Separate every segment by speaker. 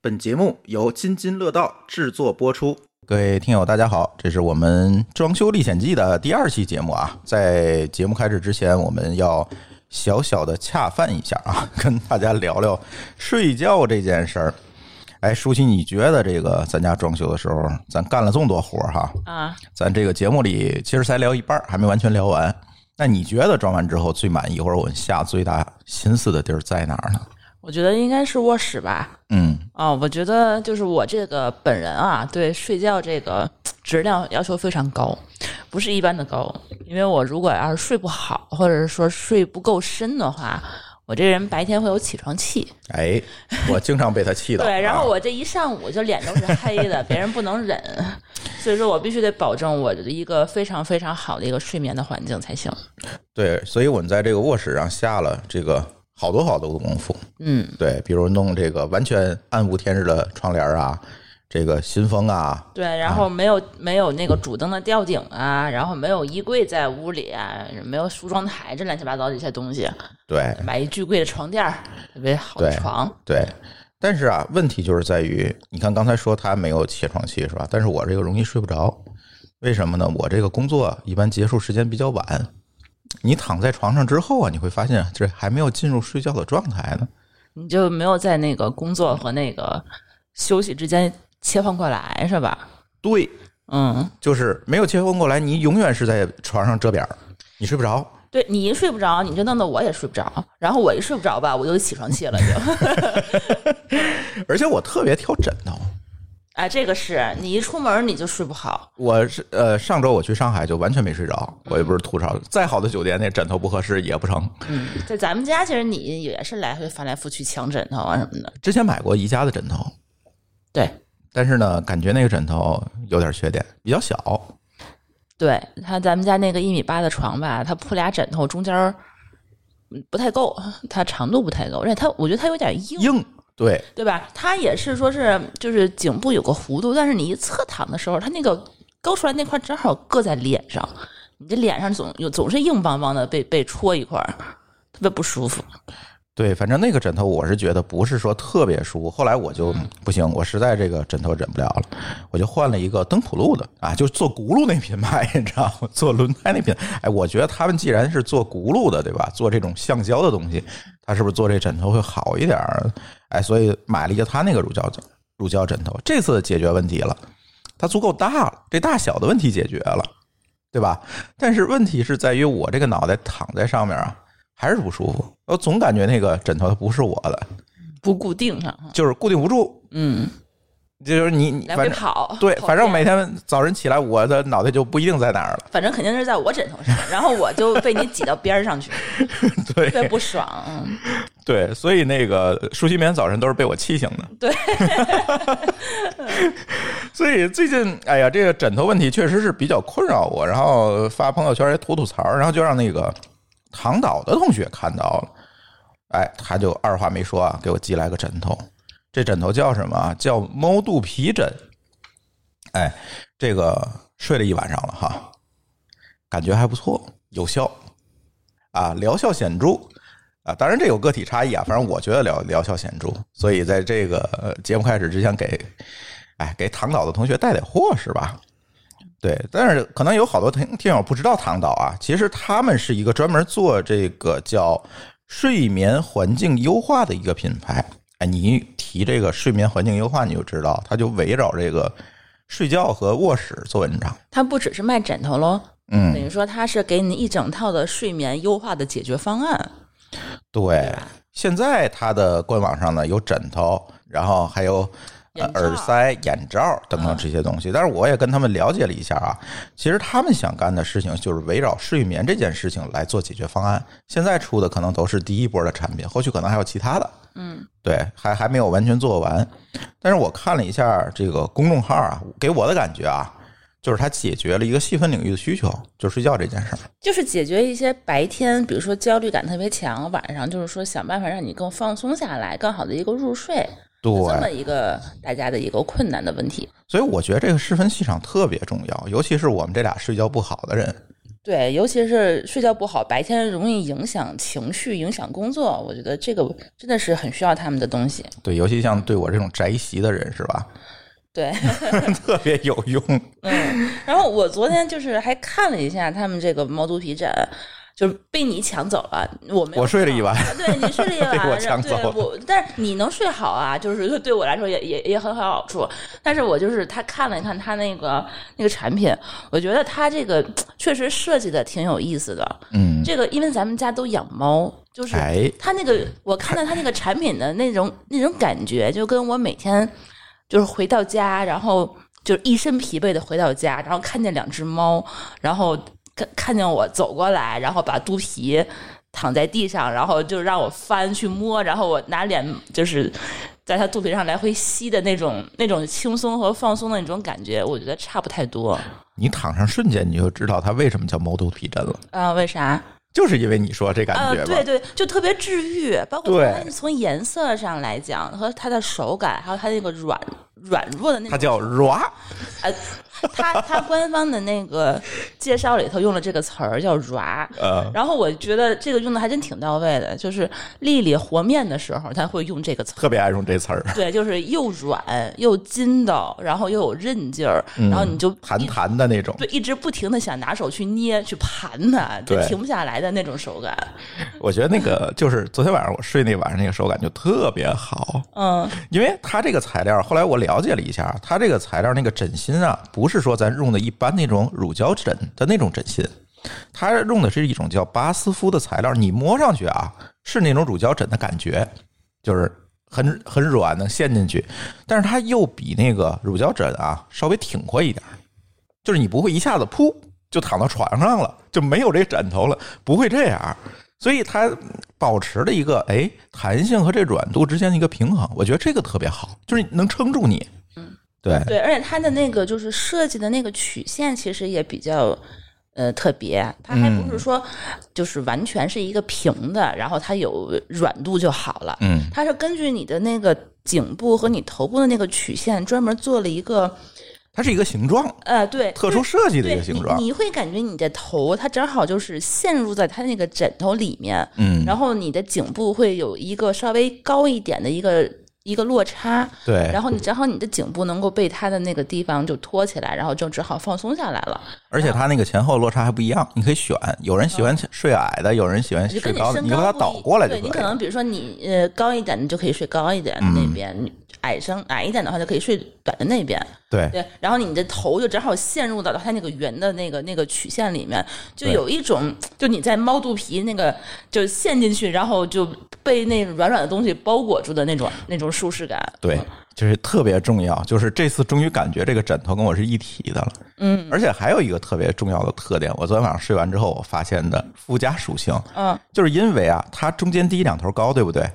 Speaker 1: 本节目由津津乐道制作播出。
Speaker 2: 各位听友，大家好，这是我们《装修历险记》的第二期节目啊。在节目开始之前，我们要小小的恰饭一下啊， 跟大家聊聊睡觉这件事儿。哎，舒淇，你觉得这个咱家装修的时候，咱干了这么多活儿哈，
Speaker 3: 啊，
Speaker 2: 咱这个节目里其实才聊一半儿，还没完全聊完。那你觉得装完之后最满意，或者我们下最大心思的地儿在哪儿呢？
Speaker 3: 我觉得应该是卧室吧。
Speaker 2: 嗯，
Speaker 3: 啊、我觉得就是我这个本人啊，对睡觉这个质量要求非常高，不是一般的高。因为我如果要是睡不好，或者是说睡不够深的话，我这人白天会有起床气。
Speaker 2: 哎，我经常被他气到。
Speaker 3: 对，然
Speaker 2: 啊
Speaker 3: 后我这一上午就脸都是黑的，别人不能忍，所以说我必须得保证我的一个非常非常好的一个睡眠的环境才行。
Speaker 2: 对，所以我们在这个卧室上下了这个好多好多的功夫。
Speaker 3: 嗯，
Speaker 2: 对，比如弄这个完全暗无天日的窗帘啊，这个新风啊，
Speaker 3: 对，然后没有、没有那个主灯的吊顶啊，然后没有衣柜在屋里啊，没有梳妆台，这乱七八糟的一些东西，
Speaker 2: 对
Speaker 3: 买一巨贵的床垫儿，特别好的
Speaker 2: 对
Speaker 3: 床，
Speaker 2: 对。但是啊，问题就是在于，你看刚才说他没有起床气是吧？但是我这个容易睡不着，为什么呢？我这个工作一般结束时间比较晚，你躺在床上之后啊，你会发现这还没有进入睡觉的状态呢。
Speaker 3: 你就没有在那个工作和那个休息之间切换过来，是吧？
Speaker 2: 对，
Speaker 3: 嗯，
Speaker 2: 就是没有切换过来，你永远是在床上遮边儿，你睡不着。
Speaker 3: 对你一睡不着，你就弄得我也睡不着，然后我一睡不着吧，我就起床气了就。
Speaker 2: 而且我特别挑枕头。
Speaker 3: 哎，这个是你一出门你就睡不好，
Speaker 2: 我是呃，上周我去上海就完全没睡着，我也不是吐槽，再好的酒店那枕头不合适也不成。
Speaker 3: 嗯，在咱们家其实你也是来回翻来覆去抢枕头啊什么的，
Speaker 2: 之前买过宜家的枕头，
Speaker 3: 对。
Speaker 2: 但是呢，感觉那个枕头有点缺点，比较小。
Speaker 3: 对他，咱们家那个一米八的床吧，它铺俩枕头，中间儿嗯不太够，它长度不太够，而且它，我觉得它有点硬，
Speaker 2: 硬，对
Speaker 3: 对吧？它也是说是就是颈部有个弧度，但是你一侧躺的时候，它那个勾出来那块正好硌在脸上，你这脸上总有总是硬邦邦的被被戳一块儿，特别不舒服。
Speaker 2: 对，反正那个枕头我是觉得不是说特别舒服。后来我就不行，我实在这个枕头忍不了了，我就换了一个登浦路的啊，就是做轱辘那品牌， 你知道吗？做轮胎那品牌。哎，我觉得他们既然是做轱辘的，对吧？做这种橡胶的东西，他是不是做这枕头会好一点儿？哎，所以买了一个他那个乳胶枕，乳胶枕头，这次解决问题了，它足够大了，这大小的问题解决了，对吧？但是问题是在于我这个脑袋躺在上面啊，还是不舒服，我总感觉那个枕头它不是我的，
Speaker 3: 不固定上，
Speaker 2: 就是固定不住，
Speaker 3: 嗯，
Speaker 2: 就是你你
Speaker 3: 来
Speaker 2: 反
Speaker 3: 回
Speaker 2: 正
Speaker 3: 跑，
Speaker 2: 对，
Speaker 3: 跑
Speaker 2: 反正
Speaker 3: 遍
Speaker 2: 每天早晨起来我的脑袋就不一定在哪儿了，
Speaker 3: 反正肯定是在我枕头上，然后我就被你挤到边儿上去，
Speaker 2: 对
Speaker 3: 特别不爽。嗯
Speaker 2: 对，所以那个舒淇每天早晨都是被我气醒的。
Speaker 3: 对，
Speaker 2: 所以最近，哎呀，这个枕头问题确实是比较困扰我，然后发朋友圈也吐吐槽，然后就让那个躺岛的同学看到了，哎，他就二话没说啊，给我寄来个枕头，这枕头叫什么啊？叫猫肚皮枕。哎，这个睡了一晚上了哈，感觉还不错，有效啊，疗效显著。啊，当然这有个体差异啊，反正我觉得疗疗效显著，所以在这个呃节目开始之前给，哎，给唐岛的同学带点货是吧？对，但是可能有好多听听友不知道唐岛啊，其实他们是一个专门做这个叫睡眠环境优化的一个品牌。哎，你一提这个睡眠环境优化，你就知道，它就围绕这个睡觉和卧室做文章。
Speaker 3: 它不只是卖枕头喽，
Speaker 2: 嗯
Speaker 3: 等，于说它是给你一整套的睡眠优化的解决方案。
Speaker 2: 对，现在它的官网上呢有枕头，然后还有呃
Speaker 3: 眼罩嗯
Speaker 2: 耳塞、眼罩等等这些东西。但是我也跟他们了解了一下啊，其实他们想干的事情就是围绕睡眠这件事情来做解决方案。现在出的可能都是第一波的产品，后续可能还有其他的。
Speaker 3: 嗯，
Speaker 2: 对，还还没有完全做完。但是我看了一下这个公众号啊，给我的感觉啊，就是它解决了一个细分领域的需求，就是睡觉这件事儿。
Speaker 3: 就是解决一些白天，比如说焦虑感特别强，晚上就是说想办法让你更放松下来，更好的一个入睡，
Speaker 2: 对，
Speaker 3: 这么一个大家的一个困难的问题。
Speaker 2: 所以我觉得这个适分市场特别重要，尤其是我们这俩睡觉不好的人，
Speaker 3: 对，尤其是睡觉不好，白天容易影响情绪、影响工作。我觉得这个真的是很需要他们的东西。
Speaker 2: 对，尤其像对我这种宅习的人是吧，
Speaker 3: 对，
Speaker 2: 特别有用。
Speaker 3: 嗯。然后我昨天就是还看了一下他们这个毛肚皮展，就是被你抢走了，我没有
Speaker 2: 我睡了
Speaker 3: 看
Speaker 2: 一晚，
Speaker 3: 对 你睡了一晚
Speaker 2: 被
Speaker 3: 上，
Speaker 2: 我抢走了
Speaker 3: 对我，但是你能睡好啊，就是对我来说也也也很好好处。但是我就是他看了一看他那个那个产品，我觉得他这个确实设计的挺有意思的。
Speaker 2: 嗯，
Speaker 3: 这个因为咱们家都养猫，就是
Speaker 2: 哎
Speaker 3: 他那个我看到他那个产品的那种那种感觉，就跟我每天就是回到家，然后就是一身疲惫的回到家，然后看见两只猫，然后看看见我走过来，然后把肚皮躺在地上，然后就让我翻去摸，然后我拿脸就是。在它肚皮上来回吸的那种、那种轻松和放松的那种感觉，我觉得差不太多。啊、
Speaker 2: 你躺上瞬间你就知道它为什么叫毛肚皮针了，
Speaker 3: 啊为啥？
Speaker 2: 就是因为你说这感
Speaker 3: 啊，
Speaker 2: 觉吧。
Speaker 3: 对对，就特别治愈，包括
Speaker 2: 对
Speaker 3: 它从颜色上来讲和它的手感，还有它那个软软弱的那
Speaker 2: 它叫
Speaker 3: 种，
Speaker 2: ra，
Speaker 3: 呃，它它官方的那个介绍里头用了这个词儿叫 “ra”，
Speaker 2: 呃，
Speaker 3: 然后我觉得这个用的还真挺到位的，就是丽丽和面的时候，她会用这个词儿。
Speaker 2: 特别爱用这词儿，
Speaker 3: 对，就是又软又筋道，然后又有韧劲儿，
Speaker 2: 嗯
Speaker 3: 然后你就
Speaker 2: 弹
Speaker 3: 一
Speaker 2: 弹的那种。
Speaker 3: 对一直不停的想拿手去捏去盘它，就
Speaker 2: 对
Speaker 3: 停不下来的那种手感。
Speaker 2: 我觉得那个就是昨天晚上我睡那晚上那个手感就特别好，
Speaker 3: 嗯，
Speaker 2: 因为它这个材料，后来我了解了一下，它这个材料那个枕芯啊，不是说咱用的一般那种乳胶枕的那种枕芯，它用的是一种叫巴斯夫的材料，你摸上去啊是那种乳胶枕的感觉，就是很很软，能陷进去，但是它又比那个乳胶枕啊稍微挺阔一点儿，就是你不会一下子噗就躺到床上了，就没有这枕头了，不会这样。所以它保持了一个哎弹性和这软度之间的一个平衡，我觉得这个特别好，就是能撑住你。对，
Speaker 3: 嗯对，而且它的那个就是设计的那个曲线，其实也比较呃特别。它还不
Speaker 2: 嗯
Speaker 3: 是说就是完全是一个平的，然后它有软度就好了。
Speaker 2: 嗯，
Speaker 3: 它是根据你的那个颈部和你头部的那个曲线，专门做了一个
Speaker 2: 它是一个形状，
Speaker 3: 呃，对，
Speaker 2: 特殊设计的一
Speaker 3: 对
Speaker 2: 个啊形
Speaker 3: 你
Speaker 2: 状。
Speaker 3: 你会感觉你的头它正好就是陷入在它那个枕头里面，
Speaker 2: 嗯，
Speaker 3: 然后你的颈部会有一个稍微高一点的一个一个落差，
Speaker 2: 对
Speaker 3: 然，后你正好你的颈部能够被它的那个地方就托起来，然后就只好放松下来了，
Speaker 2: 而且它那个前后落差还不一样，你可以选，有人喜欢睡矮的，有人喜欢
Speaker 3: 就
Speaker 2: 睡
Speaker 3: 跟嗯你
Speaker 2: 高的，
Speaker 3: 身
Speaker 2: 你就把
Speaker 3: 高
Speaker 2: 它
Speaker 3: 不
Speaker 2: 倒
Speaker 3: 一
Speaker 2: 过来就
Speaker 3: 对你
Speaker 2: 可
Speaker 3: 可
Speaker 2: 以了。嗯
Speaker 3: 能比如说你呃高一点，你就可以睡高一点的那边；你矮生矮一点的话，就可以睡短的那边。
Speaker 2: 对，
Speaker 3: 对，然后你的头就正好陷入到它那个圆的那个那个曲线里面，就
Speaker 2: 对
Speaker 3: 有一种就你在猫肚皮那个就陷进去，然后就被那软软的东西包裹住的那种那种舒适感。
Speaker 2: 对，就是特别重要。就是这次终于感觉这个枕头跟我是一体的了。嗯，而且还有一个特别重要的特点，我昨天晚上睡完之后我发现的附加属性，
Speaker 3: 嗯，
Speaker 2: 就是因为啊，它中间第一两头高，对不对？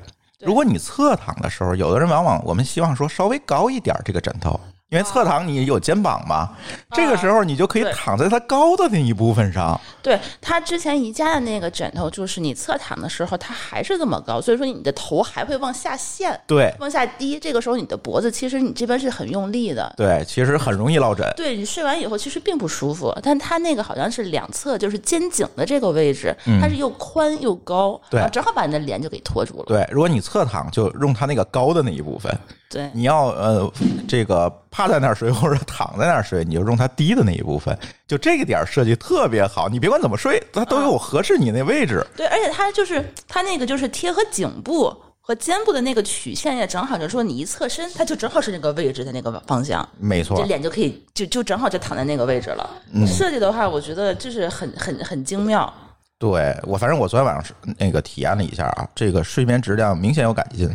Speaker 2: 如果你侧躺的时候，有的人往往我们希望说稍微高一点儿这个枕头，因为侧躺你有肩膀嘛，这个时候你就可以
Speaker 3: 啊对
Speaker 2: 躺在它高的那一部分上。
Speaker 3: 对它之前宜家的那个枕头，就是你侧躺的时候，它还是这么高，所以说你的头还会往下陷，
Speaker 2: 对
Speaker 3: 往下低。这个时候你的脖子其实你这边是很用力的，
Speaker 2: 对，其实很容易落枕。
Speaker 3: 对你睡完以后其实并不舒服，但它那个好像是两侧就是肩颈的这个位置，它是又宽又高，
Speaker 2: 嗯对
Speaker 3: 然后正好把你的脸就给托住了。
Speaker 2: 对，如果你侧躺，就用它那个高的那一部分。
Speaker 3: 对
Speaker 2: 你要呃这个趴在那儿睡或者躺在那儿睡，你就用它低的那一部分，就这个点儿设计特别好。你别管怎么睡，它都有合适你那位置。
Speaker 3: 对，而且它就是它那个就是贴合颈部和肩部的那个曲线也正好，就是说你一侧身，它就正好是那个位置的那个方向。
Speaker 2: 没
Speaker 3: 这
Speaker 2: 错，
Speaker 3: 脸就可以就就正好就躺在那个位置了。
Speaker 2: 嗯
Speaker 3: 设计的话，我觉得就是很很很精妙。
Speaker 2: 对我反正我昨天晚上是那个体验了一下啊，这个睡眠质量明显有改进，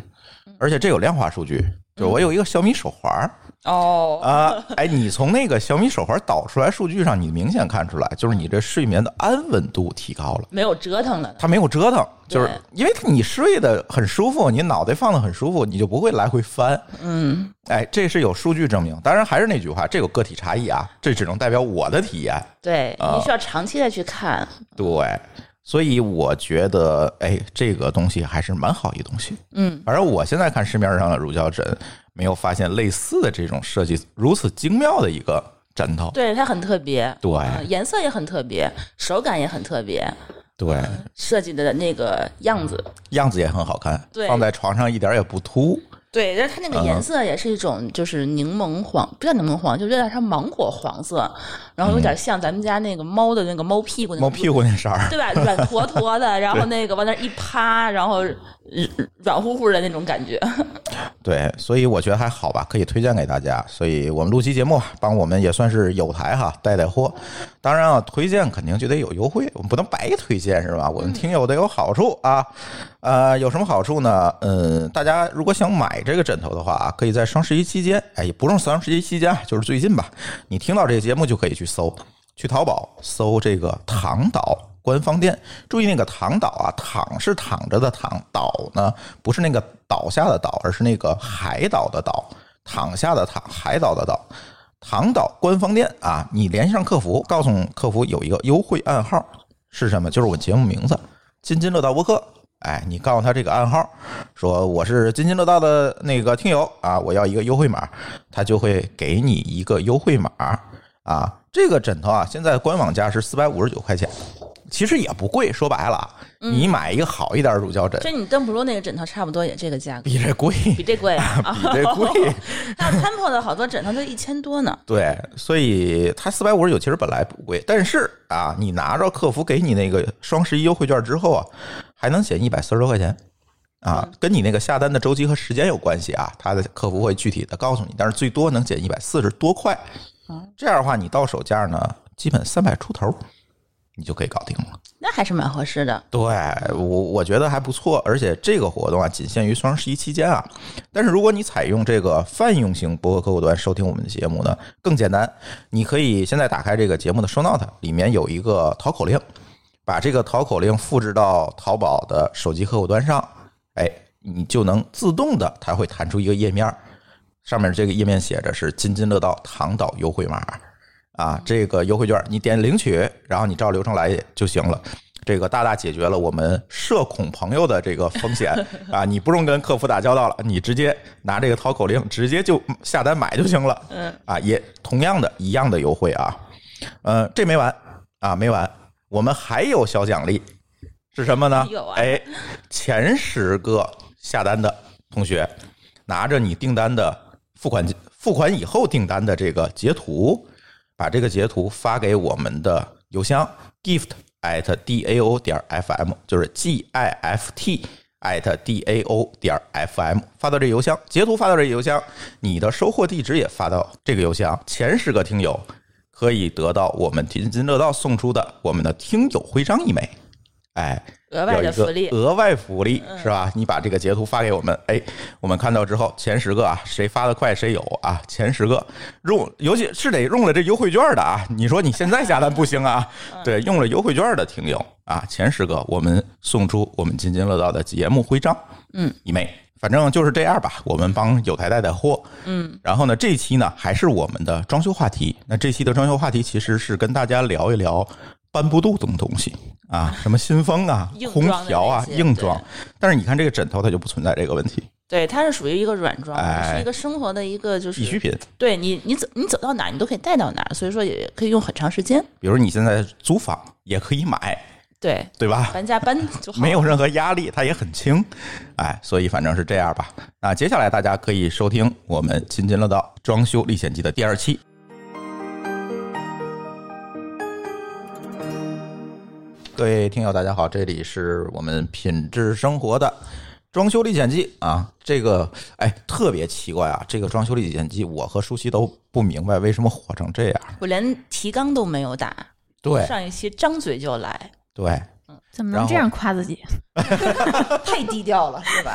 Speaker 2: 而且这有量化数据。就我有一个小米手环儿
Speaker 3: 哦，
Speaker 2: 啊，哎，你从那个小米手环导出来数据上，你明显看出来，就是你这睡眠的安稳度提高了。
Speaker 3: 没有折腾了呢。
Speaker 2: 它没有折腾，
Speaker 3: 对
Speaker 2: 就是因为你睡得很舒服，你脑袋放得很舒服，你就不会来回翻。嗯，哎，这是有数据证明。当然还是那句话，这有个体差异啊，这只能代表我的体验。
Speaker 3: 对，
Speaker 2: 啊
Speaker 3: 你需要长期的去看。
Speaker 2: 对，所以我觉得，哎，这个东西还是蛮好一东西。
Speaker 3: 嗯，
Speaker 2: 反正我现在看市面上的乳胶枕，没有发现类似的这种设计如此精妙的一个枕头。
Speaker 3: 对，它很特别，
Speaker 2: 对
Speaker 3: 呃颜色也很特别，手感也很特别，
Speaker 2: 对，
Speaker 3: 设计的那个样子，
Speaker 2: 样子也很好看，
Speaker 3: 对
Speaker 2: 放在床上一点也不突。
Speaker 3: 对，但是它那
Speaker 2: 嗯
Speaker 3: 个颜色也是一种，就是柠檬黄，不叫柠檬黄，就有点像芒果黄色，然后有点像咱们家那个猫的那个猫屁股那
Speaker 2: 猫
Speaker 3: 种
Speaker 2: 屁股那色儿，
Speaker 3: 对吧？软坨 坨的，然后那个往那儿一趴，然后呃软乎乎的那种感 觉。
Speaker 2: 对，所以我觉得还好吧，可以推荐给大家。所以我们录期节目啊，帮我们也算是有台哈带带货。当然啊，推荐肯定就得有优惠，我们不能白推荐是吧？我们听友得有好处啊。呃，有什么好处呢？嗯，大家如果想买这个枕头的话啊，可以在双十一期间，哎，也不用双十一期间啊，就是最近吧，你听到这个节目就可以去搜，去淘宝搜这个唐岛。官方店，注意那个躺岛啊，躺是躺着的躺，岛呢不是那个倒下的岛，而是那个海岛的岛，躺下的躺，海岛的岛。躺岛官方店啊，你联系上客服，告诉客服有一个优惠暗号是什么？就是我节目名字“津津乐道播客”。哎，你告诉他这个暗号，说我是津津乐道的那个听友啊，我要一个优惠码，他就会给你一个优惠码啊。这个枕头啊，现在官网价是四百五十九块钱，其实也不贵。说白了啊，你买一个好一点的乳胶枕，
Speaker 3: 就你邓普洛那个枕头差不多也这个价格，
Speaker 2: 比这贵，
Speaker 3: 比这贵啊！
Speaker 2: 比这 贵。
Speaker 3: 还有 Temple 的好多枕头都一千多呢。
Speaker 2: 对，所以它四百五十九其实本来不贵，但是啊，你拿着客服给你那个双十一优惠券之后啊，还能减一百四十多块钱啊，跟你那个下单的周期和时间有关系啊，他的客服会具体的告诉你，但是最多能减一百四十多块。这样的话，你到手价呢，基本三百出头，你就可以搞定了。
Speaker 3: 那还是蛮合适的，
Speaker 2: 对我，我觉得还不错，而且这个活动啊，仅限于双十一期间啊。但是如果你采用这个泛用型博客客户端收听我们的节目呢，更简单，你可以现在打开这个节目的 show note，里面有一个淘口令，把这个淘口令复制到淘宝的手机客户端上，哎，你就能自动的，它会弹出一个页面儿，上面这个页面写着是“津津乐道唐岛优惠码”。啊，这个优惠券你点领取，然后你照流程来就行了。这个大大解决了我们社恐朋友的这个风险啊！你不用跟客服打交道了，你直接拿这个淘口令直接就下单买就行了。嗯，啊，也同样的一样的优惠啊。呃，这没完啊，没完，我们还有小奖励是什么呢？
Speaker 3: 有啊
Speaker 2: 哎，前十个下单的同学拿着你订单的付款付款以后订单的这个截图，把这个截图发给我们的邮箱 gift at dao 点 fm，就是 g i f t at dao 点 fm，发到这邮箱，截图发到这邮箱，你的收货地址也发到这个邮箱，前十个听友可以得到我们津津乐道送出的我们的听友徽章一枚。哎，
Speaker 3: 额外的福
Speaker 2: 有一
Speaker 3: 利嗯
Speaker 2: 个。额外福利是吧？你把这个截图发给我们，哎，我们看到之后，前十个啊，谁发的快谁有啊，前十个用，尤其是得用了这优惠券的啊，你说你现在下单不行啊，
Speaker 3: 嗯
Speaker 2: 对，用了优惠券的听友啊，前十个我们送出我们津津乐道的节目徽章，
Speaker 3: 嗯，
Speaker 2: 一枚。反正就是这样吧，我们帮有台带带货。嗯，然后呢，这一期呢还是我们的装修话题。那这期的装修话题其实是跟大家聊一聊搬不动的东西啊，什么新风啊、
Speaker 3: 硬
Speaker 2: 空
Speaker 3: 装的那
Speaker 2: 调啊、
Speaker 3: 些
Speaker 2: 硬
Speaker 3: 对
Speaker 2: 装。但是你看这个枕头，它就不存在这个问题，
Speaker 3: 对，它是属于一个软装，
Speaker 2: 哎
Speaker 3: 是一个生活的一个就是
Speaker 2: 必需品。
Speaker 3: 对你，你走你走到哪儿你都可以带到哪儿，所以说也可以用很长时间。
Speaker 2: 比如你现在租房也可以买，
Speaker 3: 对，
Speaker 2: 对吧？
Speaker 3: 搬家搬就 好。
Speaker 2: 没有任何压力，它也很轻，哎，所以反正是这样吧。那接下来大家可以收听我们《津津乐道装修历险记》的第二期。各位听友，大家好，这里是我们品质生活的装修历险记啊。这个哎，特别奇怪啊，这个装修历险记，我和舒淇都不明白为什么火成这样。
Speaker 3: 我连提纲都没有打，
Speaker 2: 对
Speaker 3: 上一期张嘴就来，
Speaker 2: 对，
Speaker 4: 怎么
Speaker 2: 然
Speaker 4: 能
Speaker 2: 后
Speaker 4: 这样夸自己？
Speaker 3: 太低调了， 是吧？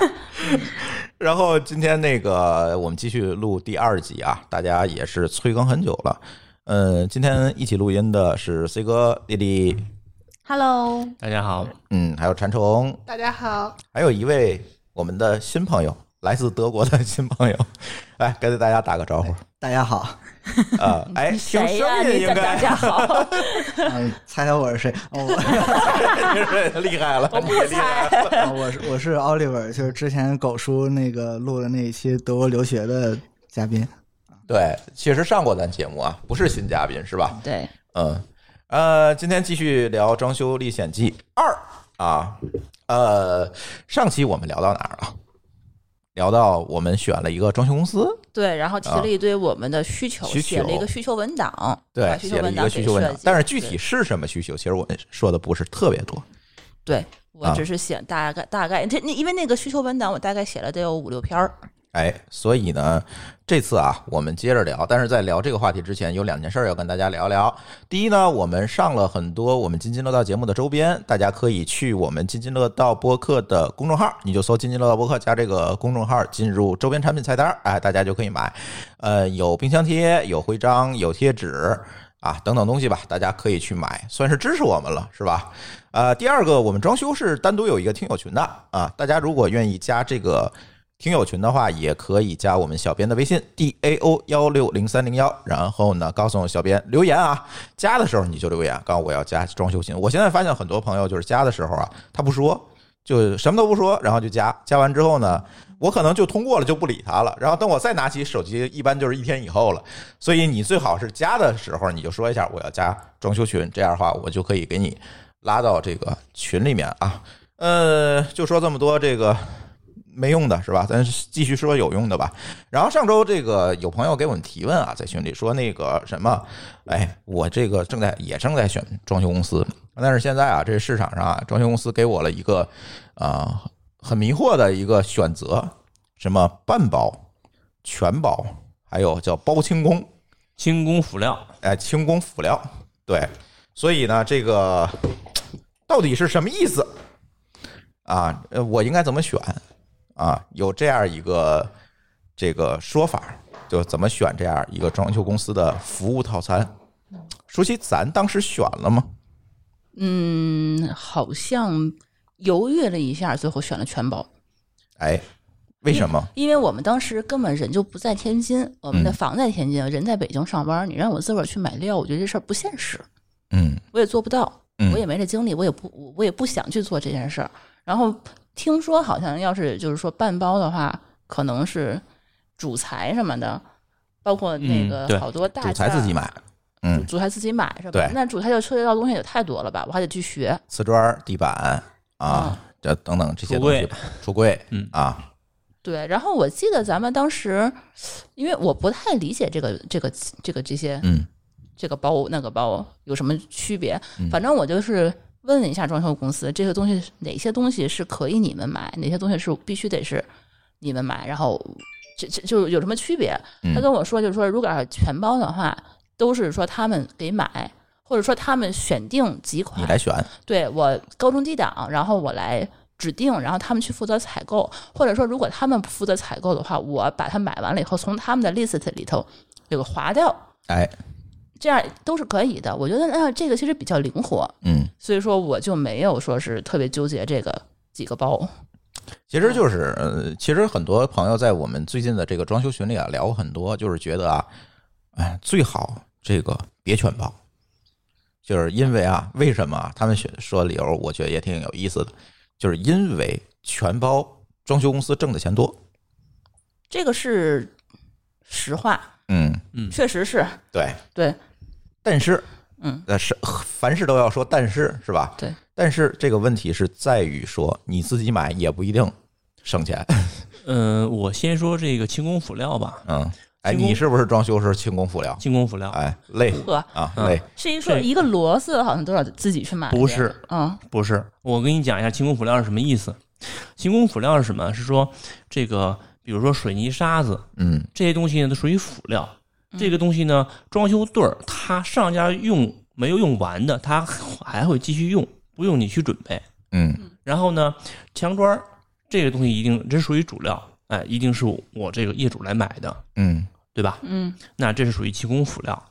Speaker 2: 然后今天那个我们继续录第二集啊，大家也是催更很久了。嗯，今天一起录音的是 C 哥、丽丽，
Speaker 4: Hello，
Speaker 5: 大家好，
Speaker 2: 嗯，还有馋虫，
Speaker 6: 大家好，
Speaker 2: 还有一位我们的新朋友，来自德国的新朋友， 来跟大家打个招呼
Speaker 7: 大家好，
Speaker 2: 啊！哎，听
Speaker 3: 谁呀、
Speaker 2: 声音
Speaker 3: 你
Speaker 2: 应
Speaker 3: 怎么大
Speaker 2: 该
Speaker 3: 家 好？
Speaker 7: 嗯， 猜猜我是谁？哦 我
Speaker 2: 厉害了，你厉害了，
Speaker 7: 哦我是 我是 Oliver，就是之前狗叔那个录的那一期德国留学的嘉宾。
Speaker 2: 对，确实上过咱节目啊，不是新嘉宾是吧？
Speaker 3: 对，
Speaker 2: 嗯，呃，今天继续聊《装修历险记二》啊，呃，上期我们聊到哪儿了？聊到我们选了一个装修公司，
Speaker 3: 对，然后提了一堆我们的需求，
Speaker 2: 啊需求
Speaker 3: 写了一个需求文档，把
Speaker 2: 对，
Speaker 3: 需
Speaker 2: 写
Speaker 3: 求
Speaker 2: 了一
Speaker 3: 文
Speaker 2: 个
Speaker 3: 档
Speaker 2: 需
Speaker 3: 给
Speaker 2: 求文
Speaker 3: 设
Speaker 2: 档
Speaker 3: 计，，
Speaker 2: 但是具体
Speaker 3: 对
Speaker 2: 是什么需求，其实我说的不是特别多。
Speaker 3: 对我
Speaker 2: 啊
Speaker 3: 只是写大概大概，这那因为那个需求文档我大概写了得有五六篇儿，
Speaker 2: 哎，所以呢，这次啊，我们接着聊。但是在聊这个话题之前，有两件事儿要跟大家聊聊。第一呢，我们上了很多我们津津乐道节目的周边，大家可以去我们津津乐道播客的公众号，你就搜“津津乐道播客”加这个公众号，进入周边产品菜单，哎，大家就可以买。呃，有冰箱贴，有徽章，有贴纸。啊，等等东西吧，大家可以去买，算是支持我们了，是吧？呃，第二个，我们装修是单独有一个听友群的啊，大家如果愿意加这个听友群的话，也可以加我们小编的微信 d a o 幺六零三零幺，然后呢，告诉我小编留言啊，加的时候你就留言，告诉我要加装修群。我现在发现很多朋友就是加的时候啊，他不说，就什么都不说，然后就加，加完之后呢。我可能就通过了，就不理他了。然后等我再拿起手机，一般就是一天以后了。所以你最好是加的时候，你就说一下我要加装修群，这样的话我就可以给你拉到这个群里面啊。呃，就说这么多这个没用的是吧？咱继续说有用的吧。然后上周这个有朋友给我们提问啊，在群里说那个什么，哎，我这个正在也正在选装修公司，但是现在啊，这市场上啊，装修公司给我了一个啊、很迷惑的一个选择，什么半包、全包，还有叫包清宫，
Speaker 4: 精工辅料，
Speaker 2: 哎，清宫辅料，对，所以呢，这个到底是什么意思啊？呃，我应该怎么选啊？有这样一个这个说法，就怎么选这样一个装修公司的服务套餐。舒淇，咱当时选了吗？
Speaker 3: 嗯，好像犹豫了一下，最后选了全包。
Speaker 2: 哎，为什么？
Speaker 3: 因为我们当时根本人就不在天津，我们的
Speaker 2: 嗯
Speaker 3: 房在天津，人在北京上班，你让我自个儿去买料，我觉得这事儿不现实，
Speaker 2: 嗯
Speaker 3: 我也做不到，
Speaker 2: 嗯
Speaker 3: 我也没这精力，我也不我我也不想去做这件事儿。然后听说好像要是就是说半包的话，可能是主材什么的，包括那
Speaker 4: 嗯
Speaker 3: 个
Speaker 4: 对
Speaker 3: 好多大啊
Speaker 2: 主裁
Speaker 3: 件儿
Speaker 2: 自己，买，嗯，
Speaker 3: 主材自己买是吧
Speaker 2: 对？
Speaker 3: 那主材就涉及到东西也太多了吧，我还得去学。
Speaker 2: 瓷砖、地板啊
Speaker 3: 啊，
Speaker 2: 这等等这些
Speaker 4: 橱
Speaker 2: 东
Speaker 4: 柜
Speaker 2: 西吧，橱柜，
Speaker 4: 嗯
Speaker 2: 啊，
Speaker 3: 对，然后我记得咱们当时，因为我不太理解这个这个这个这些
Speaker 2: 嗯
Speaker 3: 这个包那个包有什么区别。反正我就是问了一下装修公司，这些东西哪些东西是可以你们买，哪些东西是必须得是你们买，然后这这就有什么区别？
Speaker 2: 嗯
Speaker 3: 他跟我说，就是说如果要是全包的话，都是说他们给买，或者说他们选定几款
Speaker 2: 你，来选，
Speaker 3: 对我高中低档，然后我来。指定，然后他们去负责采购，或者说如果他们不负责采购的话，我把它买完了以后，从他们的 list 里头给个划掉，
Speaker 2: 哎，
Speaker 3: 这样都是可以的。我觉得那这个其实比较灵活，
Speaker 2: 嗯，
Speaker 3: 所以说我就没有说是特别纠结这个几个包。
Speaker 2: 其
Speaker 3: 嗯
Speaker 2: 实就是，呃，其实很多朋友在我们最近的这个装修群里啊聊过很多，就是觉得啊，哎，最好这个别全包，就是因为啊，为什么啊？他们选说理由，我觉得也挺有意思的，就是因为全包装修公司挣的钱多，
Speaker 3: 这个是实话，
Speaker 2: 嗯，
Speaker 3: 确实是
Speaker 2: 对，
Speaker 3: 对，
Speaker 2: 但是，
Speaker 3: 嗯，
Speaker 2: 呃，是凡事都要说但是，是吧？
Speaker 3: 对。
Speaker 2: 但是这个问题是在于说，你自己买也不一定省钱。
Speaker 4: 嗯、我先说这个轻工辅料吧，
Speaker 2: 嗯，哎，
Speaker 4: 轻功
Speaker 2: 你是不是装修时轻功辅料？
Speaker 4: 轻工辅料
Speaker 2: 哎，累
Speaker 3: 呵，
Speaker 2: 啊，
Speaker 4: 嗯
Speaker 2: 累。
Speaker 3: 是一说
Speaker 4: 这
Speaker 3: 一个螺丝好像都要自己去买的，
Speaker 4: 不是
Speaker 3: 嗯，
Speaker 4: 不是，我跟你讲一下轻工辅料是什么意思。轻工辅料是什么？是说这个，比如说水泥、沙子
Speaker 2: 嗯
Speaker 4: 这些东西呢，都属于辅料。这个东西呢，装修队儿他上家用没有用完的，他还会继续用，不用你去准备。
Speaker 2: 嗯
Speaker 4: 然后呢，墙砖儿这个东西一定这属于主料，哎，一定是我这个业主来买的，
Speaker 2: 嗯
Speaker 4: 对吧？
Speaker 3: 嗯，
Speaker 4: 那这是属于提供辅料。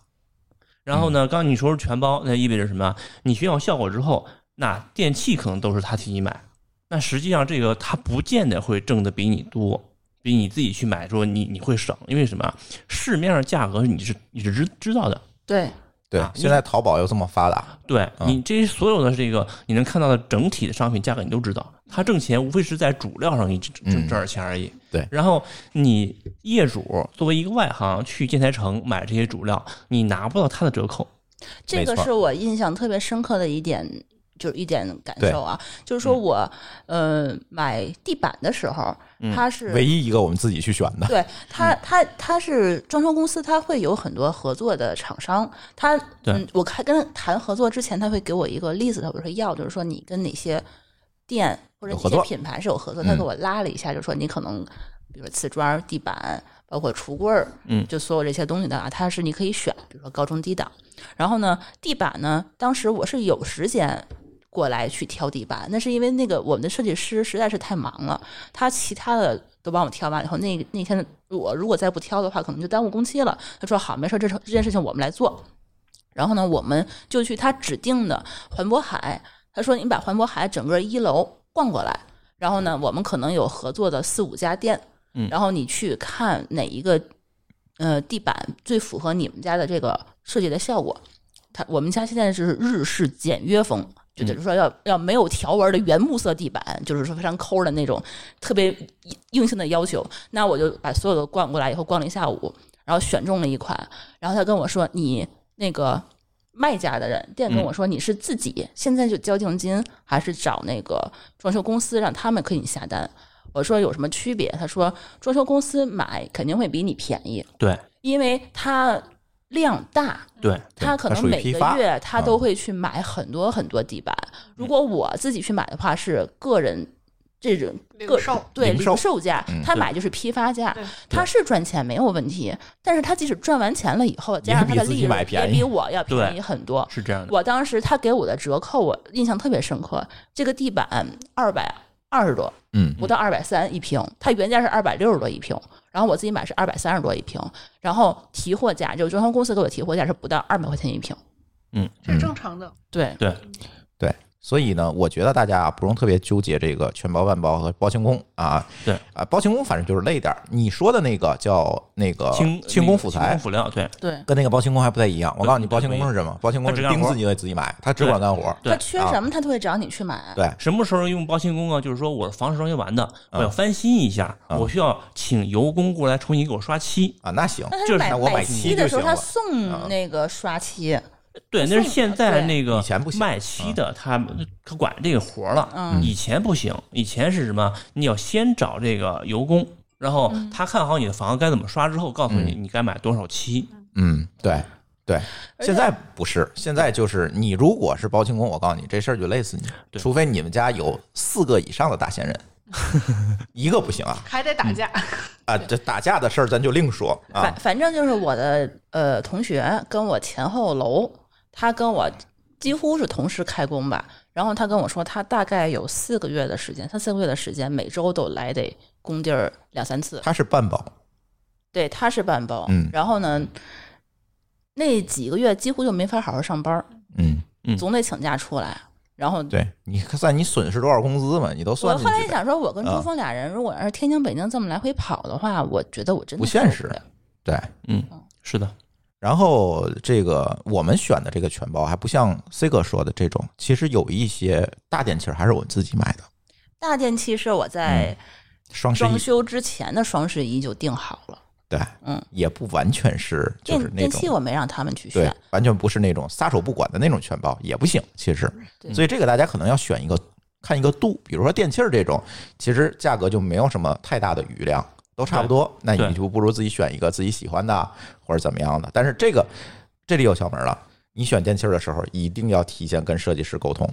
Speaker 4: 然后呢，刚刚你说是全包，那意味着什么？啊你选好效果之后，那电器可能都是他替你买，那实际上这个他不见得会挣的比你多，比你自己去买说你你会省，因为什么？啊市面上价格你是你是知知道的，
Speaker 3: 对，
Speaker 2: 对
Speaker 4: 啊。
Speaker 2: 现在淘宝又这么发达，
Speaker 4: 对
Speaker 2: 嗯
Speaker 4: 你这些所有的这个你能看到的整体的商品价格你都知道，他挣钱无非是在主料上给你挣挣
Speaker 2: 嗯
Speaker 4: 挣点钱而已。
Speaker 2: 对
Speaker 4: 然后你业主作为一个外行去建材城买这些主料，你拿不到他的折扣。
Speaker 3: 这个
Speaker 2: 没错
Speaker 3: 是我印象特别深刻的一点，就是一点感受啊，就
Speaker 2: 嗯
Speaker 3: 是说我、呃买地板的时候，它是
Speaker 2: 嗯唯一一个嗯我们自己去选的，
Speaker 3: 对它它它是装修公司，它会有很多合作的厂商，它
Speaker 4: 对
Speaker 3: 嗯，我看跟谈合作之前，他会给我一个 list，我说要，就是说你跟哪些店或者
Speaker 2: 有
Speaker 3: 哪
Speaker 2: 合
Speaker 3: 些
Speaker 2: 作
Speaker 3: 品牌是有合作，他
Speaker 2: 嗯
Speaker 3: 给我拉了一下，就说你可能比如说瓷砖、地板，包括橱柜儿，
Speaker 4: 嗯
Speaker 3: 就所有这些东西的啊，它是你可以选，比如说高中低档。然后呢，地板呢，当时我是有时间。过来去挑地板，那是因为那个我们的设计师实在是太忙了，他其他的都帮我挑完以后，那那天我如果再不挑的话，可能就耽误工期了。他说好，没事儿，这事这件事情我们来做。然后呢，我们就去他指定的环渤海，他说你把环渤海整个一楼逛过来，然后呢，我们可能有合作的四五家店，
Speaker 4: 嗯
Speaker 3: 然后你去看哪一个呃地板最符合你们家的这个设计的效果。他我们家现在是日式简约风。就等于说要要没有条纹的原木色地板，就是说非常抠的那种，特别硬性的要求。那我就把所有的逛过来以后，逛了一下午，然后选中了一款，然后他跟我说你那个卖家的人店
Speaker 2: 嗯
Speaker 3: 跟我说你是自己现在就交定金，还是找那个装修公司让他们给你下单？我说有什么区别？他说装修公司买肯定会比你便宜，
Speaker 4: 对
Speaker 3: 因为它量大，
Speaker 4: 对，
Speaker 3: 他可
Speaker 2: 它
Speaker 3: 能
Speaker 2: 属于
Speaker 3: 每
Speaker 2: 批
Speaker 3: 个
Speaker 2: 发
Speaker 3: 月他
Speaker 2: 嗯
Speaker 3: 都会去买很多很多地板。如果我自己去买的话，是个人这种
Speaker 5: 零
Speaker 3: 个
Speaker 5: 售
Speaker 3: 对
Speaker 2: 零售
Speaker 3: 零售价
Speaker 2: 嗯，
Speaker 3: 他买就是批发价
Speaker 5: 对，
Speaker 3: 他是赚钱没有问题。但是他即使赚完钱了以后，加上他
Speaker 2: 也
Speaker 3: 的
Speaker 2: 比自己
Speaker 3: 利润
Speaker 2: 买
Speaker 3: 也
Speaker 2: 便宜
Speaker 3: 比我要便
Speaker 4: 对
Speaker 3: 宜很多。
Speaker 4: 是这样的。
Speaker 3: 我当时他给我的折扣，我印象特别深刻。这个地板二百二十多，
Speaker 2: 嗯，
Speaker 3: 不到二百三一平，它原价是二百六十多一平，然后我自己买是二百三十多一平，然后提货价就是装修公司给我提货价是不到二百块钱一平。
Speaker 5: 这是正常的。
Speaker 3: 对，
Speaker 4: 对，
Speaker 2: 所以呢，我觉得大家啊不用特别纠结这个全包半包和包清工啊。
Speaker 4: 对
Speaker 2: 啊，包清工反正就是累点儿。你说的那个叫那个
Speaker 4: 轻
Speaker 2: 轻呃工辅
Speaker 4: 轻
Speaker 2: 材
Speaker 4: 工，辅料，对
Speaker 3: 对，
Speaker 2: 跟那个包清工还不太一样。我告诉你，
Speaker 4: 对
Speaker 2: 包清工是什么？包清工
Speaker 4: 他
Speaker 2: 是
Speaker 4: 只干
Speaker 2: 钉
Speaker 4: 活
Speaker 2: 子你得自己买，他只管干活。
Speaker 4: 对
Speaker 3: 他缺什么他都会找你去买。
Speaker 2: 对
Speaker 4: 什么时候用包清工啊？就是说我的房子装修完的，
Speaker 2: 嗯
Speaker 4: 我要翻新一下，
Speaker 2: 嗯
Speaker 4: 我需要请油工过来重新给我刷漆。
Speaker 2: 啊，那行，
Speaker 3: 那他
Speaker 4: 就是
Speaker 3: 买
Speaker 2: 那我买
Speaker 3: 漆
Speaker 2: 漆
Speaker 3: 的
Speaker 2: 就
Speaker 3: 时候，
Speaker 2: 行
Speaker 3: 他
Speaker 2: 了
Speaker 3: 送那个刷漆，
Speaker 4: 对，那是现在那个
Speaker 2: 以前不行嗯
Speaker 4: 卖漆的，他他管这个活儿了。
Speaker 3: 嗯
Speaker 4: 以前不行，以前是什么？你要先找这个油工，然后
Speaker 3: 嗯
Speaker 4: 他看好你的房子该怎么刷之后，告诉你你该买多少漆。
Speaker 2: 嗯，对对。
Speaker 3: 而且
Speaker 2: 现在不是，现在就是你如果是包清工，我告诉你这事儿就累死你，
Speaker 4: 对
Speaker 2: 除非你们家有四个以上的大闲人， 一个不行啊
Speaker 5: 还得打架，
Speaker 2: 啊！这打架的事儿咱就另说啊
Speaker 3: 反。反正就是我的呃同学跟我前后楼，他跟我几乎是同时开工吧。然后他跟我说，他大概有四个月的时间，三四个月的时间，每周都来得工地儿两三次。
Speaker 2: 他是半包，
Speaker 3: 对，他是半包。
Speaker 2: 嗯
Speaker 3: 然后呢，那几个月几乎就没法好好上班儿，
Speaker 2: 嗯，
Speaker 4: 嗯
Speaker 3: 总得请假出来。然后
Speaker 2: 对，你算你损失多少工资嘛，你都
Speaker 3: 我
Speaker 2: 算进
Speaker 3: 后来
Speaker 2: 去呗。
Speaker 3: 想说，我跟
Speaker 2: 啊
Speaker 3: 朱峰俩人，如果要是天津、北京这么来回跑的话，我觉得我真的
Speaker 2: 不现
Speaker 3: 受
Speaker 2: 实
Speaker 3: 了
Speaker 2: 对，
Speaker 4: 嗯，是的，
Speaker 2: 然后这个我们选的这个全包还不像 C 哥说的这种，其实有一些大电器儿还是我们自己买的，
Speaker 3: 大电器是我在
Speaker 2: 嗯双十
Speaker 3: 装
Speaker 2: 一
Speaker 3: 修之前的双十一就定好了，
Speaker 2: 对，
Speaker 3: 嗯，
Speaker 2: 也不完全是就
Speaker 3: 电
Speaker 2: 是那
Speaker 3: 电器
Speaker 2: 种
Speaker 3: 我没让他们去
Speaker 2: 对
Speaker 3: 选，，
Speaker 2: 完全不是那种撒手不管的那种全包也不行，其实，
Speaker 3: 对
Speaker 2: 所以这个大家可能要选一个看一个度，比如说电器儿这种，其实价格就没有什么太大的余量，都差不多，那
Speaker 4: 对
Speaker 2: 你就不如自己选一个自己喜欢的或者怎么样的。但是这个这里有窍门了，你选电器儿的时候一定要提前跟设计师沟通。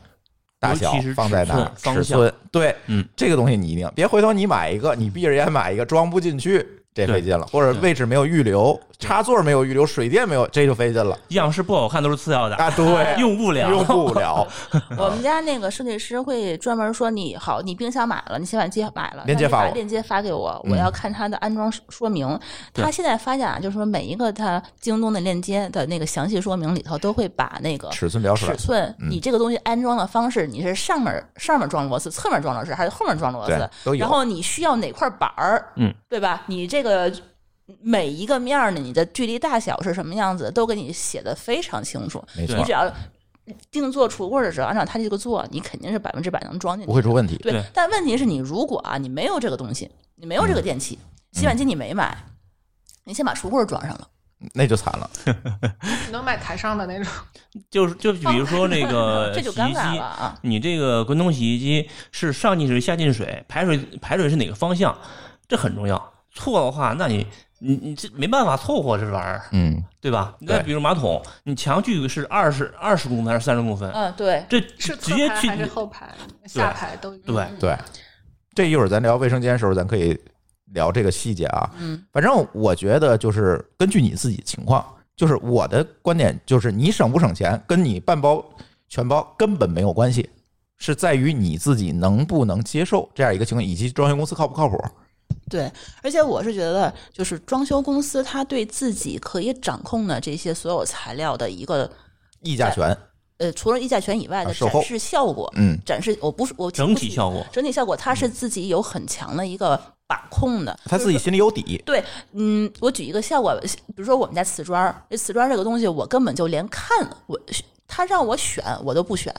Speaker 2: 大小
Speaker 4: 尤其是
Speaker 2: 放在哪儿？
Speaker 4: 尺寸
Speaker 2: 尺
Speaker 4: 方向
Speaker 2: 寸对，
Speaker 4: 嗯，
Speaker 2: 这个东西你一定别回头你买一个，你闭着眼买一个装不进去，这
Speaker 4: 对
Speaker 2: 费劲了，或者
Speaker 4: 对
Speaker 2: 位置没有预留，插座没有预留，水电没有，这就费劲了。
Speaker 4: 样式不好看都是次要的，
Speaker 2: 啊，对，
Speaker 4: 用不了。
Speaker 2: 用不 了，
Speaker 3: 我们家那个设计师会专门说你好，你冰箱买了，你洗碗机买了，
Speaker 2: 链接
Speaker 3: 那你
Speaker 2: 发
Speaker 3: 把
Speaker 2: 我
Speaker 3: 链接发给我，
Speaker 2: 嗯
Speaker 3: 我要看它的安装说明。
Speaker 4: 对
Speaker 3: 他现在发现啊，就是说每一个他京东的链接的那个详细说明里头都会把那个。
Speaker 2: 尺寸表出来
Speaker 3: 尺。寸，
Speaker 2: 嗯
Speaker 3: 你这个东西安装的方式，你是上面上面装螺丝，侧面装螺丝，还是后面装螺丝
Speaker 2: 对？都有
Speaker 3: 然后你需要哪块板儿，
Speaker 4: 嗯，
Speaker 3: 对吧？你这个每一个面儿呢，你的距离大小是什么样子，都给你写的非常清楚。
Speaker 2: 没
Speaker 4: 对
Speaker 3: 你
Speaker 2: 错
Speaker 3: 只，要定做橱柜的时候，按照他这个做，你肯定是百分之百能装进
Speaker 2: 不
Speaker 3: 去。
Speaker 2: 会出问题。
Speaker 3: 对
Speaker 4: 对，嗯
Speaker 3: 但问题是你如果啊，你没有这个东西，你没有这个电器，洗碗机你没买，你先把橱柜装上了，
Speaker 2: 那就惨了。
Speaker 5: 能买台上的那种，
Speaker 4: 就是就比如说那个
Speaker 3: 哦 这
Speaker 4: 嗯洗
Speaker 3: 就
Speaker 4: 衣
Speaker 3: 尴尬
Speaker 4: 机
Speaker 3: 了，啊。
Speaker 4: 你这个滚筒洗衣机是上进水、下进水，排水排水是哪个方向，这很重要。错的话，那你你你这没办法凑合这玩意儿，
Speaker 2: 嗯，
Speaker 4: 对吧？那
Speaker 2: 对
Speaker 4: 比如马桶，你墙距是二十二十公分还是三十公分？
Speaker 3: 嗯，对，
Speaker 4: 这
Speaker 5: 呃是
Speaker 4: 直
Speaker 5: 侧
Speaker 4: 接
Speaker 5: 排
Speaker 4: 去
Speaker 5: 还是后排、下排都嗯有
Speaker 4: 对
Speaker 2: 对。这一会儿咱聊卫生间的时候，咱可以聊这个细节啊。嗯，反正我觉得就是根据你自己情况，就是我的观点就是你省不省钱跟你半包全包根本没有关系，是在于你自己能不能接受这样一个情况，以及装修公司靠不靠谱。
Speaker 3: 对，而且我是觉得，就是装修公司它对自己可以掌控的这些所有材料的一个，
Speaker 2: 议价权，
Speaker 3: 呃，除了议价权以外的
Speaker 2: 啊售后
Speaker 3: 展示效果，
Speaker 2: 嗯，
Speaker 3: 展示我不是我
Speaker 4: 整体效果。嗯
Speaker 3: 整体效果，它是自己有很强的一个把控的。
Speaker 2: 他自己心里有底。
Speaker 3: 对，嗯，我举一个效果，比如说我们家瓷砖儿，这瓷砖儿这个东西，我根本就连看我他让我选，我都不选。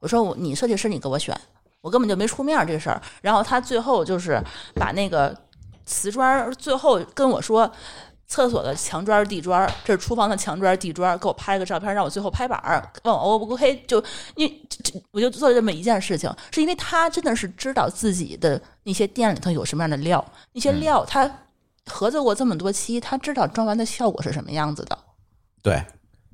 Speaker 3: 我说我你设计师你给我选，我根本就没出面儿这事儿。然后他最后就是把那个瓷砖儿最后跟我说。厕所的墙砖儿、地砖儿，这是厨房的墙砖儿、地砖儿，给我拍个照片儿，让我最后拍板儿，问我 O 不 OK？就因为这这我就做了这么一件事情，是因为他真的是知道自己的那些店里头有什么样的料，那些料他合作过这么多期，他知道装完的效果是什么样子的。
Speaker 2: 对，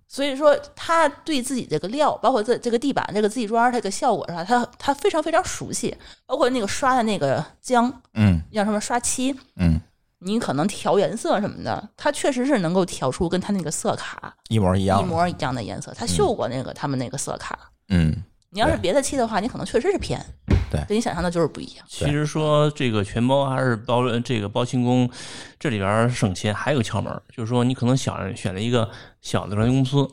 Speaker 3: 所以说，他对自己这个料，包括这这个地板、这个地砖、这个效果上，他他非常非常熟悉。包括那个刷的那个浆，
Speaker 2: 嗯
Speaker 3: 叫什么刷漆，
Speaker 2: 嗯，
Speaker 3: 你可能调颜色什么的，他确实是能够调出跟他那个色卡
Speaker 2: 一模一样。
Speaker 3: 一模一样的颜色。他秀过那个他们那个色卡。
Speaker 2: 嗯，
Speaker 3: 你要是
Speaker 2: 对
Speaker 3: 别的漆的话，你可能确实是偏，
Speaker 2: 对
Speaker 3: 跟你想象的就是不一样。
Speaker 4: 其实说这个全包还是包呃这个包清宫，这里边儿省钱还有个窍门儿，就是说你可能想选了一个小的装修公司，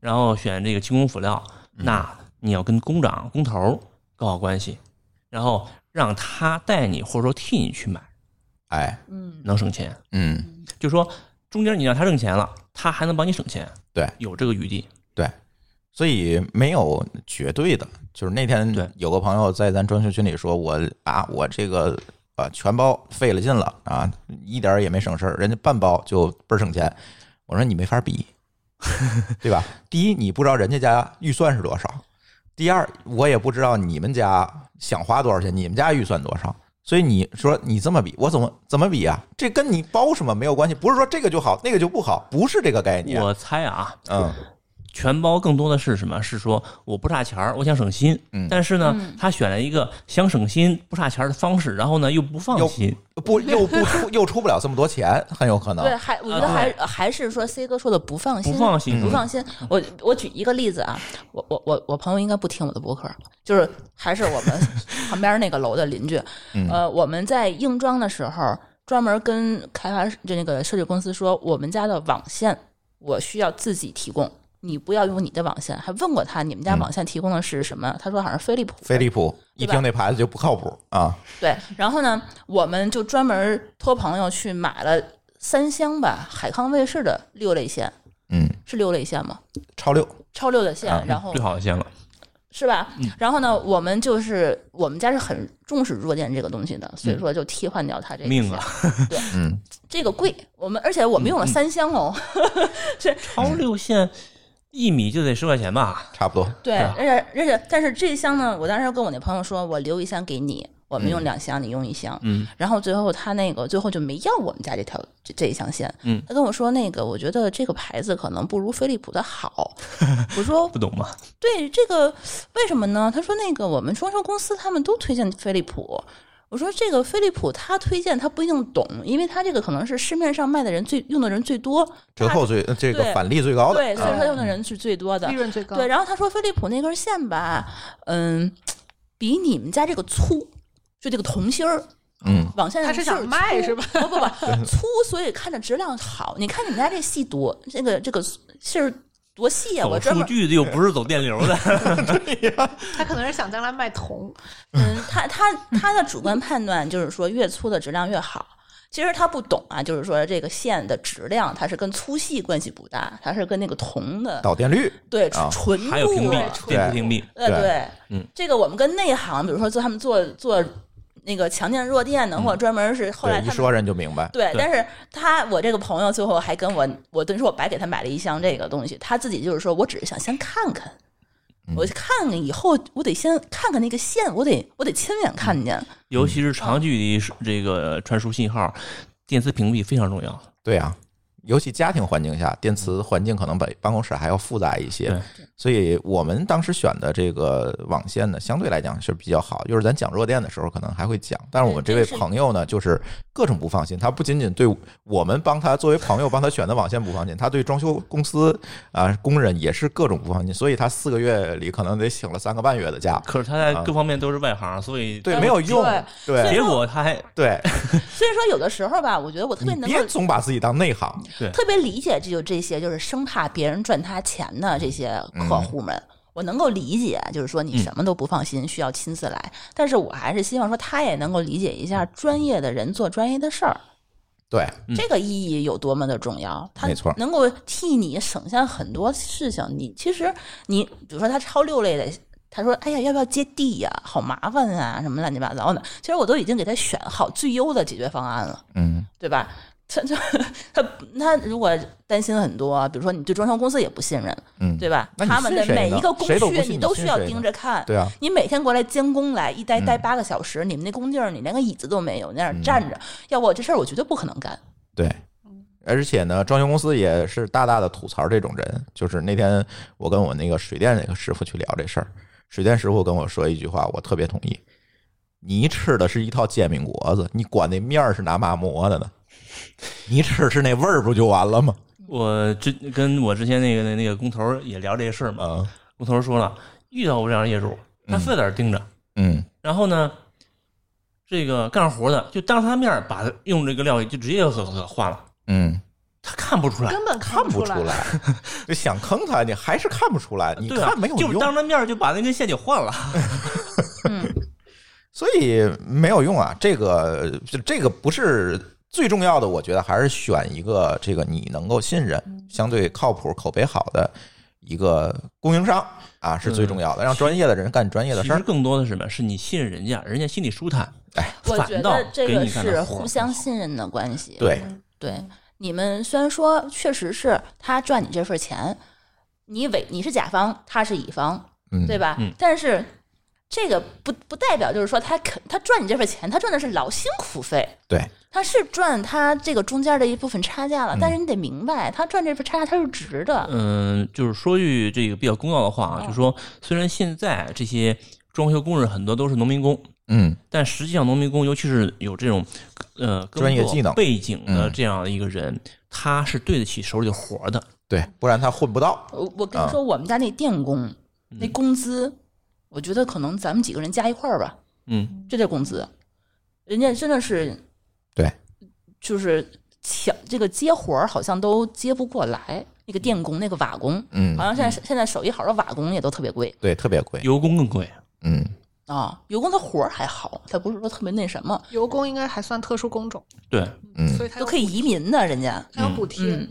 Speaker 4: 然后选这个清宫辅料，
Speaker 2: 嗯
Speaker 4: 那你要跟工长、工头儿搞好关系，然后让他带你或者说替你去买，
Speaker 2: 哎，
Speaker 3: 嗯，
Speaker 4: 能省钱。
Speaker 2: 嗯，
Speaker 4: 就说中间你让他挣钱了，他还能帮你省钱，
Speaker 2: 对
Speaker 4: 有这个余地。
Speaker 2: 所以没有绝对的。就是那天
Speaker 4: 对
Speaker 2: 有个朋友在咱装修群里说，我啊，我这个啊全包费了劲了啊，一点儿也没省事儿，人家半包就倍儿省钱。我说你没法 比，对吧？第一，你不知道人家家预算是多少；第二，我也不知道你们家想花多少钱，你们家预算多少。所以你说你这么比，我怎么怎么比啊？这跟你包什么没有关系，不是说这个就好，那个就不好，不是这个概念。
Speaker 4: 我猜啊，
Speaker 2: 嗯，
Speaker 4: 全包更多的是什么？是说我不差钱儿，我想省心。
Speaker 2: 嗯
Speaker 4: 但是呢，他选了一个想省心不差钱儿的方式，然后呢又不放心。
Speaker 2: 不又不出 又出不了这么多钱，很有可能
Speaker 3: 对，。还我觉得
Speaker 4: 啊
Speaker 3: 还、还是说 C 哥说的不放心，
Speaker 4: 不放
Speaker 2: 嗯
Speaker 4: 心
Speaker 3: 不放心。我我举一个例子啊，我我我我朋友应该不听我的博客，就是还是我们 旁边那个楼的邻居。
Speaker 2: 嗯
Speaker 3: 呃，我们在硬装的时候，专门跟开发就那个设计公司说，我们家的网线我需要自己提供。你不要用你的网线，还问过他你们家网线提供的是什么？他说好像是飞利浦。
Speaker 2: 嗯飞利浦一
Speaker 3: 对吧
Speaker 2: 听那牌子就不靠谱啊！
Speaker 3: 对，然后呢，我们就专门托朋友去买了三箱吧，海康威视的六类线，
Speaker 2: 嗯，
Speaker 3: 是六类线吗？
Speaker 2: 超六
Speaker 3: 超六的线，
Speaker 2: 啊
Speaker 3: 然后
Speaker 4: 最好的线了，
Speaker 3: 是吧？然后呢，我们就是我们家是很重视弱电这个东西的，所以说就替换掉它这个
Speaker 4: 命
Speaker 3: 线
Speaker 4: 啊！
Speaker 3: 对，
Speaker 2: 嗯，
Speaker 3: 这个贵，我们而且我们用了三箱哦，
Speaker 4: 超六线一米就得十块钱吧？
Speaker 2: 差不多，
Speaker 3: 对，
Speaker 4: 啊
Speaker 3: 而且而且但是这一箱呢，我当时跟我那朋友说，我留一箱给你，我们用两箱，你用一箱，
Speaker 4: 嗯，
Speaker 3: 然后最后他那个最后就没要我们家这条这这一箱线，
Speaker 4: 嗯，
Speaker 3: 他跟我说那个我觉得这个牌子可能不如飞利浦的好，我说
Speaker 4: 不懂吗？
Speaker 3: 对这个为什么呢？他说那个我们装修公司他们都推荐飞利浦。我说这个飞利浦他推荐他不一定懂，因为他这个可能是市面上卖的人最用的人最多，
Speaker 2: 折扣最这个返利最高的
Speaker 3: 对，所以说用的人是最多的
Speaker 5: 嗯利。润最高。
Speaker 3: 对，然后他说飞利浦那根线吧，嗯，比你们家这个粗，就这个铜芯儿，
Speaker 2: 嗯，
Speaker 3: 网线
Speaker 5: 他是想卖是吧？
Speaker 3: 不不不，粗，所以看着质量好。你看你们家这细多，这个这个芯儿多细呀、哎我
Speaker 4: 走
Speaker 3: 专
Speaker 4: 数
Speaker 3: 门
Speaker 4: 据的又不是走电 流的，
Speaker 5: 他可能是想将来卖铜，
Speaker 3: 嗯，他他他的主观判断就是说，越粗的质量越好。其实他不懂啊，就是说这个线的质量它是跟粗细关系不大，它是跟那个铜的
Speaker 2: 导电率
Speaker 3: 对
Speaker 2: 啊
Speaker 3: 纯
Speaker 4: 还有
Speaker 3: 度
Speaker 4: 屏蔽
Speaker 3: 啊，
Speaker 4: 电磁屏蔽，
Speaker 3: 呃，
Speaker 2: 对
Speaker 3: 对，
Speaker 4: 嗯，
Speaker 3: 这个我们跟内行，比如说做他们做做那个强电弱电的，或者专门是后来
Speaker 2: 嗯对一
Speaker 3: 他们。
Speaker 2: 说人就明白。
Speaker 3: 对，
Speaker 4: 对
Speaker 3: 但是他我这个朋友最后还跟我，我等于说我白给他买了一箱这个东西，他自己就是说我只是想先看看，
Speaker 2: 嗯
Speaker 3: 我看看以后我得先看看那个线，我得我得亲眼看
Speaker 2: 嗯
Speaker 3: 见，
Speaker 4: 尤其是长距离是这个传输信号，电磁屏蔽非常重要。
Speaker 2: 对啊，尤其家庭环境下，电磁环境可能比办公室还要复杂一些
Speaker 4: 对，
Speaker 2: 所以我们当时选的这个网线呢，相对来讲是比较好。就是咱讲弱电的时候，可能还会讲，但是我们这位朋友呢，就是各种不放心。他不仅仅对我们帮他作为朋友帮他选的网线不放心，他对装修公司啊、工人也是各种不放心，所以他四个月里可能得请了三个半月的假。
Speaker 4: 可是他在各方面都是外行，所以
Speaker 2: 啊对，没有用，对
Speaker 4: 结果他还
Speaker 2: 对，
Speaker 3: 所以说有的时候吧，我觉得我特别
Speaker 2: 你
Speaker 3: 能够
Speaker 2: 别总把自己当内行，
Speaker 3: 特别理解，这就这些就是生怕别人赚他钱的这些
Speaker 2: 嗯
Speaker 3: 客户们。我能够理解，就是说你什么都不放心，需要亲自来。但是我还是希望说，他也能够理解一下专业的人做专业的事儿，
Speaker 2: 对，
Speaker 4: 嗯
Speaker 3: 这个意义有多么的重要。他
Speaker 2: 没错
Speaker 3: 能够替你省下很多事情。你其实你，比如说他超六类的，他说：“哎呀，要不要接地呀、好麻烦啊，什么乱七八糟的。”其实我都已经给他选好最优的解决方案了。
Speaker 2: 嗯，
Speaker 3: 对吧？他 他他他如果担心很多，啊比如说你对装修公司也不信任，
Speaker 2: 嗯
Speaker 3: 对吧？
Speaker 2: 那你
Speaker 3: 他们的
Speaker 2: 信谁呢
Speaker 3: 每一个工
Speaker 2: 谁都不
Speaker 3: 序
Speaker 2: 信
Speaker 3: 你
Speaker 2: 你
Speaker 3: 都
Speaker 2: 信
Speaker 3: 需要
Speaker 2: 谁呢
Speaker 3: 盯着看。
Speaker 2: 对嗯啊，
Speaker 3: 你每天过来监工来，一待待八个小时，你们那工地儿你连个椅子都没有，你在那
Speaker 2: 嗯
Speaker 3: 儿站着，要我这事儿我绝对不可能干。
Speaker 2: 对，而且呢，装修公司也是大大的吐槽这种人。就是那天我跟我那个水电那个师傅去聊这事儿，水电师傅跟我说一句话，我特别同意：你吃的是一套煎饼果子，你管那面儿是拿嘛磨的呢？你吃吃那味儿不就完了吗？
Speaker 4: 我之跟我之前那个那个工头儿也聊这个事儿嘛，
Speaker 2: 嗯
Speaker 4: 工头儿说了，遇到过这样的业主，他非得在这儿盯着，
Speaker 2: 嗯，
Speaker 4: 然后呢，这个干活的就当着他面儿把用这个料就直接给给换了，
Speaker 2: 嗯，
Speaker 4: 他看不出来，
Speaker 5: 根本
Speaker 2: 看
Speaker 5: 不
Speaker 2: 不出
Speaker 5: 来。
Speaker 2: 来， 就想坑他，你还是看不出来，你
Speaker 4: 对啊
Speaker 2: 看没有
Speaker 4: 就是
Speaker 2: 用，
Speaker 4: 当着面儿就把那根线给换了。
Speaker 2: 所以没有用啊，这个就这个不是最重要的，我觉得还是选一个这个你能够信任、相对靠谱、口碑好的一个供应商啊，是最重要的，让专业的人干专业的
Speaker 4: 其
Speaker 2: 事
Speaker 4: 实
Speaker 2: 儿。
Speaker 4: 更多的是什么？是你信任人家，人家心里舒坦，
Speaker 2: 哎，
Speaker 3: 我觉
Speaker 4: 反倒
Speaker 3: 得这
Speaker 4: 给
Speaker 3: 个
Speaker 4: 你干的
Speaker 3: 是
Speaker 4: 活儿
Speaker 3: 互相信任的关系。
Speaker 2: 对，
Speaker 3: 对，你们虽然说确实是他赚你这份钱，你伪你是甲方，他是乙方，
Speaker 2: 嗯，
Speaker 3: 对吧？
Speaker 4: 嗯
Speaker 3: 但是这个不不代表就是说他肯他赚你这份钱，他赚的是劳辛苦费，
Speaker 2: 对，
Speaker 3: 他是赚他这个中间的一部分差价了。但是你得明白，他赚这份差价他是值的。
Speaker 4: 嗯，就是说句这个比较公道的
Speaker 3: 嗯
Speaker 4: 话啊，就是说，虽然现在这些装修工人很多都是农民工，
Speaker 2: 嗯，
Speaker 4: 但实际上农民工，尤其是有这种呃耕
Speaker 2: 专业
Speaker 4: 作
Speaker 2: 技能
Speaker 4: 背景的
Speaker 2: 嗯
Speaker 4: 这样的一个人，他是对得起手里的活儿的。
Speaker 2: 对，不然他混不到。
Speaker 3: 我我跟你说，我们家那电工那工资，我觉得可能咱们几个人加一块儿吧，
Speaker 4: 嗯，
Speaker 3: 这点工资，人家真的是
Speaker 2: 对，
Speaker 3: 就是抢这个接活儿，好像都接不过来。那个电工，那个瓦工，
Speaker 2: 嗯
Speaker 3: 好，像现在、现在手艺好的瓦工也都特别贵。
Speaker 2: 对，特别贵。
Speaker 4: 油工更贵，
Speaker 2: 嗯，
Speaker 3: 啊、油工的活儿还好，他不是说特别那什么，
Speaker 5: 油工应该还算特殊工种，
Speaker 4: 对
Speaker 2: 嗯
Speaker 5: 所以他
Speaker 3: 都可以移民的，人家。
Speaker 5: 他有补贴，
Speaker 3: 嗯，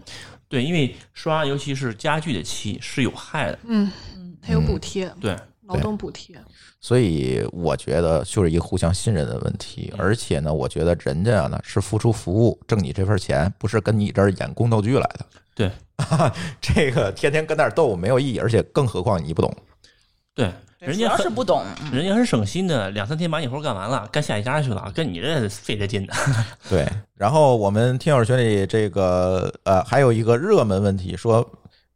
Speaker 4: 对，因为刷尤其是家具的漆是有害的，
Speaker 5: 嗯，他有补贴，
Speaker 4: 对，
Speaker 5: 劳动补贴。
Speaker 2: 所以我觉得就是一个互相信任的问题，而且呢，我觉得人家呢是付出服务，挣你这份钱，不是跟你这儿演宫斗剧来的。
Speaker 4: 对，
Speaker 2: 这个天天跟那儿斗没有意义，而且更何况你不懂。
Speaker 4: 对，人
Speaker 3: 主
Speaker 4: 家
Speaker 3: 要
Speaker 4: 很嗯
Speaker 3: 是不嗯懂，
Speaker 4: 人家很省心的，两三天把你活儿干完了，干下一家去了，跟你这费这劲的。
Speaker 2: 对，然后我们听友群里这个呃，还有一个热门问题，说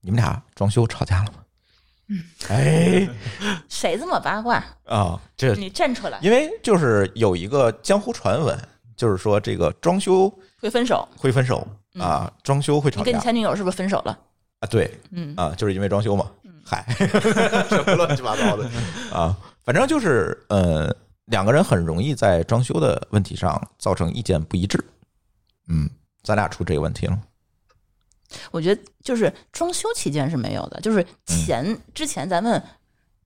Speaker 2: 你们俩装修吵架了吗？哎
Speaker 3: 谁这么八卦？
Speaker 2: 啊、这
Speaker 3: 你站出来
Speaker 2: 因为就是有一个江湖传闻，就是说这个装修
Speaker 3: 会分手。
Speaker 2: 会分手啊，装修会
Speaker 3: 嗯你
Speaker 2: 吵
Speaker 3: 跟
Speaker 2: 架
Speaker 3: 你前女友是不是分手了？
Speaker 2: 啊，对，
Speaker 3: 嗯，
Speaker 2: 啊，就是因为装修嘛， 嗨，什么乱七八糟的啊，反正就是呃，两个人很容易在装修的问题上造成意见不一致。嗯，咱俩出这个问题了。
Speaker 3: 我觉得就是装修期
Speaker 4: 嗯
Speaker 3: 间是没有的，就是前、之前咱们啊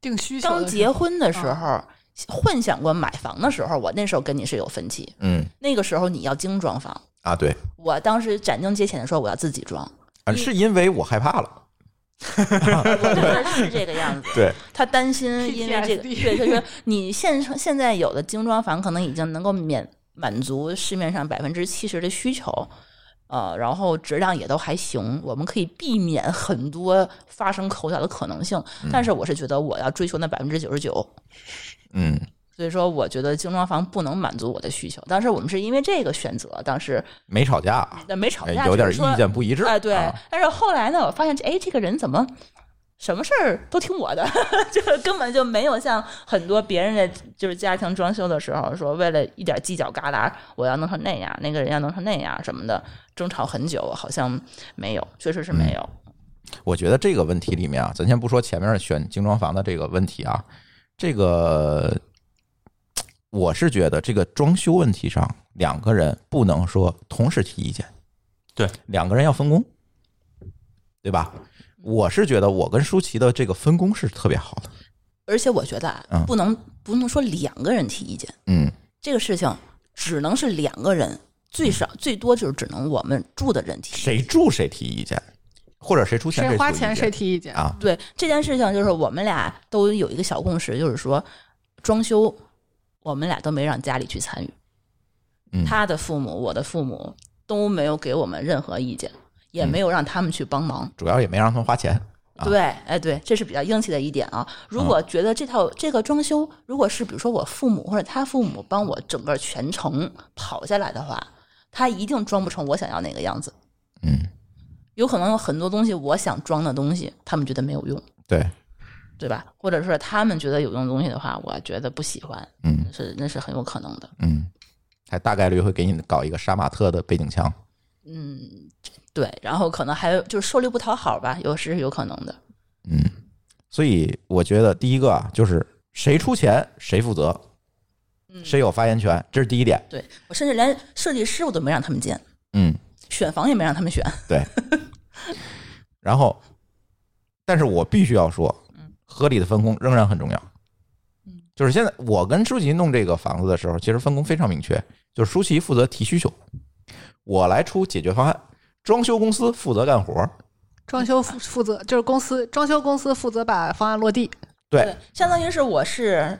Speaker 5: 定需求的
Speaker 3: 刚结婚的时候，幻想过买房的时候，我那时候跟你是有分歧。
Speaker 2: 嗯
Speaker 3: 那个时候你要精装房，
Speaker 2: 啊，对，
Speaker 3: 我当时斩钉截铁的说我要自己装，
Speaker 2: 啊，是因为我害怕了，
Speaker 3: 我觉得 是这个样子。
Speaker 2: 对，
Speaker 3: 他担心因为这个，对，
Speaker 5: PTSD
Speaker 3: 他说你现现在有的精装房可能已经能够免满足市面上百分之七十的需求，呃，然后质量也都还行，我们可以避免很多发生口角的可能性。但是我是觉得我要追求那百分之九十九，
Speaker 2: 嗯
Speaker 3: 所以说我觉得精装房不能满足我的需求。当时我们是因为这个选择，当时
Speaker 2: 没吵架，
Speaker 3: 但没吵
Speaker 2: 哎
Speaker 3: 架，
Speaker 2: 有点
Speaker 3: 只是说
Speaker 2: 意见不一致，
Speaker 3: 哎，对。
Speaker 2: 啊
Speaker 3: 但是后来呢，我发现这哎，这个人怎么什么事儿都听我的， 就是根本就没有像很多别人的就是家庭装修的时候说为了一点犄角旮旯，我要弄成那样，那个人要弄成那样什么的，争吵很久，好像没有，确实是
Speaker 2: 嗯
Speaker 3: 没有。
Speaker 2: 我觉得这个问题里面啊，咱先不说前面选精装房的这个问题啊，这个我是觉得这个装修问题上，两个人不能说同时提意见，
Speaker 4: 对，
Speaker 2: 两个人要分工，对吧？我是觉得我跟舒淇的这个分工是特别好的，
Speaker 3: 而且我觉得啊
Speaker 2: 嗯，
Speaker 3: 不能不能说两个人提意见，
Speaker 2: 嗯
Speaker 3: 这个事情只能是两个人，最少最多就是只能我们住的人提。
Speaker 2: 谁住谁提意见，或者谁出钱
Speaker 5: 谁
Speaker 2: 出
Speaker 5: 花
Speaker 2: 意
Speaker 5: 钱
Speaker 2: 见
Speaker 5: 谁提意见？
Speaker 2: 啊？
Speaker 3: 对这件事情，就是我们俩都有一个小共识，就是说装修，我们俩都没让家里去参与。
Speaker 2: 嗯
Speaker 3: 他的父母，我的父母都没有给我们任何意见，也没有让他们去帮忙。
Speaker 2: 主要也没让他们花钱，嗯啊嗯
Speaker 3: 对，哎，对，这是比较硬气的一点啊。如果觉得这套这个装修，如果是比如说我父母或者他父母帮我整个全程跑下来的话，他一定装不成我想要那个样子。
Speaker 2: 嗯，
Speaker 3: 有可能有很多东西我想装的东西，他们觉得没有用。
Speaker 2: 对，
Speaker 3: 对吧？或者说他们觉得有用的东西的话，我觉得不喜欢，
Speaker 2: 嗯
Speaker 3: 是那是很有可能的。
Speaker 2: 嗯，还大概率会给你搞一个杀马特的背景墙，
Speaker 3: 嗯，对。然后可能还有就是受力不讨好吧，有时是有可能的。
Speaker 2: 嗯，所以我觉得第一个啊，就是谁出钱谁负责，谁有发言权，这是第一点。
Speaker 3: 对我甚至连设计师我都没让他们见，
Speaker 2: 嗯，
Speaker 3: 选房也没让他们选。
Speaker 2: 然后，但是我必须要说，合理的分工仍然很重要。就是现在我跟舒淇弄这个房子的时候，其实分工非常明确，就是舒淇负责提需求，我来出解决方案，装修公司负责干活儿。
Speaker 5: 装修负负责就是公司，装修公司负责把方案落地。
Speaker 2: 对，，
Speaker 3: 相当于是我是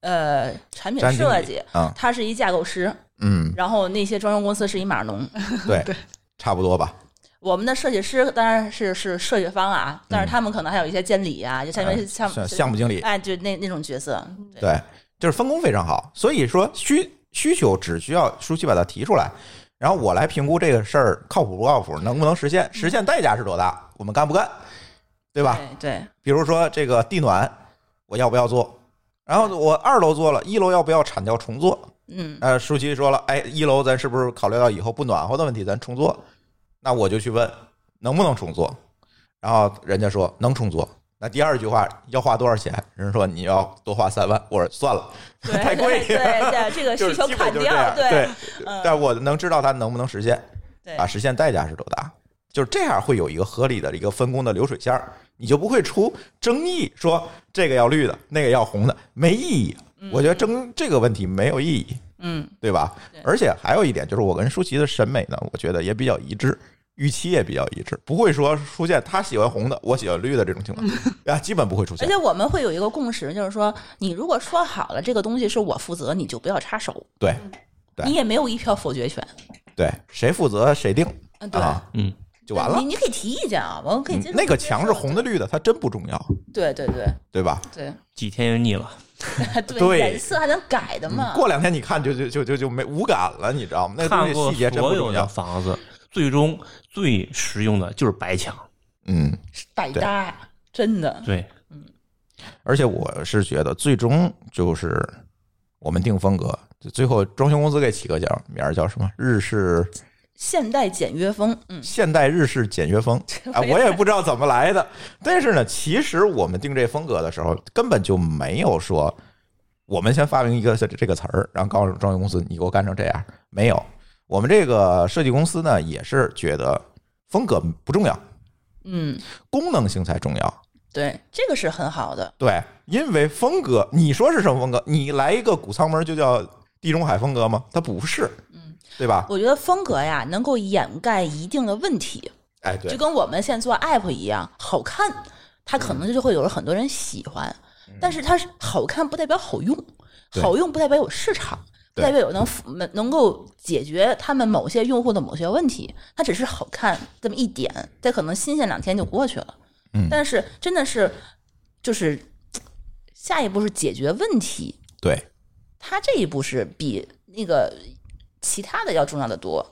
Speaker 3: 呃产品
Speaker 2: 詹经
Speaker 3: 设
Speaker 2: 理
Speaker 3: 计，
Speaker 2: 啊，
Speaker 3: 他是一架构师，
Speaker 2: 嗯，
Speaker 3: 然后那些装修公司是一码农。
Speaker 2: 对
Speaker 5: 对，
Speaker 2: 差不多吧。
Speaker 3: 我们的设计师当然是是设计方啊，但是他们可能还有一些监理啊，就相当于是
Speaker 2: 像
Speaker 3: 像
Speaker 2: 项目经理，
Speaker 3: 哎，就那那种角色。对
Speaker 2: 对，就是分工非常好。所以说需需求只需要舒淇把它提出来，然后我来评估这个事儿靠谱不靠谱，能不能实现，实现代价是多大，我们干不干，对吧？
Speaker 3: 对对，
Speaker 2: 比如说这个地暖，我要不要做？然后我二楼做了，一楼要不要铲掉重做？
Speaker 3: 嗯，
Speaker 2: 呃，舒淇说了，哎，一楼咱是不是考虑到以后不暖和的问题，咱重做？那我就去问能不能重做，然后人家说能重做。那第二句话要花多少钱？人说你要多花三万，我说算了，
Speaker 3: 对
Speaker 2: 太贵
Speaker 3: 对对对，这个
Speaker 2: 就
Speaker 3: 需
Speaker 2: 是
Speaker 3: 求
Speaker 2: 基
Speaker 3: 砍
Speaker 2: 本就是这
Speaker 3: 掉，
Speaker 2: 样。
Speaker 3: 对嗯
Speaker 2: 但我能知道它能不能实现
Speaker 3: 对
Speaker 2: 啊？实现代价是多大？就是这样会有一个合理的一个分工的流水线儿，你就不会出争议，说这个要绿的，那个要红的，没意义。我觉得争这个问题没有意义，
Speaker 3: 嗯，
Speaker 2: 对吧？
Speaker 3: 对
Speaker 2: 而且还有一点就是，我跟舒淇的审美呢，我觉得也比较一致，预期也比较一致，不会说出现她喜欢红的，我喜欢绿的这种情 况啊，基本不会出
Speaker 3: 而
Speaker 2: 现
Speaker 3: 且。我们会有一个共识，就是说，你如果说好了这个东西是我负责，你就不要插手，
Speaker 2: 对对
Speaker 3: 你也没有一票否决权。
Speaker 2: 对，谁负责谁定
Speaker 3: 嗯，对，
Speaker 2: 啊，
Speaker 4: 嗯，
Speaker 2: 就完了
Speaker 3: 你。你可以提意见啊，我们可以接受
Speaker 2: 嗯那个墙是红的，绿的，它真不重要，
Speaker 3: 对对对
Speaker 2: 对吧？
Speaker 3: 对
Speaker 4: 几天就腻了。
Speaker 3: 对，
Speaker 2: 对嗯
Speaker 3: 颜色还能改的嘛？
Speaker 2: 过两天你看就就就就就没无感了，你知道吗？那东
Speaker 4: 看
Speaker 2: 西
Speaker 4: 过
Speaker 2: 细节真不
Speaker 4: 所
Speaker 2: 重
Speaker 4: 有的
Speaker 2: 要。
Speaker 4: 房子，最终最实用的就是白墙。
Speaker 2: 嗯，
Speaker 3: 百搭，真的，
Speaker 4: 对，
Speaker 2: 而且我是觉得最终就是我们定风格，就最后装修公司给起个叫名儿叫什么？日式
Speaker 3: 现代简约风，嗯，
Speaker 2: 现代日式简约风啊，我也不知道怎么来的。但是呢，其实我们定这风格的时候，根本就没有说我们先发明一个这这个词儿，然后告诉装修公司你给我干成这样，没有。我们这个设计公司呢，也是觉得风格不重要，
Speaker 3: 嗯，
Speaker 2: 功能性才重要。
Speaker 3: 对，这个是很好的。
Speaker 2: 对，因为风格，你说是什么风格？你来一个谷仓门就叫地中海风格吗？它不是，
Speaker 3: 嗯，
Speaker 2: 对吧？
Speaker 3: 我觉得风格呀能够掩盖一定的问题，
Speaker 2: 哎，
Speaker 3: 就
Speaker 2: 对，
Speaker 3: 跟我们现在做 app 一样，好看，它可
Speaker 2: 嗯
Speaker 3: 能就会有很多人喜欢，但是它是好看不代表好用，
Speaker 2: 对
Speaker 3: 好用不代表有市场。不
Speaker 2: 对
Speaker 3: 代表有能服能能够解决他们某些用户的某些问题，它只是好看这么一点，它可能新鲜两天就过去了。
Speaker 2: 嗯
Speaker 3: 但是真的是就是下一步是解决问题，
Speaker 2: 对，
Speaker 3: 它这一步是比那个其他的要重要的多。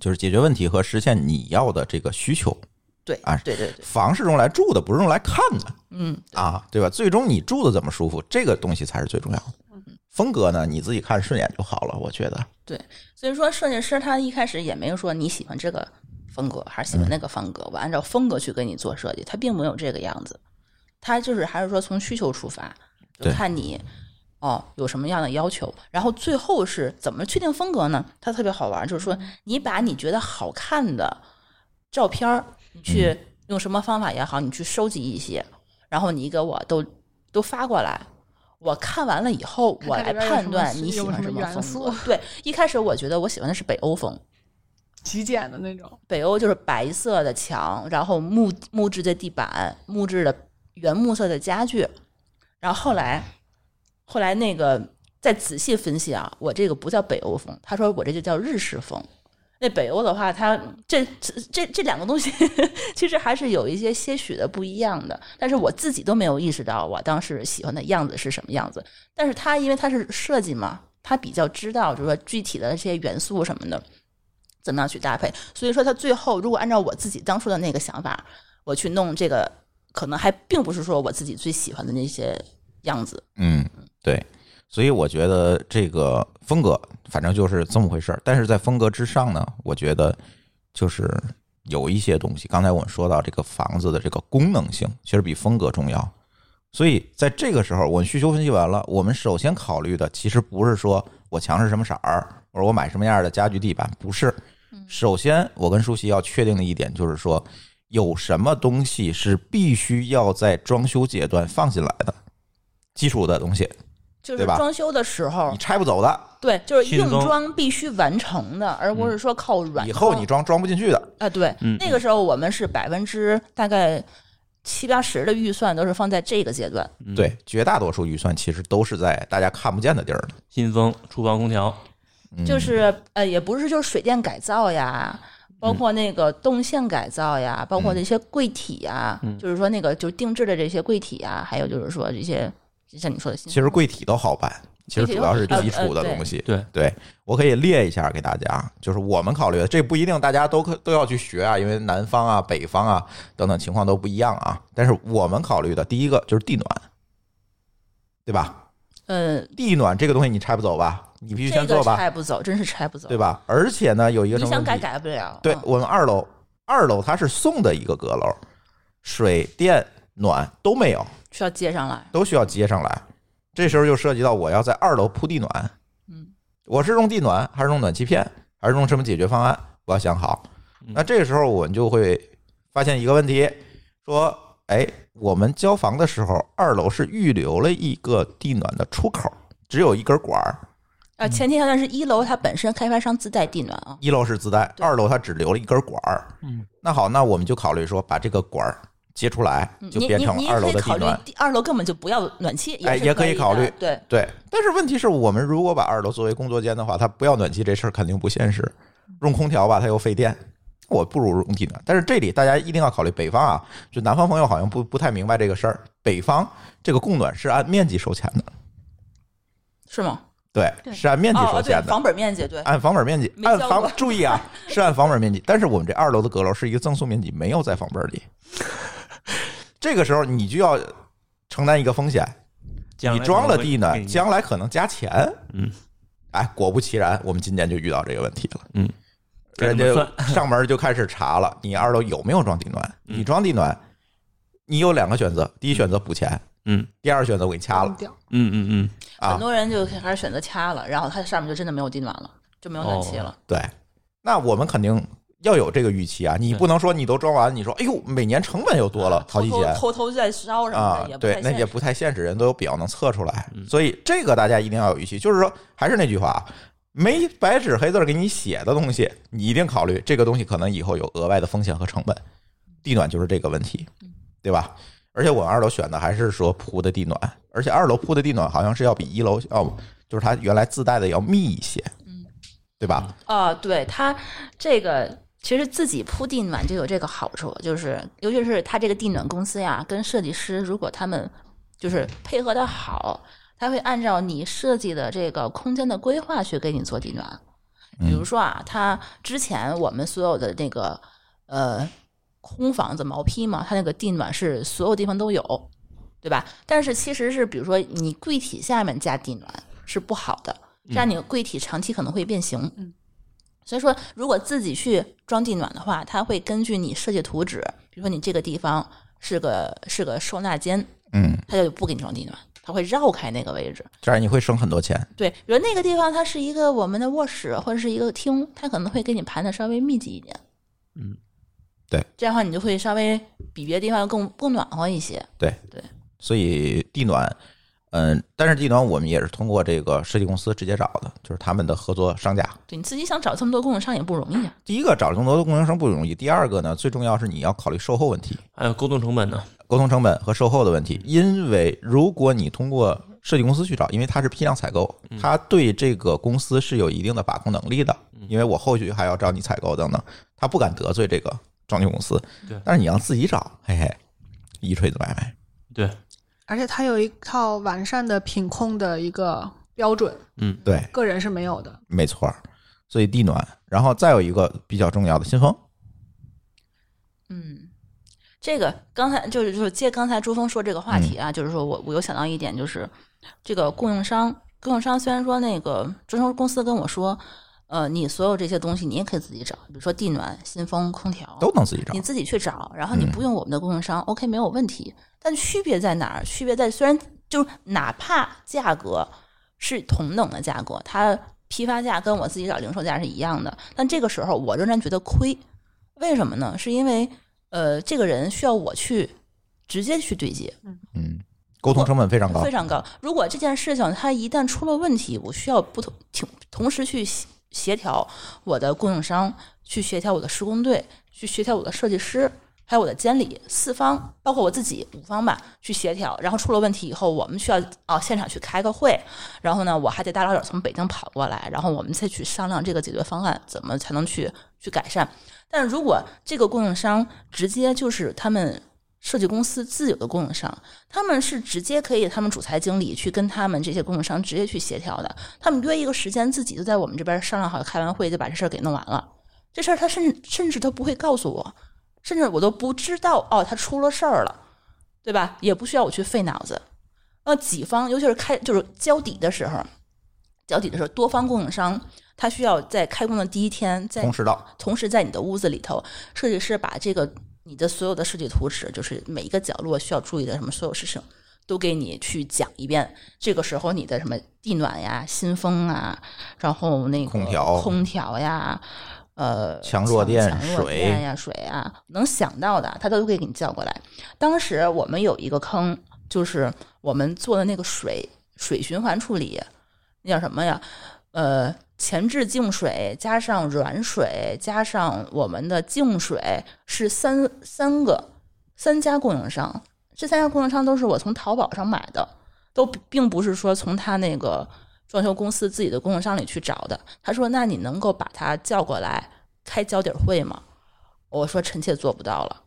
Speaker 2: 就是解决问题和实现你要的这个需求。
Speaker 3: 对，
Speaker 2: 啊
Speaker 3: 对对对，
Speaker 2: 房是用来住的，不是用来看的。
Speaker 3: 嗯，
Speaker 2: 啊，对吧？最终你住的怎么舒服，这个东西才是最重要的。风格呢，你自己看顺眼就好了，我觉得。
Speaker 3: 所以说设计师他一开始也没有说你喜欢这个风格还是喜欢那个风格，我按照风格去给你做设计，他并没有这个样子，他就是还是说从需求出发，就
Speaker 2: 对
Speaker 3: 看你。哦，有什么样的要求？然后最后是怎么确定风格呢？它特别好玩，就是说你把你觉得好看的照片儿，你去用什么方法也好，你去收集一些，然后你给我都都发过来，我看完了以后，
Speaker 5: 看
Speaker 3: 我
Speaker 5: 看
Speaker 3: 来
Speaker 5: 里边有
Speaker 3: 判
Speaker 5: 什么
Speaker 3: 断
Speaker 5: 西
Speaker 3: 你喜
Speaker 5: 有
Speaker 3: 欢
Speaker 5: 什
Speaker 3: 么
Speaker 5: 么元
Speaker 3: 风格
Speaker 5: 素。
Speaker 3: 对，一开始我觉得我喜欢的是北欧风，
Speaker 5: 极简的那种，
Speaker 3: 北欧就是白色的墙，然后木木质的地板，木质的原木色的家具。然后后来，后来那个再仔细分析啊，我这个不叫北欧风，他说我这就叫日式风。那北欧的话，它这这这这两个东西 其实还是有一些些许的不一样的，但是我自己都没有意识到我当时喜欢的样子是什么样子。但是他因为他是设计嘛，他比较知道就是说具体的这些元素什么的，怎么样去搭配。所以说，他最后如果按照我自己当初的那个想法，我去弄这个，可能还并不是说我自己最喜欢的那些样子。
Speaker 2: 嗯，对。所以我觉得这个风格，反正就是这么回事儿。但是在风格之上呢，我觉得就是有一些东西。刚才我们说到这个房子的这个功能性，其实比风格重要。所以在这个时候，我们需求分析完了，我们首先考虑的其实不是说我墙是什么色儿，或者我买什么样的家具地板，不是。首先，我跟舒淇要确定的一点就是说，有什么东西是必须要在装修阶段放进来的基础的东西，
Speaker 3: 就是
Speaker 2: 对吧
Speaker 3: 装修的时候
Speaker 2: 你，拆不走的，
Speaker 3: 对，就是
Speaker 4: 新
Speaker 3: 硬
Speaker 4: 风
Speaker 3: 装必须完成的，而不是说靠软装。
Speaker 2: 嗯以后你装装不进去的。
Speaker 3: 啊，对，
Speaker 4: 嗯
Speaker 3: 那个时候我们是百分之大概七八十的预算都是放在这个阶段。
Speaker 4: 嗯
Speaker 2: 对，绝大多数预算其实都是在大家看不见的地儿的，
Speaker 4: 新风、厨房空调，
Speaker 2: 嗯
Speaker 3: 就是呃，也不是就是水电改造呀，
Speaker 2: 嗯
Speaker 3: 包括那个动线改造呀，包括这些柜体呀，
Speaker 4: 嗯
Speaker 3: 就是说那个就是定制的这些柜体呀，还有就是说这些就像你说的新，
Speaker 2: 其实柜体都好办，其实主要是基础的东西。
Speaker 4: 呃呃
Speaker 2: 对，我可以列一下给大家，就是我们考虑的，这不一定大家都可都要去学啊，因为南方啊、北方啊等等情况都不一样啊。但是我们考虑的第一个就是地暖，对吧？
Speaker 3: 呃，
Speaker 2: 地暖这个东西你拆不走吧？你必须
Speaker 3: 这
Speaker 2: 先
Speaker 3: 个
Speaker 2: 做吧，
Speaker 3: 拆不走，真是拆不走，
Speaker 2: 对？吧？而且呢，有一个什
Speaker 3: 你
Speaker 2: 么
Speaker 3: 想
Speaker 2: 问题
Speaker 3: 改改不了，
Speaker 2: 对
Speaker 3: 嗯
Speaker 2: 我们二楼，二楼它是送的一个阁楼，水电暖都没有，
Speaker 3: 需要接上来。啊
Speaker 2: 都需要接上来。这时候就涉及到我要在二楼铺地暖，
Speaker 3: 嗯，
Speaker 2: 我是用地暖还是用暖气片，还是用什么解决方案，我要想好。
Speaker 3: 嗯
Speaker 2: 那这个时候我们就会发现一个问题，说，哎，我们交房的时候，二楼是预留了一个地暖的出口，只有一根管儿，嗯
Speaker 3: 啊，前提条件是一楼它本身开发商自带地暖啊，
Speaker 2: 一楼是自带，
Speaker 3: 对
Speaker 2: 二楼它只留了一根管儿。
Speaker 4: 嗯，
Speaker 2: 那好，那我们就考虑说把这个管儿接出来
Speaker 3: 嗯，
Speaker 2: 就
Speaker 3: 你
Speaker 2: 变
Speaker 3: 你
Speaker 2: 成
Speaker 3: 你也
Speaker 2: 二
Speaker 3: 可
Speaker 2: 楼
Speaker 3: 以
Speaker 2: 的地
Speaker 3: 考虑
Speaker 2: 暖。
Speaker 3: 第二楼根本就不要暖气，
Speaker 2: 哎
Speaker 3: 是
Speaker 2: 也
Speaker 3: 可
Speaker 2: 可以考
Speaker 3: 的
Speaker 2: 虑
Speaker 3: 对，
Speaker 2: 对，但是问题是我们如果把二楼作为工作间的话，它不要暖气这事儿肯定不现实。
Speaker 3: 嗯
Speaker 2: 用空调吧，它又费电，我不如用地暖。但是这里大家一定要考虑北方啊，就南方朋友好像不不太明白这个事儿。北方这个供暖是按面积收钱的，
Speaker 3: 是吗？
Speaker 2: 对，
Speaker 5: 对
Speaker 2: 是按面积
Speaker 3: 哦
Speaker 2: 收
Speaker 3: 哦，对
Speaker 2: 钱，的。
Speaker 3: 房本面积对，
Speaker 2: 按房本面积，
Speaker 3: 没
Speaker 2: 按
Speaker 3: 交
Speaker 2: 房
Speaker 3: 过
Speaker 2: 注意啊，是按房本面积。但是我们这二楼的阁楼是一个赠送面积，没有在房本里。这个时候你就要承担一个风险，
Speaker 4: 将
Speaker 2: 你
Speaker 4: 来
Speaker 2: 装
Speaker 4: 可
Speaker 2: 了
Speaker 4: 能会
Speaker 2: 地
Speaker 4: 给
Speaker 2: 暖，
Speaker 4: 你
Speaker 2: 将来可能加钱。
Speaker 4: 嗯，
Speaker 2: 哎，果不其然，我们今年就遇到这个问题了。
Speaker 4: 嗯，该
Speaker 2: 人
Speaker 4: 怎么
Speaker 2: 家
Speaker 4: 算
Speaker 2: 上门就开始查了，你二楼有没有装地暖？
Speaker 4: 嗯
Speaker 2: 你装地暖，你有两个选择：第一选择补钱，
Speaker 4: 嗯
Speaker 2: 第二选择我给你掐了
Speaker 5: 忘掉
Speaker 4: 嗯嗯嗯，
Speaker 2: 啊。
Speaker 3: 很多人就开
Speaker 2: 哦
Speaker 3: 始选择掐了，然后它上面就真的没有地暖了，就没有暖气了。
Speaker 2: 对，那我们肯定要有这个预期啊，你不能说你都装完，你说哎呦每年成本又多了好几
Speaker 3: 啊偷
Speaker 2: 千
Speaker 3: 偷偷偷在烧什么
Speaker 2: 啊
Speaker 3: 的，也，不
Speaker 2: 对
Speaker 3: 太，
Speaker 2: 那
Speaker 3: 现
Speaker 2: 也
Speaker 3: 实嗯
Speaker 2: 不太现实，人都有表能测出来，所以这个大家一定要有预期，就是说还是那句话啊。没白纸黑字儿给你写的东西，你一定考虑这个东西可能以后有额外的风险和成本。地暖就是这个问题，
Speaker 3: 嗯
Speaker 2: 对吧？而且我们二楼选的还是说铺的地暖，而且二楼铺的地暖好像是要比一楼要就是它原来自带的要密一些，
Speaker 3: 嗯，
Speaker 2: 对吧？
Speaker 3: 啊，对它这个其实自己铺地暖就有这个好处，就是尤其是它这个地暖公司呀，跟设计师如果他们就是配合的好，他会按照你设计的这个空间的规划去给你做地暖。比如说啊，它之前我们所有的那个呃空房子毛坯嘛，它那个地暖是所有地方都有，对吧？但是其实是比如说你柜体下面加地暖是不好的，这样你的柜体长期可能会变形。
Speaker 5: 嗯
Speaker 3: 所以说，如果自己去装地暖的话，它会根据你设计图纸，比如说你这个地方是个是个收纳间，
Speaker 2: 嗯，
Speaker 3: 它就不给你装地暖，它会绕开那个位置。
Speaker 2: 这样你会省很多钱。
Speaker 3: 对，比如那个地方它是一个我们的卧室或者是一个厅，它可能会给你盘的稍微密集一点。
Speaker 4: 嗯，
Speaker 2: 对，
Speaker 3: 这样的话你就会稍微比别的地方更更暖和一些。
Speaker 2: 所以地暖，嗯，但是地暖我们也是通过这个设计公司直接找的，就是他们的合作商家。
Speaker 3: 对，你自己想找这么多供应商也不容易啊。
Speaker 2: 第一个找这么多供应商不容易，第二个呢，最重要是你要考虑售后问题、
Speaker 4: 还有沟通成本呢，
Speaker 2: 沟通成本和售后的问题。因为如果你通过设计公司去找，因为它是批量采购，它对这个公司是有一定的把控能力的。因为我后续还要找你采购等等，他不敢得罪这个装修公司
Speaker 4: 对。
Speaker 2: 但是你要自己找，嘿嘿，一锤子买卖。
Speaker 4: 对，
Speaker 5: 而且它有一套完善的品控的一个标准，
Speaker 4: 嗯，
Speaker 2: 对，
Speaker 5: 个人是没有的。
Speaker 2: 没错儿，所以地暖，然后再有一个比较重要的新风，
Speaker 3: 哦嗯，这个刚才就是就是借刚才朱峰说这个话题啊，就是说我我有想到一点，就是这个供应商，供应商虽然说那个装修公司跟我说，呃，你所有这些东西你也可以自己找，比如说地暖、新风、空调
Speaker 2: 都能自己找
Speaker 3: 你。自己去找，然后你
Speaker 2: 嗯
Speaker 3: 不用我们的供应商、o k 没有问题。但区别在哪儿？区别在虽然就是哪怕价格是同等的价格，它批发价跟我自己找零售价是一样的，但这个时候我仍然觉得亏。为什么呢？是因为呃，这个人需要我去直接去对接，
Speaker 2: 嗯，沟通成本非常高
Speaker 3: 非。常高。如果这件事情它一旦出了问题，我需要不同同同时去协协调我的供应商，去协调我的施工队，去协调我的设计师，还有我的监理四方，包括我自己五方吧，去协调。然后出了问题以后，我们需要啊现场去开个会，然后呢，我还得大老远从北京跑过来，然后我们再去商量这个解决方案怎么才能去去改善。但如果这个供应商直接就是他们设计公司自有的供应商，他们是直接可以，他们主裁经理去跟他们这些供应商直接去协调的。他们约一个时间，自己就在我们这边商量好，开完会就把这事儿给弄完了。这事儿他甚甚至都不会告诉我，甚至我都不知道哦，他出了事儿了，对吧？也不需要我去费脑子。那几方，尤其是开就是交底的时候，交底的时候，多方供应商他需要在开工的第一天，在
Speaker 2: 同时到
Speaker 3: 同时在你的屋子里头，设计师把这个你的所有的设计图纸，就是每一个角落需要注意的什么所有事情，都给你去讲一遍。这个时候，你的什么地暖呀、新风啊，然后那个
Speaker 2: 空调
Speaker 3: 空调呀。呃，
Speaker 2: 强弱电
Speaker 3: 强强弱
Speaker 2: 水
Speaker 3: 电呀、水啊，能想到的，他都会给你叫过来。当时我们有一个坑，就是我们做的那个水水循环处理，那叫什么呀？呃，前置净水加上软水加上我们的净水是三三个三家供应商，这三家供应商都是我从淘宝上买的，都不并不是说从他那个装修公司自己的供应商里去找的。他说：“那你能够把他叫过来开交底儿会吗？”我说：“臣妾做不到了。”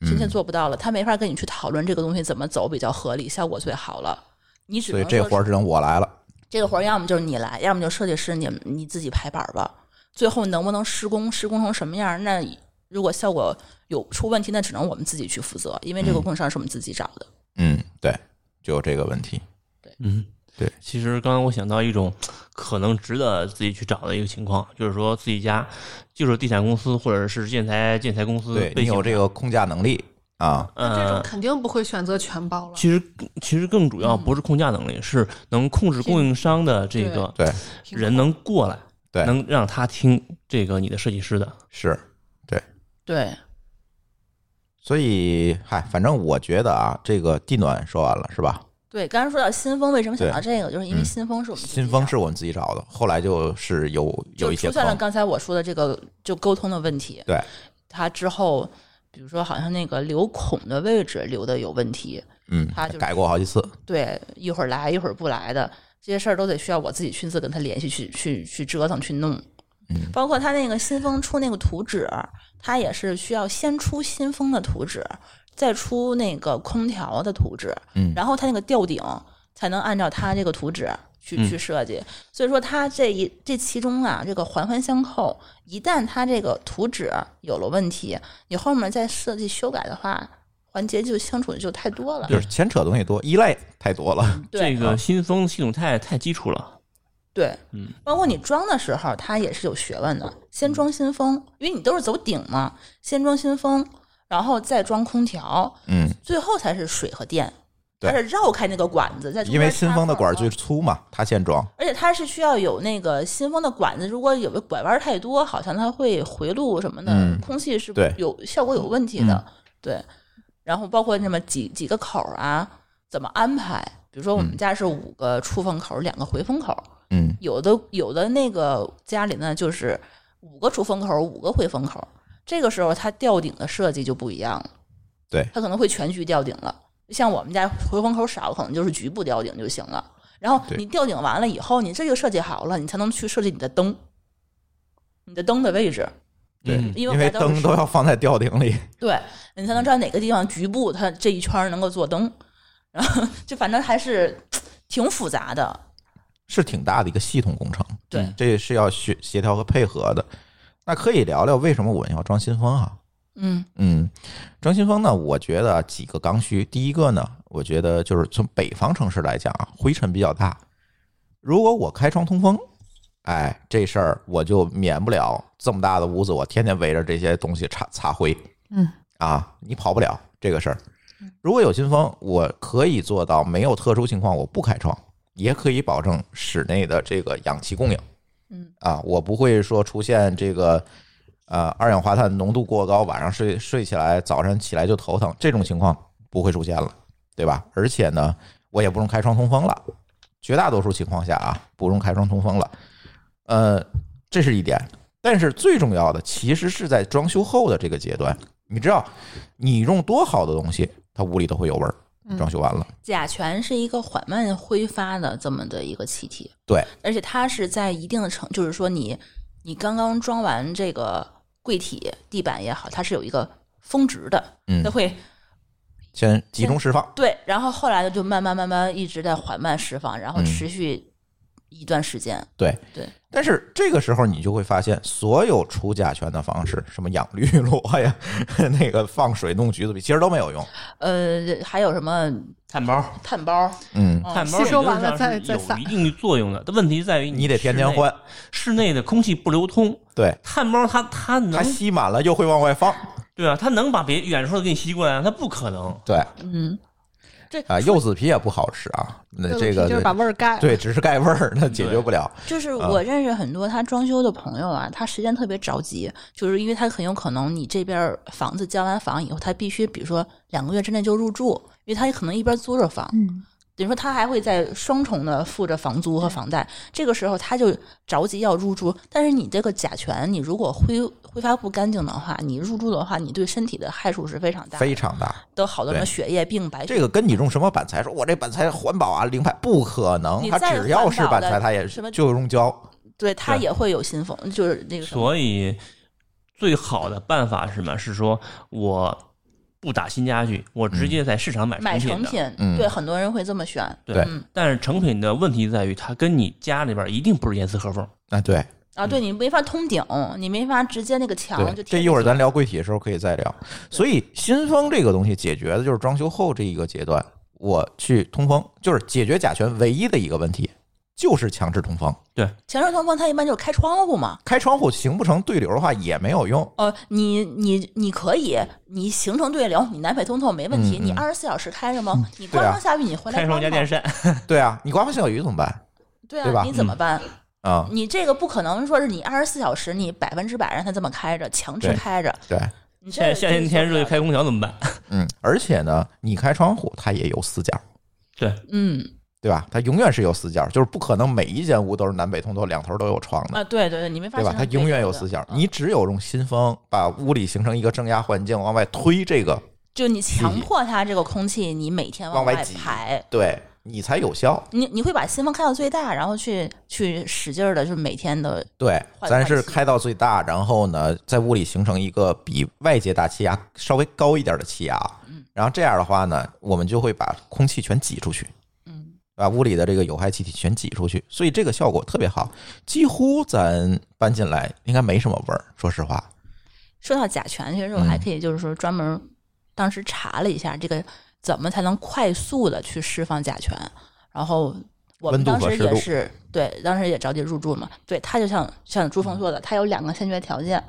Speaker 3: 臣妾
Speaker 2: 嗯
Speaker 3: 做不到了，他没法跟你去讨论这个东西怎么走比较合理，效果最好了。你只
Speaker 2: 所
Speaker 3: 能
Speaker 2: 以这
Speaker 3: 说是
Speaker 2: 活儿只能我来了。
Speaker 3: 这个活儿要么就是你来，要么就设计师你你自己排版儿吧。最后能不能施工，施工成什么样儿，那如果效果有出问题，那只能我们自己去负责，因为这个
Speaker 2: 嗯
Speaker 3: 供应商是我们自己找的。
Speaker 2: 嗯，对，就有这个问题。
Speaker 4: 嗯，
Speaker 2: 对。
Speaker 4: 其实刚刚我想到一种可能值得自己去找的一个情况，就是说自己家就是地产公司或者是建材建材公司
Speaker 2: 对
Speaker 4: 嗯背
Speaker 2: 你
Speaker 4: 景
Speaker 2: 有这
Speaker 4: 上，
Speaker 2: 个控价能力啊，
Speaker 5: 那这种嗯
Speaker 4: 呃，
Speaker 5: 肯定不会选择全包了，
Speaker 4: 其实其实更主要不是控价能力，是能控制供应商的这个
Speaker 2: 对
Speaker 4: 人能过来。
Speaker 2: 对
Speaker 4: 能让他听这个你的设计师的，
Speaker 2: 是，
Speaker 3: 对，
Speaker 2: 所以嗨，反正我觉得啊，这个地暖说完了是吧？
Speaker 3: 对，刚才说到新风，为什么想
Speaker 2: 对
Speaker 3: 到这个？就是因为
Speaker 2: 嗯
Speaker 3: 新风是我们自己
Speaker 2: 新风
Speaker 3: 的
Speaker 2: 是我们自己找的，后来就是有有
Speaker 3: 就
Speaker 2: 一些
Speaker 3: 出现了
Speaker 2: 坑，
Speaker 3: 刚才我说的这个就沟通的问题。
Speaker 2: 对，
Speaker 3: 他之后，比如说好像那个留孔的位置留的有问题，
Speaker 2: 嗯
Speaker 3: 它就，是
Speaker 2: 改过好几次，
Speaker 3: 对，一会儿来一会儿不来的，这些事儿都得需要我自己亲自跟他联系，去去去折腾去弄。
Speaker 2: 嗯
Speaker 3: 包括他那个新风出那个图纸，他也是需要先出新风的图纸，再出那个空调的图纸，
Speaker 2: 嗯
Speaker 3: 然后他那个吊顶才能按照他这个图纸去
Speaker 4: 嗯
Speaker 3: 去设计。所以说，他这一这其中啊，这个环环相扣，一旦他这个图纸有了问题，你后面再设计修改的话，环节就相处的就太多了。
Speaker 2: 就是牵扯的东西多，依赖太多了，
Speaker 3: 对
Speaker 4: 这个新风系统太太基础了。
Speaker 3: 对，
Speaker 4: 嗯，
Speaker 3: 包括你装的时候，它也是有学问的。先装新风，因为你都是走顶嘛，先装新风，然后再装空调，
Speaker 2: 嗯，
Speaker 3: 最后才是水和电。
Speaker 2: 对
Speaker 3: 它是绕开那个管子，在中
Speaker 2: 因为
Speaker 3: 间
Speaker 2: 新
Speaker 3: 插
Speaker 2: 风的
Speaker 3: 缝
Speaker 2: 管儿
Speaker 3: 儿
Speaker 2: 最粗嘛，它先装，
Speaker 3: 而且它是需要有那个新风的管子，如果有个拐弯太多，好像它会回路什么的，
Speaker 2: 嗯
Speaker 3: 空气是
Speaker 2: 对嗯
Speaker 3: 有效果有问题的。对，然后包括什么几几个口儿啊，怎么安排？比如说我们家是五个出风口，两个回风口，
Speaker 2: 嗯，
Speaker 3: 有的有的那个家里呢就是五个出风口，五个回风口，这个时候它吊顶的设计就不一样了，
Speaker 2: 对
Speaker 3: 它可能会全局吊顶了。像我们家回风口少，可能就是局部吊顶就行了。然后
Speaker 2: 对
Speaker 3: 你吊顶完了以后，你这就设计好了，你才能去设计你的灯，你的灯的位置，
Speaker 2: 对，
Speaker 4: 嗯
Speaker 3: 因
Speaker 2: 因
Speaker 3: 为
Speaker 2: 为
Speaker 3: 我们家都是
Speaker 2: 灯都要放在吊顶里，
Speaker 3: 对你才能知道哪个地方局部它这一圈儿能够做灯。然后就反正还是挺复杂的，
Speaker 2: 是挺大的一个系统工程，
Speaker 3: 对
Speaker 2: 嗯，这是要协协调和配合的。那可以聊聊为什么我们要装新风啊？
Speaker 3: 嗯
Speaker 2: 嗯，装新风呢，我觉得啊几个刚需。第一个呢，我觉得就是从北方城市来讲啊，灰尘比较大。如果我开窗通风，哎，这事儿我就免不了这么大的屋子，我天天围着这些东西擦擦灰
Speaker 5: 嗯，
Speaker 2: 啊，你跑不了这个事儿。如果有新风，我可以做到没有特殊情况我不开窗，也可以保证室内的这个氧气供应。
Speaker 3: 嗯
Speaker 2: 啊，我不会说出现这个呃二氧化碳浓度过高，晚上睡睡起来，早上起来就头疼这种情况不会出现了，对吧？而且呢，我也不用开窗通风了，绝大多数情况下啊，不用开窗通风了。呃，这是一点，但是最重要的其实是在装修后的这个阶段，你知道，你用多好的东西，它屋里都会有味儿。装修完了，
Speaker 3: 甲醛是一个缓慢挥发的这么的一个气体，
Speaker 2: 对，
Speaker 3: 而且它是在一定的程，就是说你你刚刚装完这个柜体、地板也好，它是有一个峰值的，
Speaker 2: 嗯
Speaker 3: 它会
Speaker 2: 先集中释放，
Speaker 3: 对，然后后来呢就慢慢慢慢一直在缓慢释放，然后
Speaker 2: 嗯
Speaker 3: 持续一段时间，
Speaker 2: 对
Speaker 3: 对。
Speaker 2: 但是这个时候你就会发现，所有除甲醛的方式，什么养绿萝呀， 那个放水弄橘子皮，其实都没有用。
Speaker 3: 呃，还有什么
Speaker 4: 碳包，
Speaker 3: 碳包，
Speaker 2: 嗯，
Speaker 3: 嗯
Speaker 4: 碳包
Speaker 5: 哦
Speaker 4: 理
Speaker 5: 吸收
Speaker 4: 论
Speaker 5: 完了
Speaker 4: 上
Speaker 5: 再
Speaker 4: 是
Speaker 5: 再
Speaker 4: 有
Speaker 5: 散
Speaker 4: 一定作用的，但问题在于
Speaker 2: 你得天天
Speaker 4: 室内
Speaker 2: 换，
Speaker 4: 室内的空气不流通，
Speaker 2: 对，
Speaker 4: 碳包它它能
Speaker 2: 它吸满了又会往外放，
Speaker 4: 对啊，它能把别远处的给你吸过来吗，它不可能。
Speaker 2: 对啊、
Speaker 3: 嗯，这
Speaker 2: 柚子皮也不好吃啊，那这个
Speaker 5: 就是把味儿盖了。
Speaker 2: 对，只是盖味儿，那解决不了。
Speaker 3: 就是我认识很多他装修的朋友啊，他时间特别着急，就是因为他很有可能你这边儿房子交完房以后，他必须比如说两个月之内就入住，因为他可能一边租着房，
Speaker 5: 嗯，
Speaker 3: 等于说他还会在双重的付着房租和房贷，这个时候他就着急要入住，但是你这个甲醛，你如果挥挥发不干净的话，你入住的话，你对身体的害处是非常大的，
Speaker 2: 非常大，
Speaker 3: 都好多什么血液病、白血
Speaker 2: 这个跟你用什么板材说，我这板材环保啊，零排不可能，
Speaker 3: 你
Speaker 2: 它
Speaker 3: 再
Speaker 2: 只要是板
Speaker 3: 环保
Speaker 2: 材，
Speaker 3: 的
Speaker 2: 它也
Speaker 3: 什么
Speaker 2: 就用胶，
Speaker 3: 对他
Speaker 4: 对
Speaker 3: 也会有新风，就是那个什么，
Speaker 4: 所以最好的办法是什么？是说我不打新家具，我直接在市场买
Speaker 3: 买
Speaker 4: 成
Speaker 3: 成
Speaker 4: 的。
Speaker 3: 品，
Speaker 2: 嗯
Speaker 3: 对很多人会这么选。
Speaker 4: 对，
Speaker 2: 对
Speaker 3: 嗯
Speaker 4: 但是成品的问题在于，它跟你家里边一定不是严丝合缝。
Speaker 2: 啊，对
Speaker 3: 啊，对你没法通顶，你没法直接那个墙就
Speaker 2: 对，这
Speaker 3: 贴
Speaker 2: 一会儿
Speaker 3: 进去
Speaker 2: 咱聊柜体的时候可以再聊。所以新风这个东西解决的就是装修后这一个阶段，我去通风，就是解决甲醛唯一的一个问题，就是强制通风。
Speaker 3: 墙上通风，它一般就是开窗户嘛。
Speaker 2: 开窗户行不成对流的话也没有用，
Speaker 3: 哦，你你你可以，你形成对流，你南北通透没问题，
Speaker 2: 嗯嗯
Speaker 3: 你二十四小时开着吗？你
Speaker 2: 对
Speaker 3: 刮
Speaker 2: 啊
Speaker 3: 风下雨，你回来
Speaker 4: 开窗加电
Speaker 3: 吗
Speaker 4: 扇，
Speaker 2: 对啊，你刮风下雨怎么办？
Speaker 3: 对
Speaker 2: 对吧
Speaker 3: 啊，你怎么办？
Speaker 2: 啊，
Speaker 3: 你这个不可能说是你二十四小时你百分之百让它这么开着，强制
Speaker 2: 对
Speaker 3: 开着。
Speaker 2: 对，
Speaker 3: 你这
Speaker 4: 夏
Speaker 3: 个
Speaker 4: 夏
Speaker 3: 就是
Speaker 4: 天天
Speaker 3: 受
Speaker 4: 热
Speaker 3: 不了
Speaker 4: 就开空调怎么办？
Speaker 2: 嗯，而且呢，你开窗户它也有死角，
Speaker 3: 嗯
Speaker 2: 对吧？它永远是有死角，就是不可能每一间屋都是南北通透，两头都有窗的，
Speaker 3: 啊，对对对，你没法
Speaker 2: 对吧？
Speaker 3: 形
Speaker 2: 它
Speaker 3: 成
Speaker 2: 永
Speaker 3: 对
Speaker 2: 远
Speaker 3: 比
Speaker 2: 有
Speaker 3: 的
Speaker 2: 死角，
Speaker 3: 嗯
Speaker 2: 你只有用新风把屋里形成一个正压环境，往外推这个，
Speaker 3: 就你强迫它这个空气，你每天
Speaker 2: 往外
Speaker 3: 外
Speaker 2: 挤
Speaker 3: 排，
Speaker 2: 对你才有效。
Speaker 3: 你你会把新风开到最大，然后去去使劲儿的，就是每天的
Speaker 2: 对，
Speaker 3: 换
Speaker 2: 咱是
Speaker 3: 换气
Speaker 2: 开到最大，然后呢，在屋里形成一个比外界大气压稍微高一点的气压，啊
Speaker 3: 嗯
Speaker 2: 然后这样的话呢，我们就会把空气全挤出去，
Speaker 3: 嗯，
Speaker 2: 把屋里的这个有害气体全挤出去，所以这个效果特别好，几乎咱搬进来应该没什么味儿，说实话，
Speaker 3: 说到甲醛，其实我
Speaker 2: 嗯
Speaker 3: 还可以就是说专门当时查了一下这个怎么才能快速的去释放甲醛，然后我
Speaker 2: 温
Speaker 3: 们
Speaker 2: 度
Speaker 3: 当
Speaker 2: 和
Speaker 3: 时
Speaker 2: 湿度
Speaker 3: 也是对，当时也着急入住嘛，对，它就像像朱峰说的，它有两个先决条件，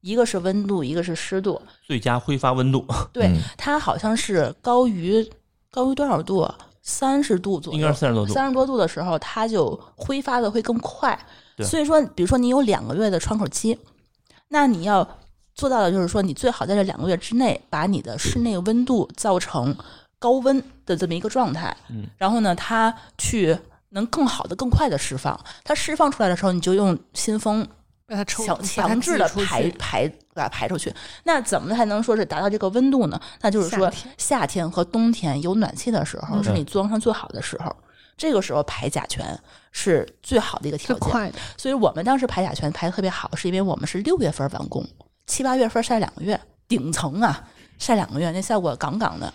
Speaker 3: 一个是温度，一个是湿度，
Speaker 4: 最佳挥发温度
Speaker 3: 对，
Speaker 2: 嗯
Speaker 3: 它好像是高于高于多少度啊？三十度左右，
Speaker 4: 应该是三十多度，
Speaker 3: 三十多度的时候，它就挥发的会更快。
Speaker 4: 对
Speaker 3: 所以说，比如说你有两个月的窗口期，那你要做到的就是说，你最好在这两个月之内把你的室内温度造成高温的这么一个状态。
Speaker 4: 嗯，
Speaker 3: 然后呢，它去能更好的、更快的释放。它释放出来的时候，你就用新风
Speaker 5: 把它抽，
Speaker 3: 强
Speaker 5: 把它
Speaker 3: 强制
Speaker 5: 挤
Speaker 3: 的
Speaker 5: 出去
Speaker 3: 排排把它排出去。那怎么才能说是达到这个温度呢？那就是说
Speaker 5: 夏天
Speaker 3: 夏天和冬天有暖气的时候，
Speaker 5: 嗯
Speaker 3: 是你装上最好的时候。这个时候排甲醛是最好的一个条
Speaker 5: 最
Speaker 3: 件，
Speaker 5: 快的，
Speaker 3: 所以我们当时排甲醛排的特别好，是因为我们是六月份完工，七八月份晒两个月，顶层啊晒两个月，那效果杠杠的。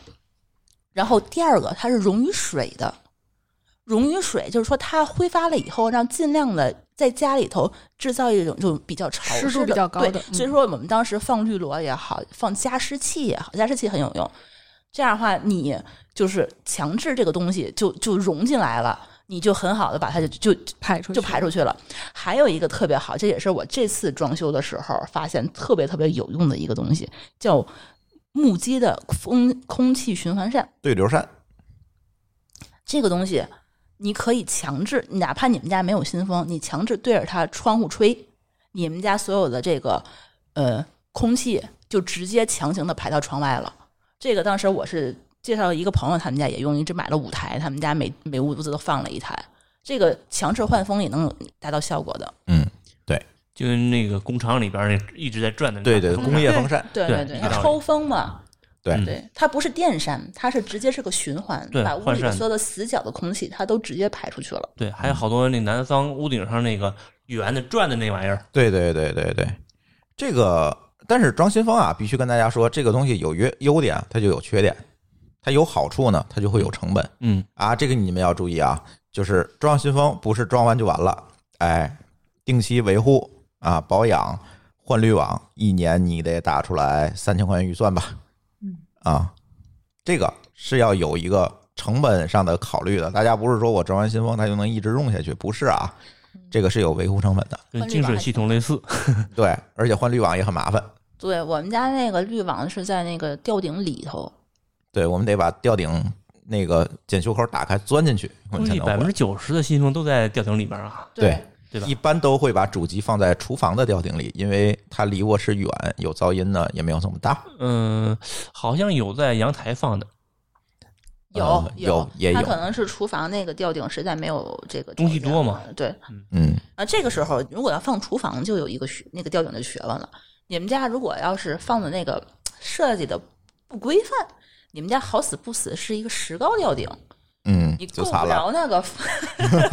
Speaker 3: 然后第二个，它是溶于水的，溶于水就是说它挥发了以后，让尽量的在家里头制造一种这种比较潮湿的、
Speaker 5: 湿度比较高的
Speaker 3: 对
Speaker 5: 嗯
Speaker 3: 所以说我们当时放绿萝也好，放加湿器也好，加湿器很有用。这样的话，你就是强制这个东西就就融进来了，你就很好的把它就就
Speaker 5: 排出去
Speaker 3: 就排出去了。还有一个特别好，这也是我这次装修的时候发现特别特别有用的一个东西，叫木基的风空气循环扇。
Speaker 2: 对流扇，
Speaker 3: 这个东西你可以强制，哪怕你们家没有新风，你强制对着它窗户吹，你们家所有的这个呃空气就直接强行的排到窗外了。这个当时我是介绍一个朋友，他们家也用，一直买了五台，他们家每每屋子都放了一台。这个强制换风也能有达到效果的，
Speaker 2: 嗯，
Speaker 4: 就跟那个工厂里边那一直在转的那
Speaker 2: 对
Speaker 4: 个
Speaker 2: 对，
Speaker 4: 风
Speaker 2: 工
Speaker 4: 扇
Speaker 2: 业风扇，
Speaker 3: 嗯对
Speaker 4: 对
Speaker 3: 对，
Speaker 4: 一
Speaker 3: 它
Speaker 4: 个道理嗯
Speaker 3: 抽风嘛，
Speaker 2: 对
Speaker 3: 对，它不是电扇，它是直接是个循环，
Speaker 4: 对
Speaker 3: 把屋里
Speaker 4: 换
Speaker 3: 的
Speaker 4: 扇
Speaker 3: 所有的死角的空气它都直接排出去了。
Speaker 4: 对，还有好多那南方屋顶上那个圆的转的那玩意儿，
Speaker 2: 对对对对对，这个但是装新风啊，必须跟大家说，这个东西有优优点，它就有缺点；它有好处呢，它就会有成本
Speaker 4: 嗯，
Speaker 2: 啊。这个你们要注意啊，就是装新风不是装完就完了，哎，定期维护啊，保养，换滤网，一年你得打出来三千块钱预算吧，嗯啊，这个是要有一个。成本上的考虑的，大家不是说我装完新风它就能一直用下去，不是啊，这个是有维护成本的。
Speaker 4: 跟净水系统类似，
Speaker 2: 对，而且换滤网也很麻烦。
Speaker 3: 对我们家那个滤网是在那个吊顶里头，
Speaker 2: 对，我们得把吊顶那个检修口打开，钻进去，我
Speaker 4: 估
Speaker 2: 们才
Speaker 4: 计
Speaker 2: 能
Speaker 4: 百分
Speaker 2: 换
Speaker 4: 之。九十的新风都在吊顶里边啊。
Speaker 2: 对，
Speaker 4: 对吧
Speaker 2: 一般都会把主机放在厨房的吊顶里，因为它离卧室远，有噪音呢也没有这么大。
Speaker 4: 嗯，好像有在阳台放的
Speaker 3: 有
Speaker 2: 呃有也
Speaker 3: 它
Speaker 2: 有
Speaker 3: 可能是厨房那个吊顶实在没有这个
Speaker 4: 东西
Speaker 3: 条件
Speaker 4: 多嘛
Speaker 3: 了，对，
Speaker 2: 嗯，
Speaker 3: 啊，这个时候如果要放厨房，就有一个学那个吊顶的学问了。你们家如果要是放的那个设计的不规范，你们家好死不死是一个石膏吊顶，
Speaker 2: 嗯
Speaker 3: 你，够
Speaker 2: 就
Speaker 3: 不
Speaker 2: 擦了，
Speaker 3: 着那个，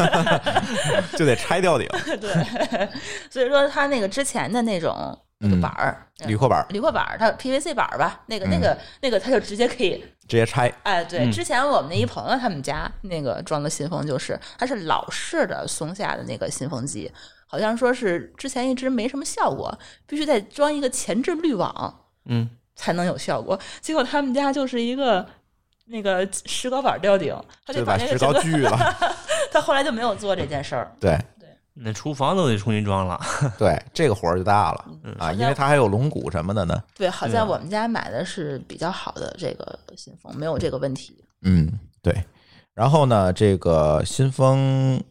Speaker 2: 就得拆吊 顶，
Speaker 3: 对， 所以说它那个之前的那种那个
Speaker 2: 嗯
Speaker 3: 板儿，嗯
Speaker 2: 铝箔板儿
Speaker 3: 铝箔板儿，它 PVC 板儿吧，那个那
Speaker 2: 嗯
Speaker 3: 个那个，它就直接可以
Speaker 2: 直接拆。
Speaker 3: 哎，对，
Speaker 4: 嗯
Speaker 3: 之前我们的一朋友他们家那个装的新风就是，它是老式的松下的那个新风机，好像说是之前一直没什么效果，必须得装一个前置滤网，
Speaker 4: 嗯，
Speaker 3: 才能有效果。结果他们家就是一个那个石膏板吊顶，他
Speaker 2: 就
Speaker 3: 就
Speaker 2: 把
Speaker 3: 那
Speaker 2: 石
Speaker 3: 个
Speaker 2: 膏
Speaker 3: 整个，
Speaker 2: 锯 了，
Speaker 3: 他后来就没有做这件事儿。
Speaker 2: 对
Speaker 4: 那厨房都得重新装了。
Speaker 2: 对，这个活儿就大了啊，因为它还有龙骨什么的呢。
Speaker 3: 对，好
Speaker 4: 对
Speaker 3: 在
Speaker 4: 啊
Speaker 3: 我们家买的是比较好的这个新风，没有这个问题。
Speaker 2: 嗯，对。然后呢，这个新风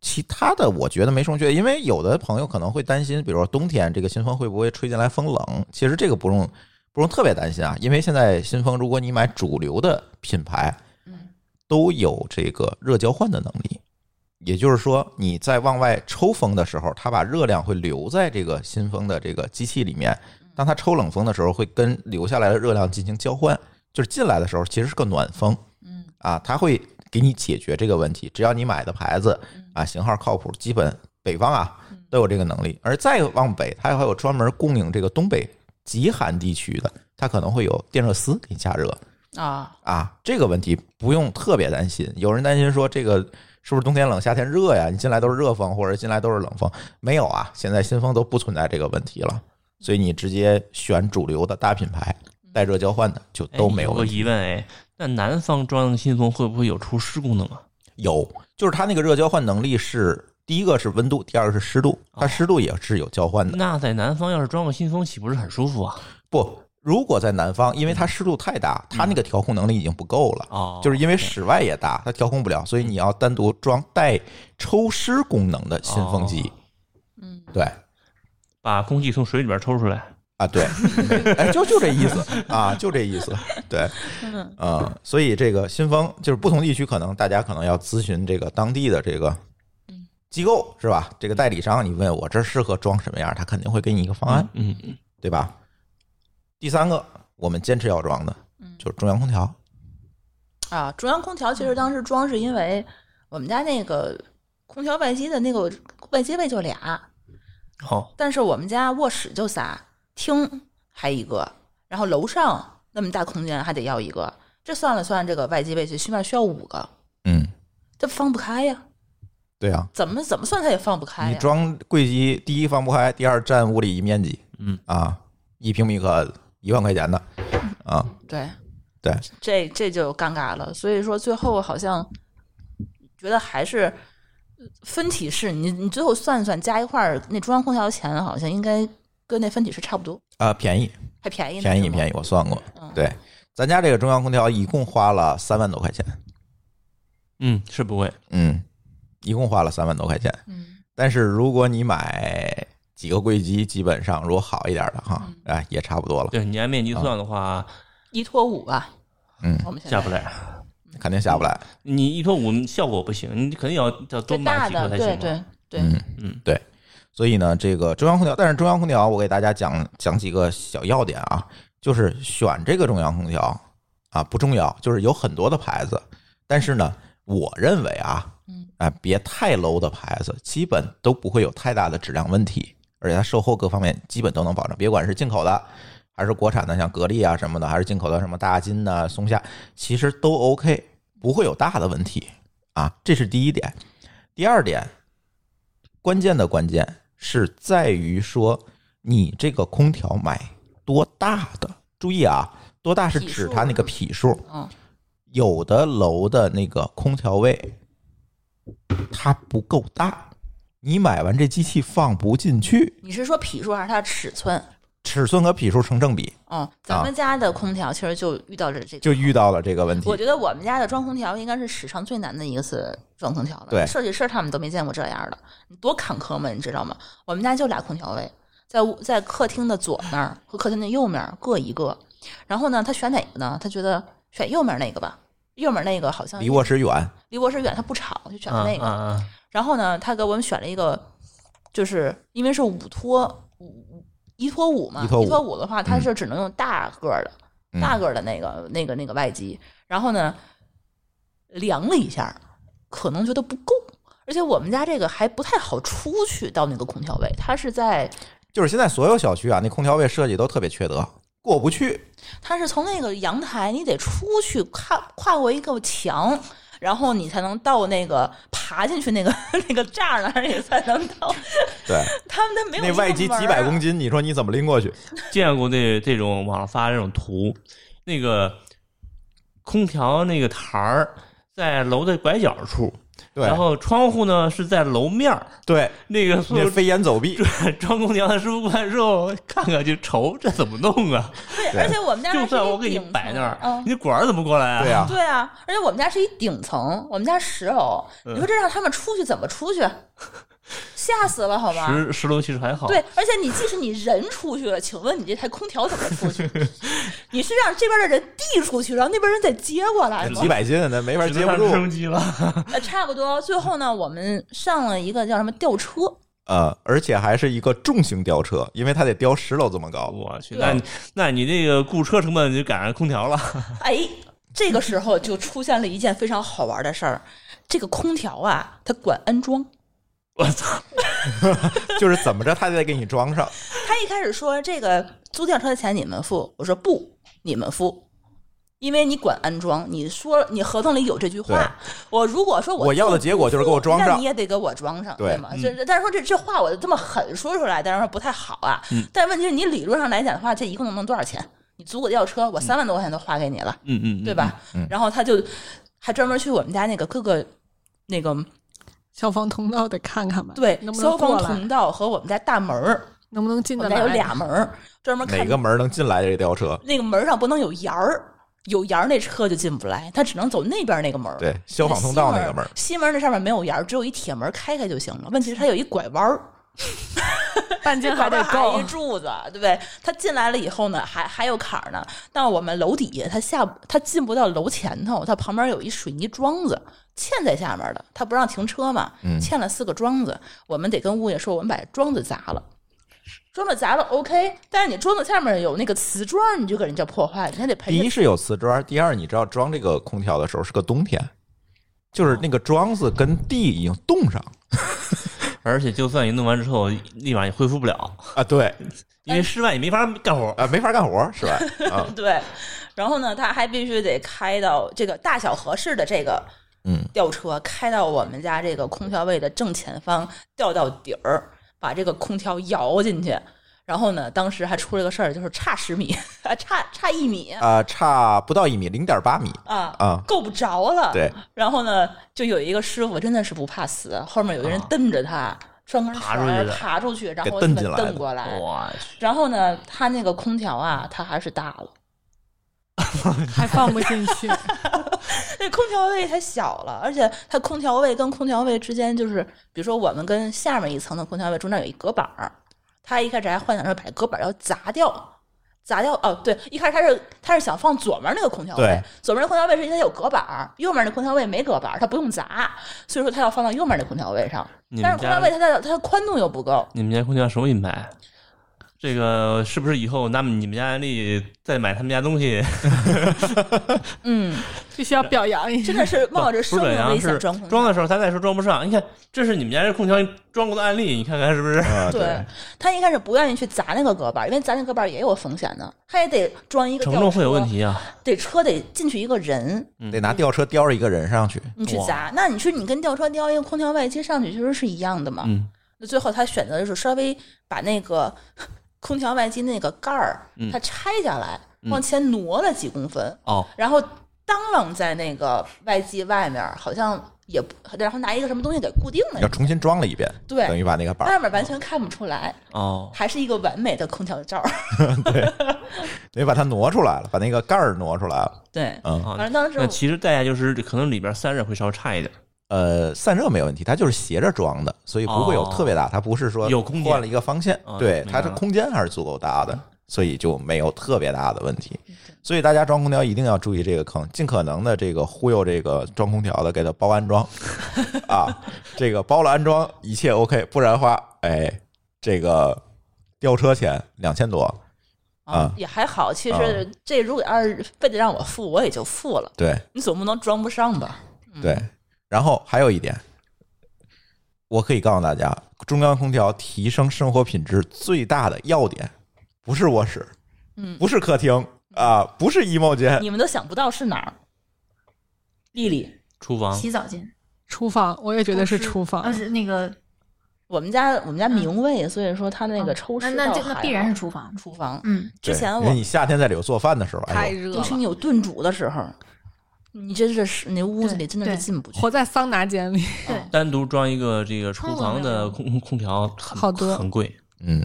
Speaker 2: 其他的我觉得没什么区别，因为有的朋友可能会担心，比如说冬天这个新风会不会吹进来风冷，其实这个不用不用特别担心啊，因为现在新风如果你买主流的品牌，都有这个热交换的能力，也就是说你在往外抽风的时候，它把热量会留在这个新风的这个机器里面，当它抽冷风的时候，会跟留下来的热量进行交换，就是进来的时候其实是个暖风，
Speaker 3: 嗯
Speaker 2: 啊，它会给你解决这个问题。只要你买的牌子啊型号靠谱，基本北方啊都有这个能力。而再往北，它还有专门供应这个东北极寒地区的，它可能会有电热丝给你加热
Speaker 3: 啊，
Speaker 2: 啊。这个问题不用特别担心。有人担心说这个是不是冬天冷夏天热呀？你进来都是热风，或者进来都是冷风？没有啊，现在新风都不存在这个问题了，所以你直接选主流的大品牌。带热交换的就
Speaker 4: 哎
Speaker 2: 都没有
Speaker 4: 有个
Speaker 2: 问题。
Speaker 4: 疑问哎，那南方装的新风会不会有除湿功能啊？
Speaker 2: 有，就是它那个热交换能力是第一个是温度，第二个是湿度，它
Speaker 4: 哦
Speaker 2: 湿度也是有交换的。
Speaker 4: 那在南方要是装个新风，岂不是很舒服啊？
Speaker 2: 不，如果在南方，因为它湿度太大，它那个调控能力已经不够了。
Speaker 4: 嗯哦嗯
Speaker 2: 就是因为室外也大，它调控不了，所以你要单独装带抽湿功能
Speaker 4: 哦
Speaker 2: 的新风机。
Speaker 3: 嗯，
Speaker 2: 对
Speaker 4: 把空气从水里边抽出来，
Speaker 2: 啊， 对，哎，就就这意思啊，就这意思。对，
Speaker 3: 嗯
Speaker 2: 嗯，所以这个新风就是不同地区，可能大家可能要咨询这个当地的这个
Speaker 3: 嗯
Speaker 2: 机构是吧？这个代理商，你问我这适合装什么样，他肯定会给你一个方案，
Speaker 4: 嗯，嗯
Speaker 2: 对吧？第三个，我们坚持要装的
Speaker 3: 嗯
Speaker 2: 就是中央空调，
Speaker 3: 啊，中央空调其实当时装是因为我们家那个空调外机的那个外机位就俩，
Speaker 4: 好，
Speaker 3: 但是我们家卧室就仨，厅还一个，然后楼上那么大空间还得要一个，这算了算，这个外机位置起码需要五个，
Speaker 2: 嗯，
Speaker 3: 这放不开呀，
Speaker 2: 对啊，
Speaker 3: 怎么怎么算它也放不开
Speaker 2: 你
Speaker 3: 呀。
Speaker 2: 装柜机，第一放不开，第二占屋里一面积，
Speaker 4: 嗯
Speaker 2: 啊，一平米可一万块钱的啊，
Speaker 3: 对
Speaker 2: 对，
Speaker 3: 这这就尴尬了。所以说最后好像觉得还是分体式，你你最后算算加一块儿，那中央空调钱好像应该跟那分体式差不多，
Speaker 2: 啊，便宜，
Speaker 3: 还便宜呢。
Speaker 2: 便宜，
Speaker 3: 宜。
Speaker 2: 便宜，我算过，
Speaker 3: 嗯
Speaker 2: 对，咱家这个中央空调一共花了三万多块钱。
Speaker 4: 嗯，是不会，
Speaker 2: 嗯，一共花了三万多块钱。
Speaker 3: 嗯
Speaker 2: 但是如果你买几个柜机，基本上如果好一点的哈，
Speaker 3: 嗯
Speaker 2: 哎，也差不多了，
Speaker 4: 对你按面积算的话，
Speaker 3: 一拖五吧。
Speaker 2: 嗯
Speaker 3: 我们现在
Speaker 4: 下不来。
Speaker 2: 肯定下不来。
Speaker 4: 你一拖五效果不行，你肯定要要多
Speaker 3: 最
Speaker 4: 买
Speaker 3: 大
Speaker 4: 几个
Speaker 3: 的，
Speaker 4: 才
Speaker 3: 对
Speaker 4: 行嘛。
Speaker 3: 对对，
Speaker 2: 嗯
Speaker 4: 嗯，
Speaker 2: 对。所以呢，这个中央空调，但是中央空调，我给大家讲讲几个小要点啊，就是选这个中央空调啊不重要，就是有很多的牌子，但是呢，我认为啊
Speaker 3: 嗯，
Speaker 2: 啊别太 low 的牌子，基本都不会有太大的质量问题，而且它售后各方面基本都能保证，别管是进口的还是国产的，像格力啊什么的，还是进口的什么大金呐、松下，其实都 OK，不会有大的问题啊，这是第一点。第二点，关键的关键是在于说你这个空调买多大的，注意啊，多大是
Speaker 3: 匹
Speaker 2: 指
Speaker 3: 数啊
Speaker 2: 它那个匹数，
Speaker 3: 嗯
Speaker 2: 有的楼的那个空调位它不够大，你买完这机器放不进去，
Speaker 3: 你是说匹数还是它的尺寸？
Speaker 2: 尺寸和匹数成正比，
Speaker 3: 嗯，咱们家的空调其实就遇到了这个。
Speaker 2: 啊就遇到了这个问题
Speaker 3: 我。觉得我们家的装空调应该是史上最难的一次装空调了。
Speaker 2: 对
Speaker 3: 设计师他们都没见过这样的，你多坎坷嘛，你知道吗？我们家就俩空调位，在屋在客厅的左面儿和客厅的右面儿各一个。然后呢，他选哪个呢？他觉得选右面那个吧，右面那个好像
Speaker 2: 离嗯卧室远，
Speaker 3: 离卧室远，他不吵，就选了
Speaker 4: 啊
Speaker 3: 那个。
Speaker 4: 啊啊！
Speaker 3: 然后呢，他给我们选了一个，就是因为是五拖五五一拖五嘛，
Speaker 2: 一拖五
Speaker 3: 五的话，它是只能用大个儿的、
Speaker 2: 嗯
Speaker 3: 大个儿的那个那个那个外机。然后呢，量了一下，可能觉得不够，而且我们家这个还不太好出去到那个空调位，它是在
Speaker 2: 就是现在所有小区啊，那空调位设计都特别缺德，过不去。
Speaker 3: 它是从那个阳台，你得出去跨跨过一个墙。然后你才能到那个爬进去那个 那个栅栏儿，也才能到。
Speaker 2: 对，
Speaker 3: 他们那没有
Speaker 2: 那
Speaker 3: 一个
Speaker 2: 外机
Speaker 3: 门
Speaker 2: 几
Speaker 3: 儿
Speaker 2: 百
Speaker 3: 啊
Speaker 2: 公斤，你说你怎么拎过去？
Speaker 4: 见过那这种网上发这种图，那个空调那个台儿在楼的拐角处，
Speaker 2: 对
Speaker 4: 然后窗户呢是在楼面儿，
Speaker 2: 对，
Speaker 4: 那个所
Speaker 2: 那
Speaker 4: 有
Speaker 2: 飞檐走壁，
Speaker 4: 装空调的师傅过来之后，看看就愁，这怎么弄啊？
Speaker 3: 对，
Speaker 2: 对
Speaker 3: 而且我们家
Speaker 4: 就
Speaker 3: 还是
Speaker 4: 算
Speaker 3: 一
Speaker 4: 我给你
Speaker 3: 顶
Speaker 4: 摆
Speaker 3: 层
Speaker 4: 那儿
Speaker 3: 嗯，
Speaker 4: 你管儿怎么过来啊？
Speaker 2: 对啊，
Speaker 3: 对啊，而且我们家是一顶层，我们家十楼，你
Speaker 4: 嗯
Speaker 3: 说这让他们出去怎么出去？吓死了，好吗？
Speaker 4: 十十楼其实还好，
Speaker 3: 对，而且你即使你人出去了，请问你这台空调怎么出去？ 你是让这边的人递出去，然后那边人再接过来吗
Speaker 2: 几？百斤那没法
Speaker 4: 只能
Speaker 2: 接不
Speaker 4: 上
Speaker 2: 住
Speaker 4: 直升机了。
Speaker 3: 呃，差不多。最后呢，我们上了一个叫什么吊车，
Speaker 2: 呃，而且还是一个重型吊车，因为它得吊十楼这么高。
Speaker 4: 我去，
Speaker 3: 对
Speaker 4: 那你那你这个雇车成本就赶上空调了。
Speaker 3: 哎，这个时候就出现了一件非常好玩的事儿，这个空调啊，它管安装。
Speaker 4: 我操，
Speaker 2: 就是怎么着，它得给你装上。
Speaker 3: 他一开始说这个租电车的钱你们付，我说不，你们付，因为你管安装，你说了你合同里有这句
Speaker 2: 对
Speaker 3: 话。我如果说我
Speaker 2: 我要的结果就是给我装
Speaker 3: 那
Speaker 2: 上
Speaker 3: 你。也得给我装上，
Speaker 2: 对嗯
Speaker 3: 吗？这但是说这这话我这么狠说出来，当然说不太好啊。
Speaker 2: 嗯
Speaker 3: 但问题是你理论上来讲的话，这一共能弄多少钱？你租个吊车，我三万多块钱都花给你了，
Speaker 4: 嗯嗯，嗯
Speaker 3: 对？吧？然后他就还专门去我们家那个各个那个
Speaker 5: 消防通道得看看吧，
Speaker 3: 对
Speaker 5: 能不
Speaker 3: 消
Speaker 5: 能
Speaker 3: 防
Speaker 5: 过来，
Speaker 3: 通道和我们家大门儿，
Speaker 5: 能不能进
Speaker 3: 我
Speaker 5: 得
Speaker 3: 们
Speaker 5: 来？
Speaker 3: 家有俩门儿，专 门看
Speaker 2: 哪个门能进来这吊车？
Speaker 3: 那个门儿上不能有沿儿，有沿儿那车就进不来，他只能走那边那个门儿。
Speaker 2: 对，消防通道那个门儿，
Speaker 3: 西门儿那上面没有沿儿，只有一铁门儿开开就行了。问题是它有一拐 弯儿，
Speaker 5: 半
Speaker 3: 这
Speaker 5: 径还得够
Speaker 3: 一，柱子，对不对？他进来了以后呢，还还有坎儿呢。但我们楼底下他下不他进不到楼前头，他旁边有一水泥桩子嵌在下面的，他不让停车嘛，
Speaker 2: 嗯
Speaker 3: 嵌了四个桩子，我们得跟物业说，我们把桩子砸了。桩子砸了，OK，但是你桌子下面有那个瓷砖儿，你就给人家破坏，人家得赔
Speaker 2: 第
Speaker 3: 人
Speaker 2: 一是有瓷砖，第二你知道装这个空调的时候是个冬天，
Speaker 3: 哦
Speaker 2: 就是那个桩子跟地已经冻上
Speaker 4: 而且就算你弄完之后，立马也恢复不了，
Speaker 2: 啊，对
Speaker 4: 因
Speaker 3: 哎
Speaker 4: 为室外也没法干活。
Speaker 2: 啊，没法干活是吧？啊，
Speaker 3: 对，然后呢，他还必须得开到这个大小合适的这个
Speaker 2: 嗯
Speaker 3: 吊车，开到我们家这个空调位的正前方，吊到底儿，把这个空调摇进去。然后呢，当时还出了个事儿，就是差十米， 差差一米
Speaker 2: 啊，差不到一米，零点八米
Speaker 3: 啊。
Speaker 2: 啊，
Speaker 3: 够不着了，
Speaker 2: 对。
Speaker 3: 然后呢，就有一个师傅真的是不怕死，后面有一个
Speaker 2: 啊
Speaker 3: 人蹬着他，拴根绳
Speaker 4: 爬出去
Speaker 3: 儿
Speaker 4: 的
Speaker 3: 爬出去，然
Speaker 2: 给
Speaker 3: 后
Speaker 2: 蹬
Speaker 3: 这么
Speaker 2: 进来
Speaker 3: 蹬
Speaker 2: 的
Speaker 3: 过来。
Speaker 4: 我去，
Speaker 3: 然后呢，他那个空调啊，它还是大了。
Speaker 5: 还放不进 去。
Speaker 3: 对，空调位太小了，而且它空调位跟空调位之间就是，比如说我们跟下面一层的空调位中间有一隔板儿，他一开始还幻想着把隔板儿要砸掉，砸掉哦，对，一开始他是他是想放左面那个空调位
Speaker 2: 对，
Speaker 3: 左面那空调位是因为它有隔板儿，右面那空调位没隔板儿，它不用砸，所以说他要放到右面那空调位上，
Speaker 4: 你
Speaker 3: 但
Speaker 4: 们
Speaker 3: 是空调位
Speaker 4: 家
Speaker 3: 它的它的宽度又不够，
Speaker 4: 你们家空调什么品牌？这个是不是以后拿你们家案例再买他们家东西？
Speaker 3: 嗯，
Speaker 5: 必须要表扬一下
Speaker 3: 真。的是冒着
Speaker 4: 不
Speaker 3: 生
Speaker 4: 是表
Speaker 3: 命
Speaker 4: 扬，
Speaker 3: 危
Speaker 4: 是
Speaker 3: 险装空
Speaker 4: 装
Speaker 3: 调。
Speaker 4: 的时候他再说装不上。你看，这是你们家这空调装过的案例，你看看是不 是？
Speaker 2: 啊，
Speaker 3: 对，他一开始不愿意去砸那个隔板儿，因为砸那隔板儿也有风险的，他也得装一个
Speaker 4: 承
Speaker 3: 吊
Speaker 4: 重会有
Speaker 3: 车
Speaker 4: 问题啊！
Speaker 3: 得车得进去一个人，
Speaker 2: 得拿吊车吊着一个人上去，
Speaker 3: 你去砸，那你去你跟吊车吊一个空调外接上去，其实是一样的嘛。
Speaker 4: 嗯
Speaker 3: 那最后他选择的是稍微把那个 空调外机那个盖儿，
Speaker 4: 嗯
Speaker 3: 它拆下来，
Speaker 2: 嗯
Speaker 3: 往前挪了几公分，
Speaker 4: 哦，
Speaker 3: 然后当啷在那个外机外面，好像也不，然后拿一个什么东西给固定了
Speaker 2: 要，重新装了一遍，
Speaker 3: 对
Speaker 2: 等于把那个板儿
Speaker 3: 外面完全看不出来，
Speaker 4: 哦，
Speaker 3: 还是一个完美的空调 罩儿。
Speaker 2: 等于把它挪出来了，把那个盖儿挪出来了，
Speaker 3: 对，
Speaker 2: 嗯，
Speaker 4: 哦
Speaker 3: 反正当时
Speaker 4: 那
Speaker 3: 我
Speaker 4: 其实代价就是可能里边散热会稍微差一点。
Speaker 2: 呃，散热没有问题，它就是斜着装的，所以不会有特别大，它不是说
Speaker 4: 哦有空间
Speaker 2: 换了一个方向
Speaker 4: 啊，
Speaker 2: 对
Speaker 4: 明，白
Speaker 2: 它
Speaker 4: 了嗯
Speaker 2: 的空间还是足够大的，所以就没有特别大的问题。所以大家装空调一定要注意这个坑，尽可能的这个忽悠这个装空调的给它包安 装啊，这个包了安装一切 OK，不然花哎这个吊车钱两千多，
Speaker 3: 啊
Speaker 2: 啊
Speaker 3: 也还好，其实
Speaker 2: 啊
Speaker 3: 这如果要是非得让我付，我也就付了，
Speaker 2: 对，
Speaker 3: 你总不能装不上吧？
Speaker 2: 对，然后还有一点，我可以告诉大家，中央空调提升生活品质最大的要点，不是卧室，
Speaker 3: 嗯
Speaker 2: 不是客厅啊，不是衣帽间，
Speaker 3: 你们都想不到是哪儿。丽
Speaker 6: 嗯
Speaker 3: 丽，
Speaker 4: 厨
Speaker 3: 啊
Speaker 4: 房
Speaker 6: 洗澡间，
Speaker 5: 厨房，我也觉得是
Speaker 6: 抽湿
Speaker 5: 厨
Speaker 6: 呃
Speaker 5: 房。
Speaker 6: 是那个
Speaker 3: 我们家我们家明卫，所以说他那个
Speaker 6: 嗯
Speaker 3: 抽
Speaker 6: 那
Speaker 3: 湿
Speaker 6: 那
Speaker 3: 倒
Speaker 6: 就
Speaker 3: 还
Speaker 6: 那
Speaker 3: 好
Speaker 6: 必然是厨房。
Speaker 3: 厨房。
Speaker 6: 嗯，
Speaker 2: 对
Speaker 3: 之前
Speaker 2: 因为
Speaker 3: 我
Speaker 2: 你夏天在里头做饭的时候，哎
Speaker 5: 太
Speaker 2: 呦，
Speaker 5: 热
Speaker 3: 尤其
Speaker 5: 了，
Speaker 3: 你有炖煮的时候，你真是是你屋子里
Speaker 5: 对
Speaker 3: 真的
Speaker 5: 对
Speaker 3: 是进不去。
Speaker 5: 活在桑拿间里，
Speaker 3: 对，
Speaker 4: 单独装一个这个厨
Speaker 3: 窗户
Speaker 4: 房
Speaker 3: 没
Speaker 4: 的
Speaker 3: 有
Speaker 4: 空空调很
Speaker 5: 好多
Speaker 4: 很贵，
Speaker 2: 嗯，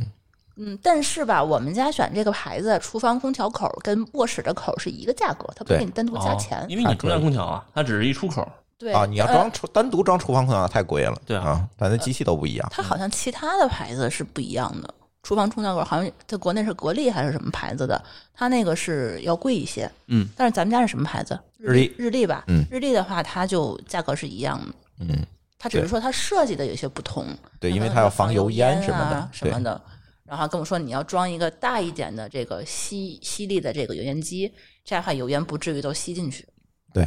Speaker 3: 嗯，但是吧，我们家选这个牌子，厨房空调口跟卧室的口是一个价格，它不
Speaker 2: 对
Speaker 3: 给你单独加钱
Speaker 4: 哦。因为你中央空调啊，它只是一出口，
Speaker 3: 对
Speaker 2: 啊，你要
Speaker 3: 呃
Speaker 2: 装厨单独装厨房空调太贵了，
Speaker 4: 对啊
Speaker 2: 啊，咱的机器都不一样，
Speaker 3: 它好像其他的牌子是不一样的。厨房空调口好像在国内是格力还是什么牌子的，它那个是要贵一些。
Speaker 4: 嗯，
Speaker 3: 但是咱们家是什么牌子？
Speaker 2: 日立
Speaker 3: 日立吧。
Speaker 2: 嗯
Speaker 3: 日立的话，它就价格是一样的，
Speaker 2: 嗯，
Speaker 3: 它只是
Speaker 2: 对
Speaker 3: 说它设计的有些不同。
Speaker 2: 对，
Speaker 3: 可
Speaker 2: 因为
Speaker 3: 能
Speaker 2: 它要
Speaker 3: 防
Speaker 2: 防油
Speaker 3: 烟
Speaker 2: 烟什么的
Speaker 3: 啊，什
Speaker 2: 对
Speaker 3: 么的。然后还跟我说你要装一个大一点的这个吸吸力的这个油烟机，这样的话油烟不至于都吸进去。
Speaker 2: 对，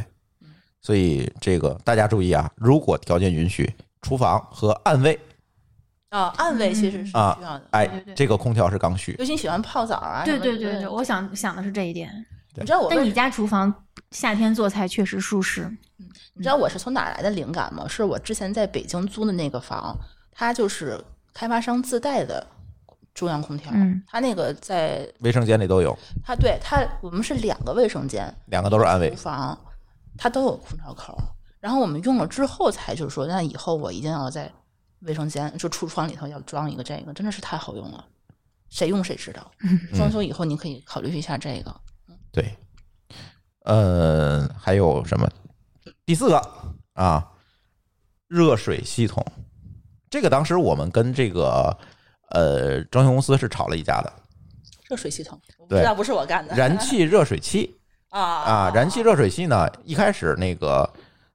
Speaker 2: 所以这个大家注意啊，如果条件允许，厨房和暗卫，
Speaker 3: 啊，暗卫其实是需
Speaker 2: 啊
Speaker 3: 要的，
Speaker 2: 哎
Speaker 6: 对对，
Speaker 2: 这个空调是刚需，
Speaker 3: 尤其你喜欢泡澡啊。
Speaker 6: 对
Speaker 3: 什么
Speaker 6: 对
Speaker 3: 的
Speaker 6: 对对，我想想的是这一点。
Speaker 3: 你知道我为
Speaker 6: 但你家厨房夏天做菜确实舒适，
Speaker 3: 你知道我是从哪儿来的灵感吗？是我之前在北京租的那个房，它就是开发商自带的中央空调。
Speaker 6: 嗯，
Speaker 3: 它那个在
Speaker 2: 卫生间里都有，
Speaker 3: 它对它我们是两个卫生间，
Speaker 2: 两个都是暗卫
Speaker 3: 厨，房，它都有空调口。然后我们用了之后才就是说，那以后我一定要在卫生间就厨房里头要装一个这个，真的是太好用了。谁用谁知道。
Speaker 2: 嗯
Speaker 3: 装修以后你可以考虑一下这个。
Speaker 2: 对，呃，还有什么？第四个啊，热水系统，这个当时我们跟这个呃装修公司是吵了一架的，
Speaker 3: 热水系统，我不
Speaker 2: 对
Speaker 3: 知道不是我干的。
Speaker 2: 燃气热水器。
Speaker 3: 啊
Speaker 2: 啊，燃气热水器呢，一开始那个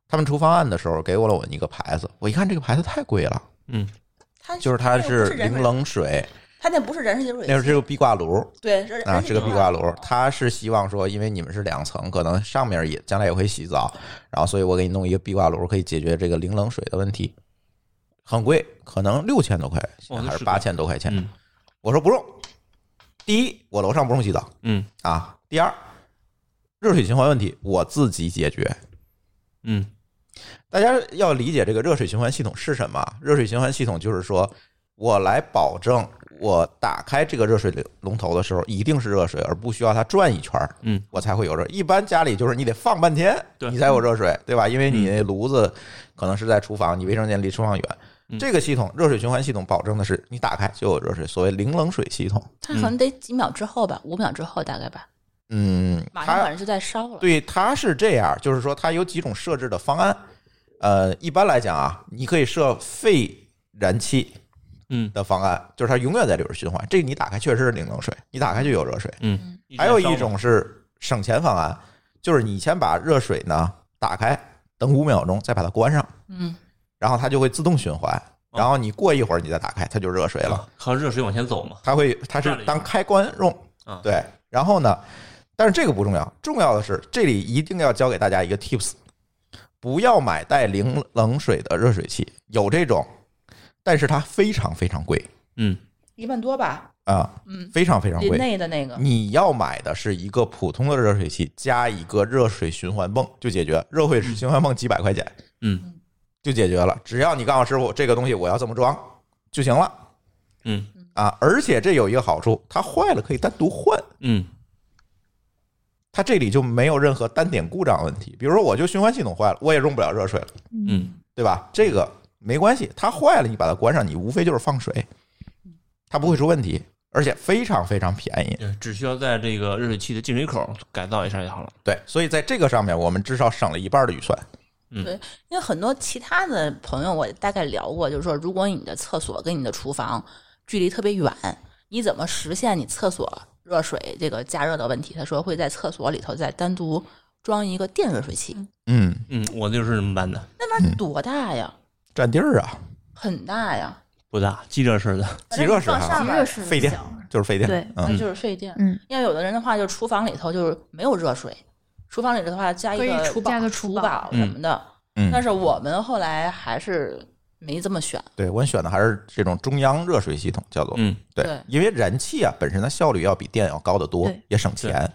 Speaker 2: 他们出方案的时候给我了我一个牌子，我一看这个牌子太贵了，
Speaker 4: 嗯，
Speaker 3: 它
Speaker 2: 就是它
Speaker 3: 那个不
Speaker 2: 是
Speaker 3: 燃
Speaker 2: 零
Speaker 3: 水
Speaker 2: 冷水，
Speaker 3: 它那不是燃气热水器，
Speaker 2: 那是这个壁挂炉
Speaker 3: 对是
Speaker 2: 啊，是
Speaker 3: 燃气
Speaker 2: 个
Speaker 3: 热
Speaker 2: 壁
Speaker 3: 水
Speaker 2: 挂
Speaker 3: 器
Speaker 2: 炉，它是希望说，因为你们是两层，可能上面也将来也会洗澡，然后所以我给你弄一个壁挂炉，可以解决这个零冷水的问题，很贵，可能六千多块
Speaker 4: 哦
Speaker 2: 钱
Speaker 4: 那
Speaker 2: 还
Speaker 4: 是
Speaker 2: 是八千多块钱，
Speaker 4: 嗯
Speaker 2: 我说不用，第一，我楼上不用洗澡，
Speaker 4: 嗯
Speaker 2: 啊，第二，热水循环问题我自己解决，
Speaker 4: 嗯
Speaker 2: 大家要理解这个热水循环系统是什么？热水循环系统就是说，我来保证我打开这个热水龙头的时候一定是热水，而不需要它转一圈儿，
Speaker 4: 嗯，
Speaker 2: 我才会有热。一般家里就是你得放半天，
Speaker 4: 对嗯
Speaker 2: 你才有热水，对吧？因为你炉子可能是在厨房，你卫生间离厨房远。
Speaker 4: 嗯
Speaker 2: 这个系统热水循环系统保证的是你打开就有热水，所谓零冷水系统。
Speaker 3: 它可能得几秒之后吧，五秒之后大概吧，
Speaker 2: 嗯，
Speaker 3: 马上
Speaker 2: 它
Speaker 3: 反正就在烧了。
Speaker 2: 对，它是这样，就是说它有几种设置的方案。呃，一般来讲啊，你可以设废燃气
Speaker 4: 嗯
Speaker 2: 的方案，就是它永远在里边循环。这个你打开确实是零冷水，你打开就有热水。
Speaker 4: 嗯，直
Speaker 2: 还有
Speaker 4: 在烧
Speaker 2: 一
Speaker 4: 嘛
Speaker 2: 种是省钱方案，就是你先把热水呢打开，等五秒钟再把它关上，
Speaker 3: 嗯，
Speaker 2: 然后它就会自动循环。
Speaker 4: 哦
Speaker 2: 然后你过一会儿你再打开，它就热水了。
Speaker 4: 靠热水往前走嘛，
Speaker 2: 它会它
Speaker 4: 这
Speaker 2: 是
Speaker 4: 里
Speaker 2: 当开关用
Speaker 4: 啊，
Speaker 2: 对。然后呢，但是这个不重要，重要的是这里一定要教给大家一个 tips，不要买带零冷水的热水器，有这种，但是它非常非常贵
Speaker 4: 嗯
Speaker 3: 一万多吧，
Speaker 2: 啊，
Speaker 3: 嗯，
Speaker 2: 非常非常
Speaker 3: 林
Speaker 2: 贵。
Speaker 3: 内的那个，
Speaker 2: 你要买的是一个普通的热水器加一个热水循环泵就解决，热水循环泵几百块钱
Speaker 4: 嗯
Speaker 2: 就解决了，只要你告诉师傅这个东西我要这么装就行了
Speaker 4: 嗯
Speaker 2: 啊！而且这有一个好处，它坏了可以单独换。
Speaker 4: 嗯
Speaker 2: 它这里就没有任何单点故障问题。比如说，我就循环系统坏了，我也用不了热水了，
Speaker 4: 嗯
Speaker 2: 对吧？这个没关系，它坏了你把它关上，你无非就是放水，它不会出问题，而且非常非常便宜。
Speaker 4: 嗯，只需要在这个热水器的进水口改造一下就好了。
Speaker 2: 对，所以在这个上面，我们至少省了一半的预算。
Speaker 3: 因为很多其他的朋友我大概聊过，就是说如果你的厕所跟你的厨房距离特别远，你怎么实现你厕所热水这个加热的问题？他说会在厕所里头再单独装一个电热水器，
Speaker 2: 嗯，
Speaker 4: 嗯，我就是这么办的，
Speaker 3: 那玩意儿多大呀？
Speaker 2: 占地儿啊，
Speaker 3: 很大呀，
Speaker 4: 不大，记热式的，
Speaker 2: 即热式
Speaker 3: 反正
Speaker 2: 啊，
Speaker 3: 你放上面
Speaker 6: 热水
Speaker 2: 费电就是费电。
Speaker 6: 对
Speaker 3: 那
Speaker 2: 嗯，
Speaker 3: 就是费电。
Speaker 6: 嗯，
Speaker 3: 要有的人的话，就厨房里头就是没有热水，厨房里头的话加一
Speaker 5: 可
Speaker 3: 个
Speaker 5: 以厨
Speaker 6: 加个
Speaker 3: 厨
Speaker 6: 厨
Speaker 3: 宝什么的。
Speaker 2: 嗯
Speaker 3: 但是我们后来还是没这么选。
Speaker 2: 对我选的还是这种中央热水系统，叫做。
Speaker 4: 嗯，
Speaker 2: 对
Speaker 3: 对，
Speaker 2: 因为燃气啊本身它效率要比电要高得多
Speaker 6: 对，
Speaker 2: 也省
Speaker 4: 对
Speaker 2: 钱。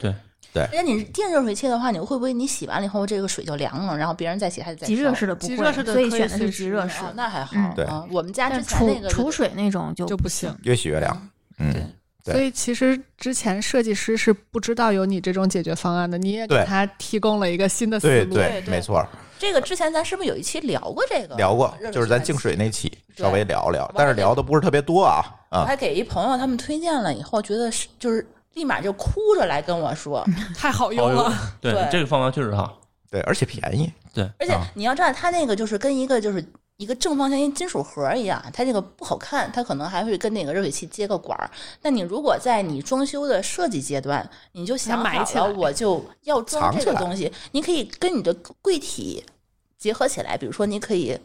Speaker 4: 对，
Speaker 3: 而且你电热水器的话，你会不会你洗完了以后这个水就凉了，然后别人再洗还得再
Speaker 6: 即热
Speaker 3: 烧啊
Speaker 6: 式的不
Speaker 5: 即
Speaker 6: 会，
Speaker 5: 热式的
Speaker 6: 所以
Speaker 5: 可以
Speaker 6: 选的
Speaker 5: 随
Speaker 6: 是
Speaker 5: 时
Speaker 6: 即热
Speaker 5: 用啊
Speaker 6: 式。
Speaker 3: 哦，那还好。
Speaker 6: 嗯
Speaker 2: 对
Speaker 3: 啊我们家之
Speaker 6: 但
Speaker 3: 前
Speaker 6: 储
Speaker 3: 那个
Speaker 6: 储水那种就
Speaker 5: 就不行。
Speaker 2: 越洗越凉。嗯
Speaker 3: 对，
Speaker 2: 对
Speaker 5: 所以其实之前设计师是不知道有你这种解决方案的，你也给
Speaker 2: 对
Speaker 5: 他提供了一个新的思
Speaker 2: 对
Speaker 5: 路。
Speaker 2: 对，
Speaker 3: 对
Speaker 2: 没错，
Speaker 3: 这个之前咱是不是有一期聊过这个？
Speaker 2: 呃聊过
Speaker 3: 热，
Speaker 2: 就是咱净水那期
Speaker 3: 对
Speaker 2: 稍微聊聊
Speaker 3: 完，了
Speaker 2: 但是聊的不是特别多啊
Speaker 3: 我
Speaker 2: 啊，
Speaker 3: 还给一朋友他们推荐了，以后觉得是就是立马就哭着来跟我说，
Speaker 5: 太好用
Speaker 4: 好
Speaker 5: 了。
Speaker 4: 对
Speaker 3: 对
Speaker 4: 这个方法确实好，
Speaker 2: 对，而且便宜，
Speaker 3: 而且
Speaker 2: 啊
Speaker 3: 你要知道，它那个就是跟一个就是一个正方形一金属盒一样，它这个不好看，它可能还会跟那个热水器接个管儿。那你如果在你装修的设计阶段，你就想
Speaker 5: 把它埋起
Speaker 3: 好
Speaker 5: 来
Speaker 3: 了，我就要装
Speaker 2: 藏
Speaker 3: 这
Speaker 2: 起
Speaker 3: 个
Speaker 2: 来
Speaker 3: 东西，你可以跟你的柜体结合起来，比如说你可以。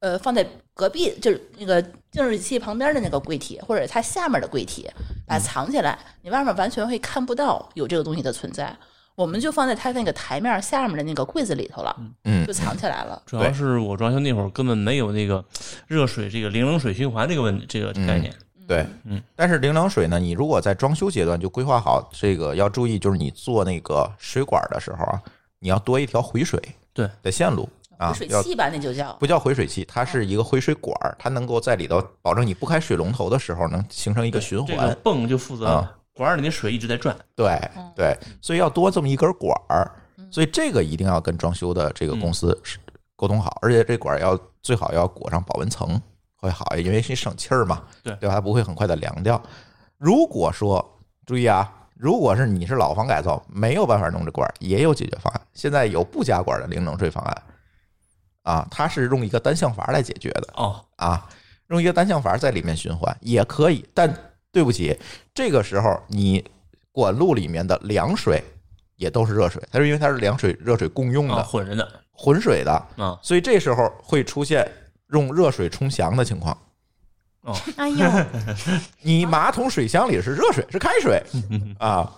Speaker 3: 呃，放在隔壁就是那个净水器旁边的那个柜体，或者它下面的柜体，
Speaker 2: 嗯
Speaker 3: 把它藏起来，你外面完全会看不到有这个东西的存在。我们就放在它那个台面下面的那个柜子里头了。
Speaker 2: 嗯
Speaker 3: 就，藏起来了。
Speaker 4: 主要是我装修那会儿根本没有那个热水这个零冷水循环这个问这个概念，
Speaker 2: 对，
Speaker 4: 嗯，
Speaker 2: 但是零冷水呢，你如果在装修阶段就规划好这个，要注意就是你做那个水管的时候啊，你要多一条回水
Speaker 4: 对
Speaker 2: 的线路 啊，
Speaker 3: 水
Speaker 2: 要
Speaker 3: 器啊吧，那就叫
Speaker 2: 不叫回水器，它是一个回水管儿，它能够在里头保证你不开水龙头的时候能形成一个循
Speaker 4: 这个
Speaker 2: 环。
Speaker 4: 泵就负责
Speaker 2: 啊
Speaker 4: 管儿里的水一直在转，
Speaker 2: 对
Speaker 3: 嗯
Speaker 2: 对，所以要多这么一根管儿，所以这个一定要跟装修的这个公司是沟通好，而且这管儿要最好要裹上保温层会好，因为是省气儿嘛，
Speaker 4: 对
Speaker 2: 对吧？它不会很快的凉掉。如果说注意啊。如果是你是老房改造，没有办法弄这管儿，也有解决方案。现在有不加管儿的零冷水方案，啊，它是用一个单向阀来解决的。
Speaker 4: 哦，
Speaker 2: 啊，用一个单向阀在里面循环也可以，但对不起，这个时候你管路里面的凉水也都是热水，它是因为它是凉水热水共用
Speaker 4: 啊
Speaker 2: 的
Speaker 4: 混着的
Speaker 2: 混水的，
Speaker 4: 啊，
Speaker 2: 所以这时候会出现用热水冲翔的情况。
Speaker 6: 哎呦，
Speaker 2: 你马桶水箱里是热水，是开水啊，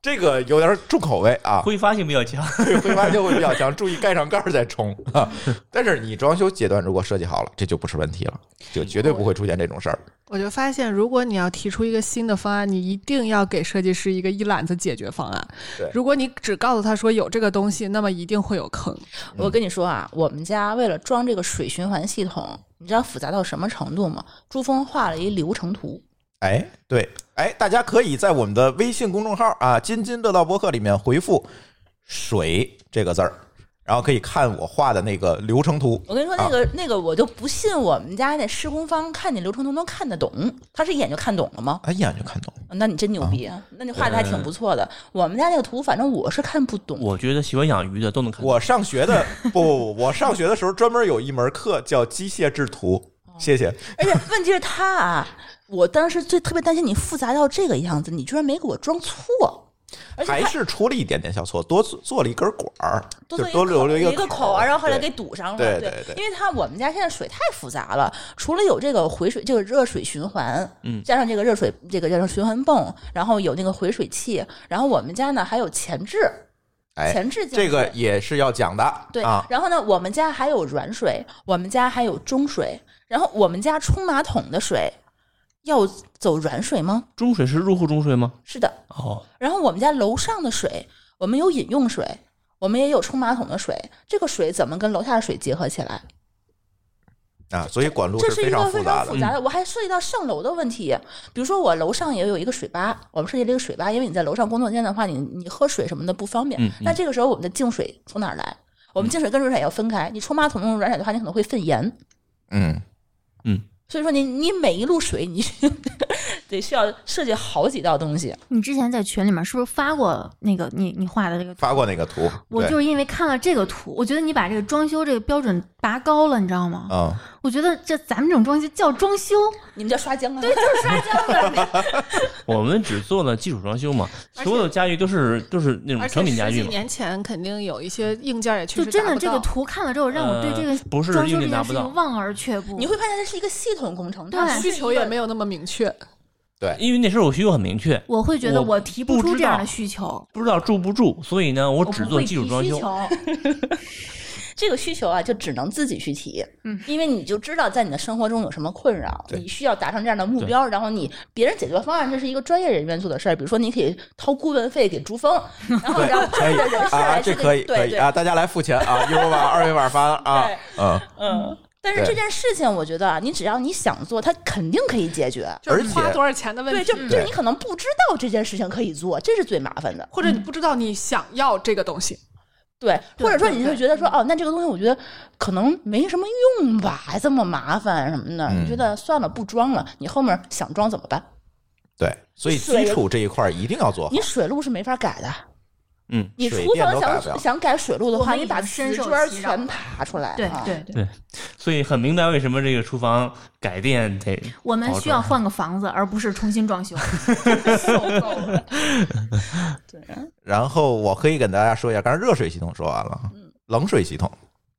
Speaker 2: 这个有点重口味啊，
Speaker 4: 挥发性比较强，
Speaker 2: 对挥发性会比较强，注意盖上盖儿再冲啊。但是你装修阶段如果设计好了，这就不是问题了，就绝对不会出现这种事儿。
Speaker 5: 我就发现，如果你要提出一个新的方案，你一定要给设计师一个一揽子解决方案
Speaker 2: 对。
Speaker 5: 如果你只告诉他说有这个东西，那么一定会有坑。
Speaker 2: 嗯
Speaker 3: 我跟你说啊，我们家为了装这个水循环系统，你知道复杂到什么程度吗？珠峰画了一流程图，
Speaker 2: 哎，对，哎，大家可以在我们的微信公众号啊“津津乐道播客”里面回复“水”这个字儿，然后可以看我画的那个流程图。
Speaker 3: 我跟你说，
Speaker 2: 啊
Speaker 3: 那个、那个，我就不信我们家那施工方看见流程图能看得懂，他是一眼就看懂了吗？
Speaker 2: 哎，一眼就看懂。
Speaker 3: 那你真牛逼，啊、那你画的还挺不错的。我们家那个图，反正我是看不懂。
Speaker 4: 我觉得喜欢养鱼的都能看，
Speaker 2: 我上学的不不不，我上学的时候专门有一门课叫机械制图。
Speaker 3: 哦
Speaker 2: 谢谢。
Speaker 3: 而且问题是他啊，我当时最特别担心你复杂到这个样子，你居然没给我装错，而且
Speaker 2: 还
Speaker 3: 他
Speaker 2: 是出了一点点小错，多做做了一根管儿，
Speaker 3: 多
Speaker 2: 就多
Speaker 3: 做
Speaker 2: 留
Speaker 3: 口
Speaker 2: 了
Speaker 3: 一
Speaker 2: 个
Speaker 3: 口
Speaker 2: 儿
Speaker 3: 啊，然后后来
Speaker 2: 对
Speaker 3: 给堵上了。
Speaker 2: 对
Speaker 3: 对
Speaker 2: 对对
Speaker 3: 因为它我们家现在水太复杂了，除了有这个回水这个热水循环，
Speaker 4: 嗯
Speaker 3: 加上这个热水这个叫做循环泵，然后有那个回水器，然后我们家呢还有前置，
Speaker 2: 哎，
Speaker 3: 前置净水
Speaker 2: 这个也是要讲的。
Speaker 3: 对、
Speaker 2: 啊，
Speaker 3: 然后呢，我们家还有软水，我们家还有中水，然后我们家冲马桶的水要走软水吗？
Speaker 4: 中水是入户中水吗？
Speaker 3: 是的，
Speaker 4: 哦，
Speaker 3: 然后我们家楼上的水，我们有饮用水，我们也有冲马桶的水，这个水怎么跟楼下的水结合起来？
Speaker 2: 啊，所以管路
Speaker 3: 这
Speaker 2: 非
Speaker 3: 一个
Speaker 2: 常
Speaker 3: 非
Speaker 2: 杂
Speaker 3: 常
Speaker 2: 的
Speaker 3: 复。杂的，我还涉及到上楼的问题。比如说，我楼上也有一个水吧，我们设计了一个水吧，因为你在楼上工作间的话，你你喝水什么的不方便。
Speaker 4: 嗯嗯
Speaker 3: 那这个时候，我们的净水从哪儿来？我们净水跟软水也要分开。你冲马桶用软水的话，你可能会渗盐。
Speaker 2: 嗯，
Speaker 3: 所以说你，你每一路水，你 得需要设计好几道东西。
Speaker 6: 你之前在群里面是不是发过那个你你画的这个图？
Speaker 2: 发过那个图，
Speaker 6: 我
Speaker 2: 对
Speaker 6: 就是因为看了这个图，我觉得你把这个装修这个标准拔高了，你知道吗？
Speaker 3: 啊
Speaker 2: 嗯。
Speaker 6: 我觉得这咱们这种装修叫装修，
Speaker 3: 你们叫刷浆啊？
Speaker 6: 对，就是刷浆的。
Speaker 4: 我们只做了基础装修嘛，
Speaker 5: 而且
Speaker 4: 所有的家具都是都是那种
Speaker 5: 而且
Speaker 4: 嗯成品家
Speaker 5: 十
Speaker 4: 具
Speaker 5: 几
Speaker 4: 嘛，
Speaker 5: 年前肯定有一些硬件也确
Speaker 6: 就
Speaker 5: 实
Speaker 6: 真
Speaker 5: 达
Speaker 6: 的
Speaker 5: 不
Speaker 6: 这
Speaker 5: 到
Speaker 6: 个图看了之后，让我对这个
Speaker 4: 呃不是
Speaker 6: 装修
Speaker 4: 硬
Speaker 6: 这
Speaker 4: 件达
Speaker 6: 件
Speaker 4: 不
Speaker 6: 事
Speaker 4: 到
Speaker 6: 情望而却步。
Speaker 3: 你会发现它是一个系统工程，
Speaker 6: 对
Speaker 3: 它
Speaker 5: 需求也没有那么明确。
Speaker 4: 因为那时候我需求很明确，
Speaker 6: 我会觉得
Speaker 4: 我
Speaker 6: 我提不
Speaker 4: 不
Speaker 6: 出
Speaker 4: 知
Speaker 6: 这样
Speaker 4: 道
Speaker 6: 的需求，
Speaker 4: 不知道住不住，所以呢，我
Speaker 6: 我
Speaker 4: 只
Speaker 6: 不
Speaker 4: 做
Speaker 6: 会
Speaker 4: 基础
Speaker 6: 提
Speaker 4: 装
Speaker 6: 需
Speaker 4: 修。
Speaker 6: 求。
Speaker 3: 这个需求啊，就只能自己去提，
Speaker 6: 嗯，
Speaker 3: 因为你就知道在你的生活中有什么困扰，
Speaker 2: 对
Speaker 3: 你需要达成这样的目标，然后你别人解决方案，这是一个专业人员做的事儿，比如说你可以掏顾问费给朱峰， 然后
Speaker 2: 对，
Speaker 3: 然后
Speaker 2: 可以
Speaker 3: 这个人事儿
Speaker 2: 啊，
Speaker 3: 来
Speaker 2: 这
Speaker 3: 去给
Speaker 2: 可以可
Speaker 3: 对
Speaker 2: 以
Speaker 3: 对，
Speaker 2: 啊，大家来付钱啊，一会儿把二维码发啊
Speaker 3: 对，
Speaker 2: 嗯，
Speaker 3: 嗯，但是
Speaker 2: 对
Speaker 3: 这件事情，我觉得啊，你只要你想做，它肯定可以解决。
Speaker 5: 就是
Speaker 2: 而且
Speaker 5: 花多少钱的问
Speaker 3: 对，就
Speaker 5: 题，嗯
Speaker 3: 就
Speaker 2: 嗯
Speaker 3: 是
Speaker 2: 对
Speaker 3: 你可能不知道这件事情可以做，这是最麻烦的。
Speaker 5: 或者你不知道你想要这个东西，
Speaker 3: 对，
Speaker 5: 对
Speaker 3: 或者说你
Speaker 5: 对
Speaker 3: 会觉得说，
Speaker 2: 嗯
Speaker 3: 哦，那这个东西我觉得可能没什么用吧，还这么麻烦什么的，
Speaker 2: 嗯
Speaker 3: 你觉得算了，不装了。你后面想装怎么办？
Speaker 2: 对，所以基础这一块儿一定要做好
Speaker 3: 你。水路是没法改的。
Speaker 4: 嗯，
Speaker 3: 你
Speaker 2: 水
Speaker 3: 厨
Speaker 2: 电
Speaker 3: 房
Speaker 2: 都改不了
Speaker 3: 想想改水路的
Speaker 6: 我
Speaker 3: 话，
Speaker 6: 们
Speaker 3: 你
Speaker 6: 已
Speaker 3: 把
Speaker 6: 经深
Speaker 3: 瓷
Speaker 6: 受
Speaker 3: 砖
Speaker 6: 其扰
Speaker 3: 全
Speaker 6: 了
Speaker 3: 爬出来。
Speaker 6: 对
Speaker 3: 啊
Speaker 6: 对对，
Speaker 4: 所以很明白为什么这个厨房改电得
Speaker 6: 我们需要换个房子，而不是重新 装修。
Speaker 2: 然后我可以跟大家说一下，刚才热水系统说完了，
Speaker 3: 嗯
Speaker 2: 冷水系统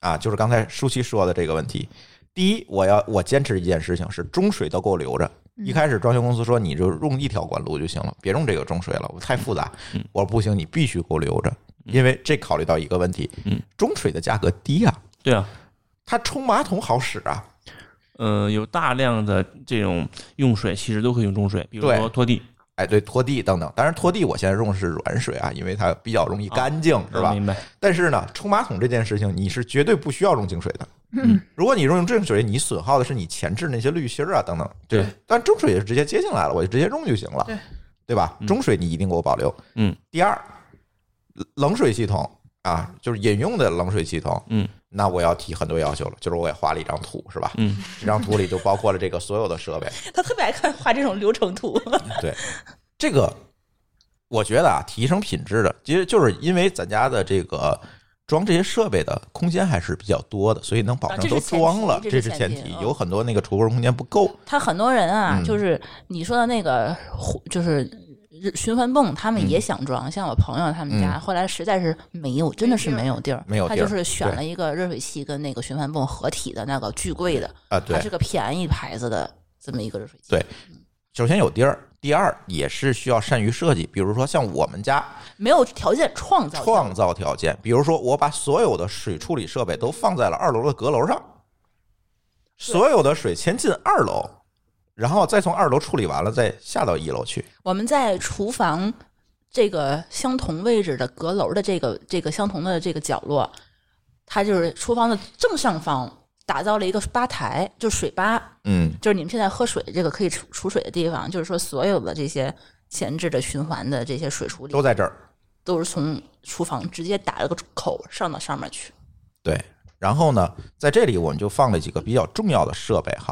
Speaker 2: 啊，就是刚才舒淇说的这个问题。第一，我要我坚持一件事情是中水都给我留着。
Speaker 3: 嗯
Speaker 2: 一开始装修公司说你就用一条管路就行了，别用这个中水了，我太复杂。
Speaker 3: 嗯
Speaker 2: 我说不行，你必须给我留着，因为这考虑到一个问题
Speaker 4: 嗯，
Speaker 2: 中水的价格低啊，
Speaker 4: 对啊，
Speaker 2: 它冲马桶好使啊，
Speaker 4: 呃，有大量的这种用水其实都可以用中水，比如
Speaker 2: 对
Speaker 4: 说拖地，
Speaker 2: 哎，对，拖地等等。当然，拖地我现在用的是软水啊，因为它比较容易干净，是吧？
Speaker 4: 哦嗯明白？
Speaker 2: 但是呢，冲马桶这件事情，你是绝对不需要用净水的。
Speaker 6: 嗯，
Speaker 2: 如果你用净水，你损耗的是你前置那些滤芯儿啊等等。
Speaker 4: 对，
Speaker 2: 但中水也是直接接进来了，我就直接用就行了，
Speaker 5: 对
Speaker 2: 对吧？
Speaker 4: 嗯
Speaker 2: 中水你一定给我保留。
Speaker 4: 嗯。
Speaker 2: 第二，冷水系统啊，就是饮用的冷水系统，
Speaker 4: 嗯，
Speaker 2: 那我要提很多要求了，就是我也画了一张图，是吧？
Speaker 4: 嗯，
Speaker 2: 这张图里就包括了这个所有的设备。
Speaker 3: 他特别爱看画这种流程 图。
Speaker 2: 对，这个我觉得啊，提升品质的，其实就是因为咱家的这个装这些设备的空间还是比较多的，所以能保
Speaker 3: 啊
Speaker 2: 证
Speaker 3: 这
Speaker 2: 都
Speaker 3: 是前
Speaker 2: 装
Speaker 3: 提
Speaker 2: 了，
Speaker 3: 这
Speaker 2: 这
Speaker 3: 是前
Speaker 2: 前
Speaker 3: 提
Speaker 2: 提。
Speaker 3: 嗯
Speaker 2: 有很多那个厨房空间不够，
Speaker 3: 他很多人啊，
Speaker 2: 嗯
Speaker 3: 就是你说的那个，就是循环泵，他们也想装。像我朋友他们家，
Speaker 2: 嗯
Speaker 3: 后来实在是没有，真的是没有地儿，
Speaker 2: 没有地
Speaker 3: 他
Speaker 2: 儿
Speaker 3: 就是选
Speaker 2: 对
Speaker 3: 了一个热水器跟那个循环泵合体的那个巨贵的，
Speaker 2: 啊，
Speaker 3: 它
Speaker 2: 对
Speaker 3: 是，个便宜牌子的这么一个热水器。
Speaker 2: 对首先有地儿，第二也是需要善于设计，比如说像我们家
Speaker 3: 没有条件创造出来
Speaker 2: 创造条件，比如说我把所有的水处理设备都放在了二楼的阁楼上，所有的水先进二楼，然后再从二楼处理完了再下到一楼去。
Speaker 3: 我们在厨房这个相同位置的阁楼的这个这个相同的这个角落，它就是厨房的正上方打造了一个吧台，就是水吧，
Speaker 2: 嗯，
Speaker 3: 就是你们现在喝水这个可以储储水的地方，就是说所有的这些前置的循环的这些水处理
Speaker 2: 都在这儿。
Speaker 3: 都是从厨房直接打了个口上到上面去。
Speaker 2: 对，然后呢，在这里我们就放了几个比较重要的设备哈。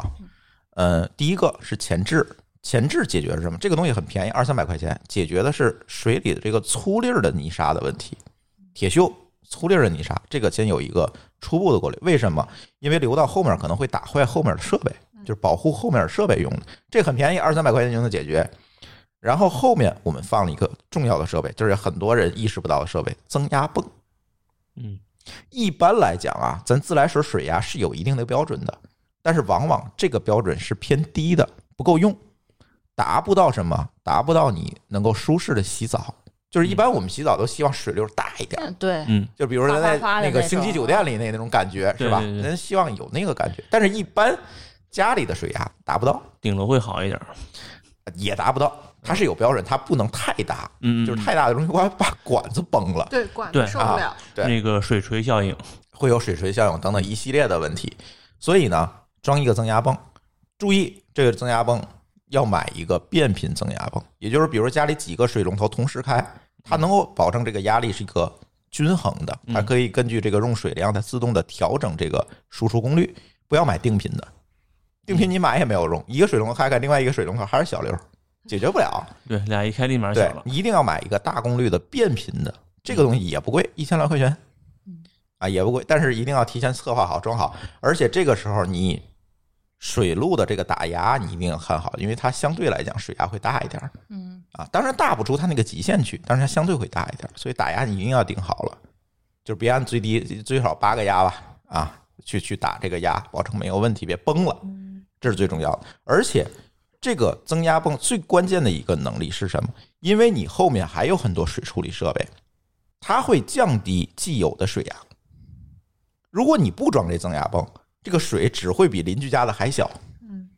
Speaker 2: 呃，第一个是前置，前置解决的是什么？这个东西很便宜，二三百块钱，解决的是水里的这个粗粒儿的泥沙的问题，铁锈。粗粒儿的泥沙，这个先有一个初步的过滤。为什么？因为留到后面可能会打坏后面的设备，就是保护后面的设备用的。这很便宜，二三百块钱就能解决。然后后面我们放了一个重要的设备，就是很多人意识不到的设备——增压泵。
Speaker 4: 嗯，
Speaker 2: 一般来讲啊，咱自来水水压是有一定的标准的，但是往往这个标准是偏低的，不够用，达不到什么？达不到你能够舒适的洗澡。就是
Speaker 3: 嗯
Speaker 2: 一般我们洗澡都希望水流大一点，
Speaker 3: 对
Speaker 4: 嗯
Speaker 2: 就比如说在
Speaker 3: 哗哗哗的
Speaker 2: 那个
Speaker 3: 那种嗯
Speaker 2: 星级酒店里那那种感觉是吧？
Speaker 4: 对对对
Speaker 2: 人希望有那个感觉，但是一般家里的水压达不到，
Speaker 4: 顶楼会好一点儿。
Speaker 2: 也达不到，它是有标准，它不能太大，
Speaker 4: 嗯，嗯
Speaker 2: 就是太大的容易把把管子崩了。
Speaker 5: 对，管
Speaker 4: 对
Speaker 5: 子受不了
Speaker 2: 啊。对
Speaker 4: 那个水锤效应，
Speaker 2: 会有水锤效应等等一系列的问题。所以呢，装一个增压泵，注意这个增压泵要买一个变频增压泵，也就是比如家里几个水龙头同时开，它能够保证这个压力是一个均衡的，
Speaker 4: 嗯
Speaker 2: 它可以根据这个用水量，它自动的调整这个输出功率。不要买定频的，定频你买也没有用，一个水龙头开开，另外一个水龙头还是小流，解决不了。
Speaker 4: 对，俩一开立马小
Speaker 2: 对
Speaker 4: 了。
Speaker 2: 你一定要买一个大功率的变频的，这个东西也不贵，一千来块钱，啊也不贵，但是一定要提前策划好装好，而且这个时候你水路的这个打压你一定要看好，因为它相对来讲水压会大一点儿
Speaker 3: 嗯，
Speaker 2: 啊，当然大不出它那个极限去，但是它相对会大一点儿，所以打压你一定要顶好了，就别按最低最少八个压吧，啊，去去打这个压，保证没有问题，别崩了，这是最重要的，而且。这个增压泵最关键的一个能力是什么？因为你后面还有很多水处理设备，它会降低既有的水压。如果你不装这增压泵，这个水只会比邻居家的还小。
Speaker 5: 嗯，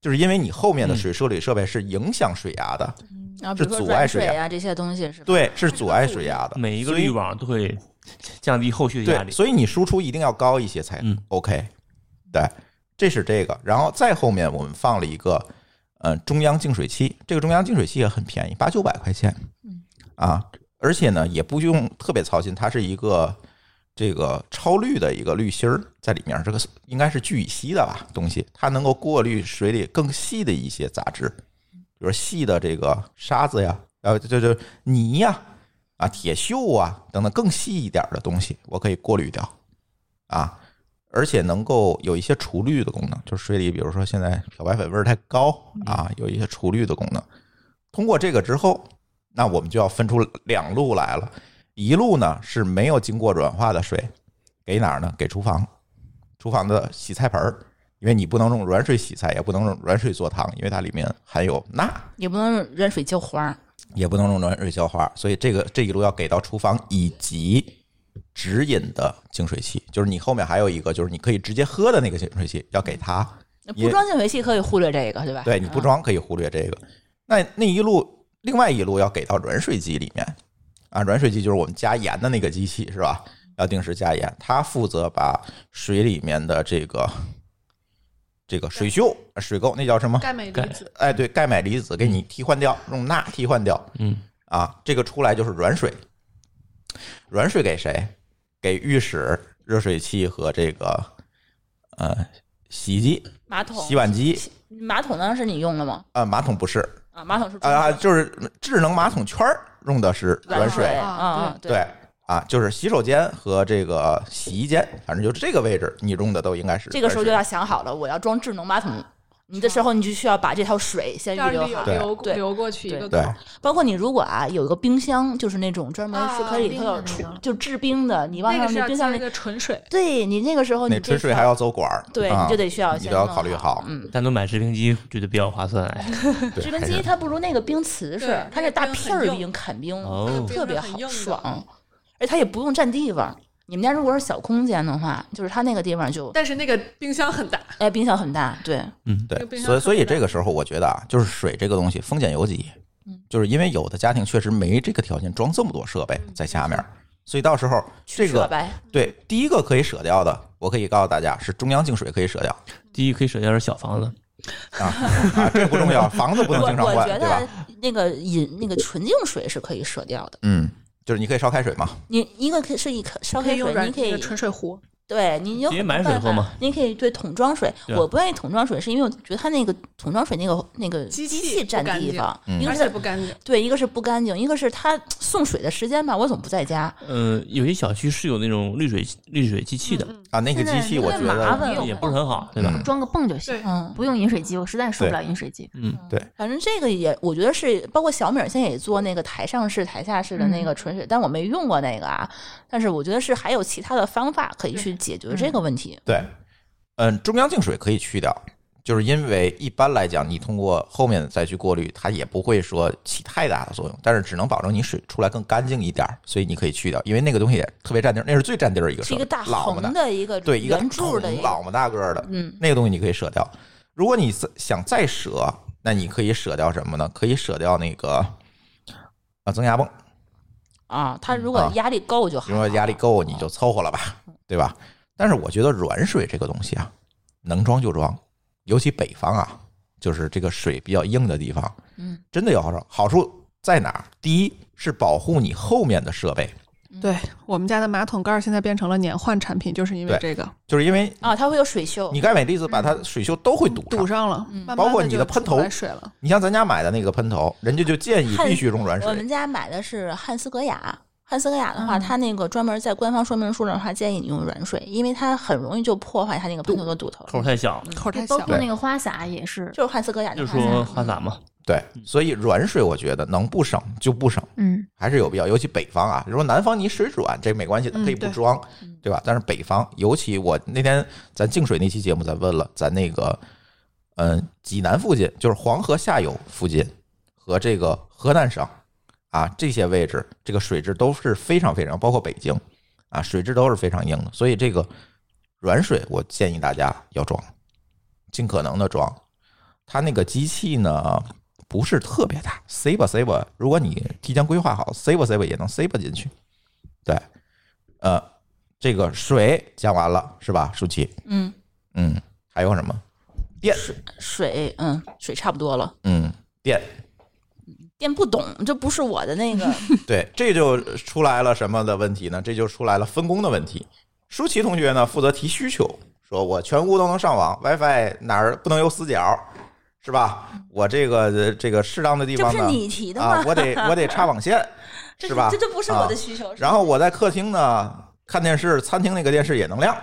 Speaker 2: 就是因为你后
Speaker 4: 嗯
Speaker 2: 面的水处理设备是影响水压的，
Speaker 3: 然后比如
Speaker 2: 嗯
Speaker 3: 说
Speaker 2: 是阻碍
Speaker 3: 软
Speaker 2: 水
Speaker 3: 水
Speaker 2: 压
Speaker 3: 啊这些东西是吧？
Speaker 2: 对，是阻碍水压的。
Speaker 4: 每一个
Speaker 2: 所以
Speaker 4: 滤网都会降低后续的压
Speaker 2: 对，
Speaker 4: 力。
Speaker 2: 所以你输出一定要高一些才
Speaker 4: 嗯
Speaker 2: OK。对，这是这个，然后再后面我们放了一个，呃，中央净水器，这个中央净水器也很便宜，八九百块钱，啊，而且呢也不用特别操心，它是一个这个超滤的一个滤芯儿在里面，这个应该是聚乙烯的吧东西，它能够过滤水里更细的一些杂质，比如细的这个沙子呀，呃，就就泥呀、啊，铁锈啊等等更细一点的东西，我可以过滤掉啊，而且能够有一些除氯的功能，就是水里比如说现在漂白粉味儿太高啊，有一些除氯的功能。通过这个之后，那我们就要分出两路来了，一路呢是没有经过软化的水，给哪儿呢？给厨房，厨房的洗菜盆儿。因为你不能用软水洗菜，也不能用软水做汤，因为它里面含有钠，
Speaker 3: 也不能用软水浇花儿。
Speaker 2: 也不能用软水浇花，所以这个这一路要给到厨房以及直饮的净水器，就是你后面还有一个就是你可以直接喝的那个净水器，要给它。也
Speaker 3: 不装净水器可以忽略这个，对吧？
Speaker 2: 对，你不
Speaker 3: 嗯
Speaker 2: 装可以忽略这个。那那一路，另外一路要给到软水机里面啊，软水机就是我们加盐的那个机器是吧？要定时加盐，它负责把水里面的这个这个水锈、水垢，那叫什么？
Speaker 5: 钙镁离子，
Speaker 2: 哎，对，钙镁离子给你替换掉，用钠替换掉。
Speaker 4: 嗯，
Speaker 2: 啊，这个出来就是软水。软水给谁？给浴室、热水器和这个呃洗衣机、
Speaker 3: 马桶
Speaker 2: 洗碗机
Speaker 3: 马桶当时你用了吗？
Speaker 2: 啊、马桶不是
Speaker 3: 啊，马桶是
Speaker 2: 啊、就是智能马桶圈儿用的是软
Speaker 3: 软
Speaker 2: 水，
Speaker 3: 啊啊，
Speaker 2: 对啊，就是洗手间和这个洗衣间，反正就是这个位置，你用的都应该是
Speaker 3: 这个时候就
Speaker 2: 软
Speaker 3: 要想好了，我要装智能马桶，你的时候你就需要把这套水先
Speaker 5: 要
Speaker 3: 预留
Speaker 5: 流
Speaker 3: 好。
Speaker 2: 对
Speaker 5: 流
Speaker 3: 对
Speaker 5: 流过去一个
Speaker 2: 水
Speaker 5: 口
Speaker 2: 对。
Speaker 3: 包括你如果啊有一个冰箱，就是那种专门是可以它
Speaker 6: 啊
Speaker 3: 有
Speaker 6: 冰的那
Speaker 3: 储
Speaker 6: 种
Speaker 3: 就制冰的，你往
Speaker 5: 那
Speaker 3: 上
Speaker 5: 个是
Speaker 3: 那
Speaker 5: 要
Speaker 3: 冰箱
Speaker 5: 加一
Speaker 3: 里，
Speaker 5: 个纯水，
Speaker 3: 对你那个时候
Speaker 2: 那
Speaker 3: 你
Speaker 2: 吃水还要走管儿，
Speaker 3: 对
Speaker 2: 啊
Speaker 3: 你就得需要
Speaker 2: 你
Speaker 3: 先
Speaker 2: 都要
Speaker 3: 弄
Speaker 2: 考虑好
Speaker 3: 嗯，
Speaker 4: 单独买制冰机觉得比较划算。哎
Speaker 2: 对
Speaker 3: 制冰
Speaker 2: 还
Speaker 3: 机
Speaker 2: 是
Speaker 3: 它不如那个冰瓷
Speaker 5: 对
Speaker 3: 是
Speaker 5: 那，
Speaker 3: 它
Speaker 5: 个
Speaker 3: 是大
Speaker 5: 冰
Speaker 3: 片
Speaker 5: 很
Speaker 3: 儿
Speaker 5: 硬
Speaker 3: 冰砍冰，
Speaker 4: 哦，
Speaker 3: 特别
Speaker 5: 冰
Speaker 3: 好
Speaker 5: 很硬的
Speaker 3: 爽，而且它也不用占地方。你们家如果是小空间的话，就是它那个地方就
Speaker 5: 但是那个冰箱很大，
Speaker 3: 哎冰箱很大，对，
Speaker 4: 嗯，
Speaker 5: 这个
Speaker 2: 对，
Speaker 5: 冰箱
Speaker 2: 所以所以
Speaker 5: 很大
Speaker 2: 这个时候我觉得啊，就是水这个东西风险有几，
Speaker 3: 嗯
Speaker 2: 就是因为有的家庭确实没这个条件装这么多设备
Speaker 3: 嗯
Speaker 2: 在下面儿，所以到时候这
Speaker 3: 是吧
Speaker 2: 个
Speaker 3: 白
Speaker 2: 对第一个可以舍掉的，我可以告诉大家是中央净水可以舍掉
Speaker 4: 第一可以省掉点小房子，
Speaker 2: 啊啊，这不重 要，房子不能
Speaker 3: 我
Speaker 2: 经常
Speaker 3: 我
Speaker 2: 换，
Speaker 3: 觉
Speaker 2: 对吧
Speaker 3: 得？那个饮那个纯净水是可以舍掉的。
Speaker 2: 嗯，就是你可以烧开水嘛，
Speaker 3: 你一个可以是一可烧
Speaker 5: 可
Speaker 3: 开
Speaker 5: 以用
Speaker 3: 水，
Speaker 5: 软
Speaker 3: 你可以
Speaker 5: 那个纯水壶，
Speaker 3: 对你有
Speaker 4: 直接
Speaker 3: 很
Speaker 4: 买
Speaker 3: 多
Speaker 4: 水
Speaker 3: 办
Speaker 4: 喝
Speaker 3: 法
Speaker 4: 嘛。
Speaker 3: 你可以对桶装水，
Speaker 4: 对
Speaker 3: 我不愿意桶装水，是因为我觉得它那个桶装水那个那个
Speaker 5: 机器
Speaker 3: 器
Speaker 5: 不
Speaker 3: 占
Speaker 5: 干
Speaker 3: 地
Speaker 5: 净
Speaker 3: 方，
Speaker 2: 嗯
Speaker 3: 一个
Speaker 5: 而
Speaker 3: 是
Speaker 5: 且不干净。
Speaker 3: 对，一个是不干净，一个是它送水的时间吧，我总不在家，
Speaker 4: 嗯，有些小区是有那种滤水滤水机器
Speaker 6: 嗯
Speaker 4: 的，
Speaker 5: 嗯
Speaker 2: 啊，那个
Speaker 6: 现在
Speaker 2: 机器我觉
Speaker 3: 特别麻
Speaker 2: 得
Speaker 3: 烦
Speaker 4: 也不是很好，对吧？
Speaker 6: 装个泵就行
Speaker 5: 对，
Speaker 3: 嗯。
Speaker 6: 不用饮水机，我实在受不了饮水机。
Speaker 4: 嗯，
Speaker 3: 反正这个也，我觉得是包括小米儿现在也做那个台上式、台下
Speaker 5: 嗯
Speaker 3: 式的那个纯水，但我没用过那个啊。但是我觉得是还有其他的方法可以去解决这个问题。
Speaker 2: 对，嗯，中央净水可以去掉，就是因为一般来讲，你通过后面再去过滤，它也不会说起太大的作用，但是只能保证你水出来更干净一点儿，所以你可以去掉，因为那个东西也特别占地儿，那是最占地儿的一个
Speaker 3: 是
Speaker 2: 设
Speaker 3: 一
Speaker 2: 备，
Speaker 3: 个大
Speaker 2: 老么大
Speaker 3: 横，的一个
Speaker 2: 对，一个
Speaker 3: 圆柱的
Speaker 2: 桶
Speaker 3: 一
Speaker 2: 老
Speaker 3: 个，
Speaker 2: 么大个儿的，
Speaker 3: 嗯，
Speaker 2: 那个东西你可以舍掉。如果你再想再舍，那你可以舍掉什么呢？可以舍掉那个啊增压泵，
Speaker 3: 啊，它如
Speaker 2: 啊
Speaker 3: 果压力够就好。
Speaker 2: 如果压力够，你就凑合了吧， 对吧？但是我觉得软水这个东西啊，能装就装，尤其北方啊，就是这个水比较硬的地方，
Speaker 3: 嗯，
Speaker 2: 真的有好处。好处在哪儿？第一是保护你后面的设备，
Speaker 5: 对我们家的马桶盖儿现在变成了年换产品，就是因为这个
Speaker 2: 就是因为
Speaker 3: 啊，它会有水锈。
Speaker 2: 你钙镁离子把它水锈都会堵上。
Speaker 5: 堵上了，
Speaker 6: 嗯
Speaker 5: 慢慢地
Speaker 2: 包括你的
Speaker 5: 就
Speaker 2: 喷
Speaker 5: 出不来
Speaker 2: 头
Speaker 5: 水了，
Speaker 2: 你像咱家买的那个喷头，人家就建议
Speaker 3: 焊
Speaker 2: 必须用软
Speaker 3: 我们
Speaker 2: 水，
Speaker 3: 家买的是汉斯格雅，汉斯格雅的话，它那个专门在官方说明书上的话，建议你用软水，因为它很容易就破坏它那个喷头的堵头。
Speaker 4: 口儿太小，
Speaker 5: 口儿太
Speaker 6: 哎包
Speaker 5: 小
Speaker 6: 括
Speaker 5: 了。
Speaker 6: 那个花洒也是，
Speaker 3: 就是汉斯格雅的
Speaker 4: 就
Speaker 3: 话，
Speaker 4: 是说花洒
Speaker 5: 嗯
Speaker 4: 嘛，
Speaker 2: 对，所以软水我觉得能不省就不省。
Speaker 6: 嗯，
Speaker 2: 还是有必要，尤其北方啊。如果南方你水软，这没关系的，
Speaker 5: 嗯
Speaker 2: 可以不
Speaker 5: 对
Speaker 2: 装，对吧？但是北方，尤其我那天咱净水那期节目，咱问了，咱那个嗯、济南附近，就是黄河下游附近和这个河南省啊这些位置，这个水质都是非常非常，包括北京啊，水质都是非常硬的。所以这个软水，我建议大家要装，尽可能的装。它那个机器呢，不是特别大，save save，如果你提前规划好，save save 也能 save 进去。对，呃，这个水讲完了是吧，舒淇？
Speaker 3: 嗯，
Speaker 2: 嗯，还有什么？电，
Speaker 3: 水，嗯，水差不多了。
Speaker 2: 嗯，电，
Speaker 3: 电不懂，这不是我的那个。
Speaker 2: 对，这就出来了什么的问题呢？这就出来了分工的问题。舒淇同学呢，负责提需求，说我全屋都能上网，WiFi 哪儿不能有死角，是吧？我这个这个适当的地
Speaker 3: 这不
Speaker 2: 方
Speaker 3: 是
Speaker 2: 呢，
Speaker 3: 你提的吗？
Speaker 2: 啊，我得我得插网线，
Speaker 3: 这
Speaker 2: 是吧
Speaker 3: 这这不是
Speaker 2: 啊
Speaker 3: 我的需求。是吧
Speaker 2: 然后我在客厅呢看电视，餐厅那个电视也能亮，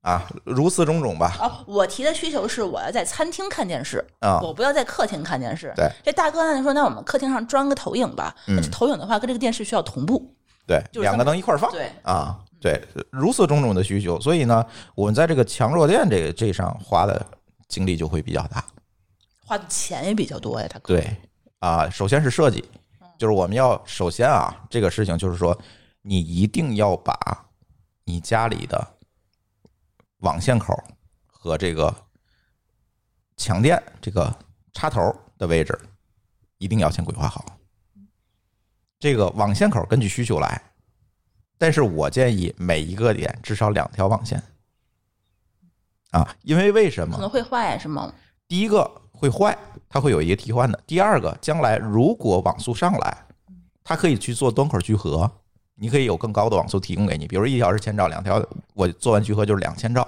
Speaker 2: 啊，如此种种吧，
Speaker 3: 啊，我提的需求是我要在餐厅看电视，
Speaker 2: 啊，
Speaker 3: 我不要在客厅看电视。
Speaker 2: 对，
Speaker 3: 这大哥呢就说，那我们客厅上装个投影吧。
Speaker 2: 嗯
Speaker 3: 那投影的话，跟这个电视需要同步。
Speaker 2: 对，
Speaker 3: 就是
Speaker 2: 两个能一块儿
Speaker 4: 哦
Speaker 2: 放，
Speaker 3: 对，
Speaker 2: 啊，对，如此种种的需求，所以呢，我们在这个强弱电这个这上花的精力就会比较大。
Speaker 3: 花的钱也比较多呀，
Speaker 4: 嗯
Speaker 3: 大哥。
Speaker 2: 对，啊，首先是设计，就是我们要首先啊，这个事情就是说，你一定要把你家里的网线口和这个强电这个插头的位置，一定要先规划好。这个网线口根据需求来，但是我建议每一个点至少两条网线。啊，因为为什么？
Speaker 3: 可能会坏是吗？
Speaker 2: 第一个会坏，它会有一个替换的；第二个，将来如果网速上来，它可以去做端口聚合，你可以有更高的网速提供给你，比如一条是千兆，两条我做完聚合就是两千兆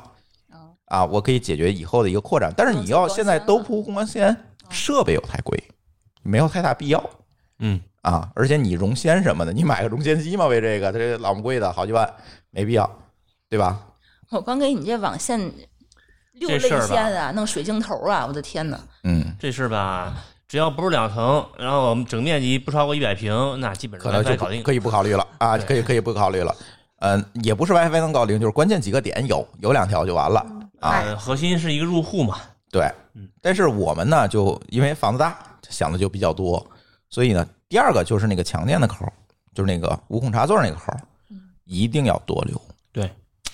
Speaker 3: 哦，
Speaker 2: 啊，我可以解决以后的一个扩展。但是你要现在都铺光纤，设备又太贵，没有太大必要
Speaker 4: 嗯，
Speaker 2: 啊。而且你容纤什么的，你买个容纤机嘛，为这个这老么贵的好几万，没必要，对吧？
Speaker 3: 我光给你这网线六
Speaker 4: 这
Speaker 3: 类
Speaker 4: 事儿吧
Speaker 3: 线啊，弄水晶头啊，我的天哪！
Speaker 2: 嗯，
Speaker 4: 这事儿吧，只要不是两层，然后我们整面积不超过一百平，那基本
Speaker 2: 可
Speaker 4: 上
Speaker 2: 能就
Speaker 4: WiFi
Speaker 2: 不
Speaker 4: 搞定。
Speaker 2: 可以不考虑了啊，
Speaker 4: 对
Speaker 2: 可以可以不考虑了。嗯，也不是 WiFi 能搞定，就是关键几个点有有两条就完了。
Speaker 6: 哎
Speaker 4: 呃，核心是一个入 户嘛，
Speaker 2: 对
Speaker 4: 嗯，
Speaker 2: 但是我们呢，就因为房子大，想的就比较多，所以呢，第二个就是那个强电的口儿，就是那个无孔插座那个口儿，一定要多留，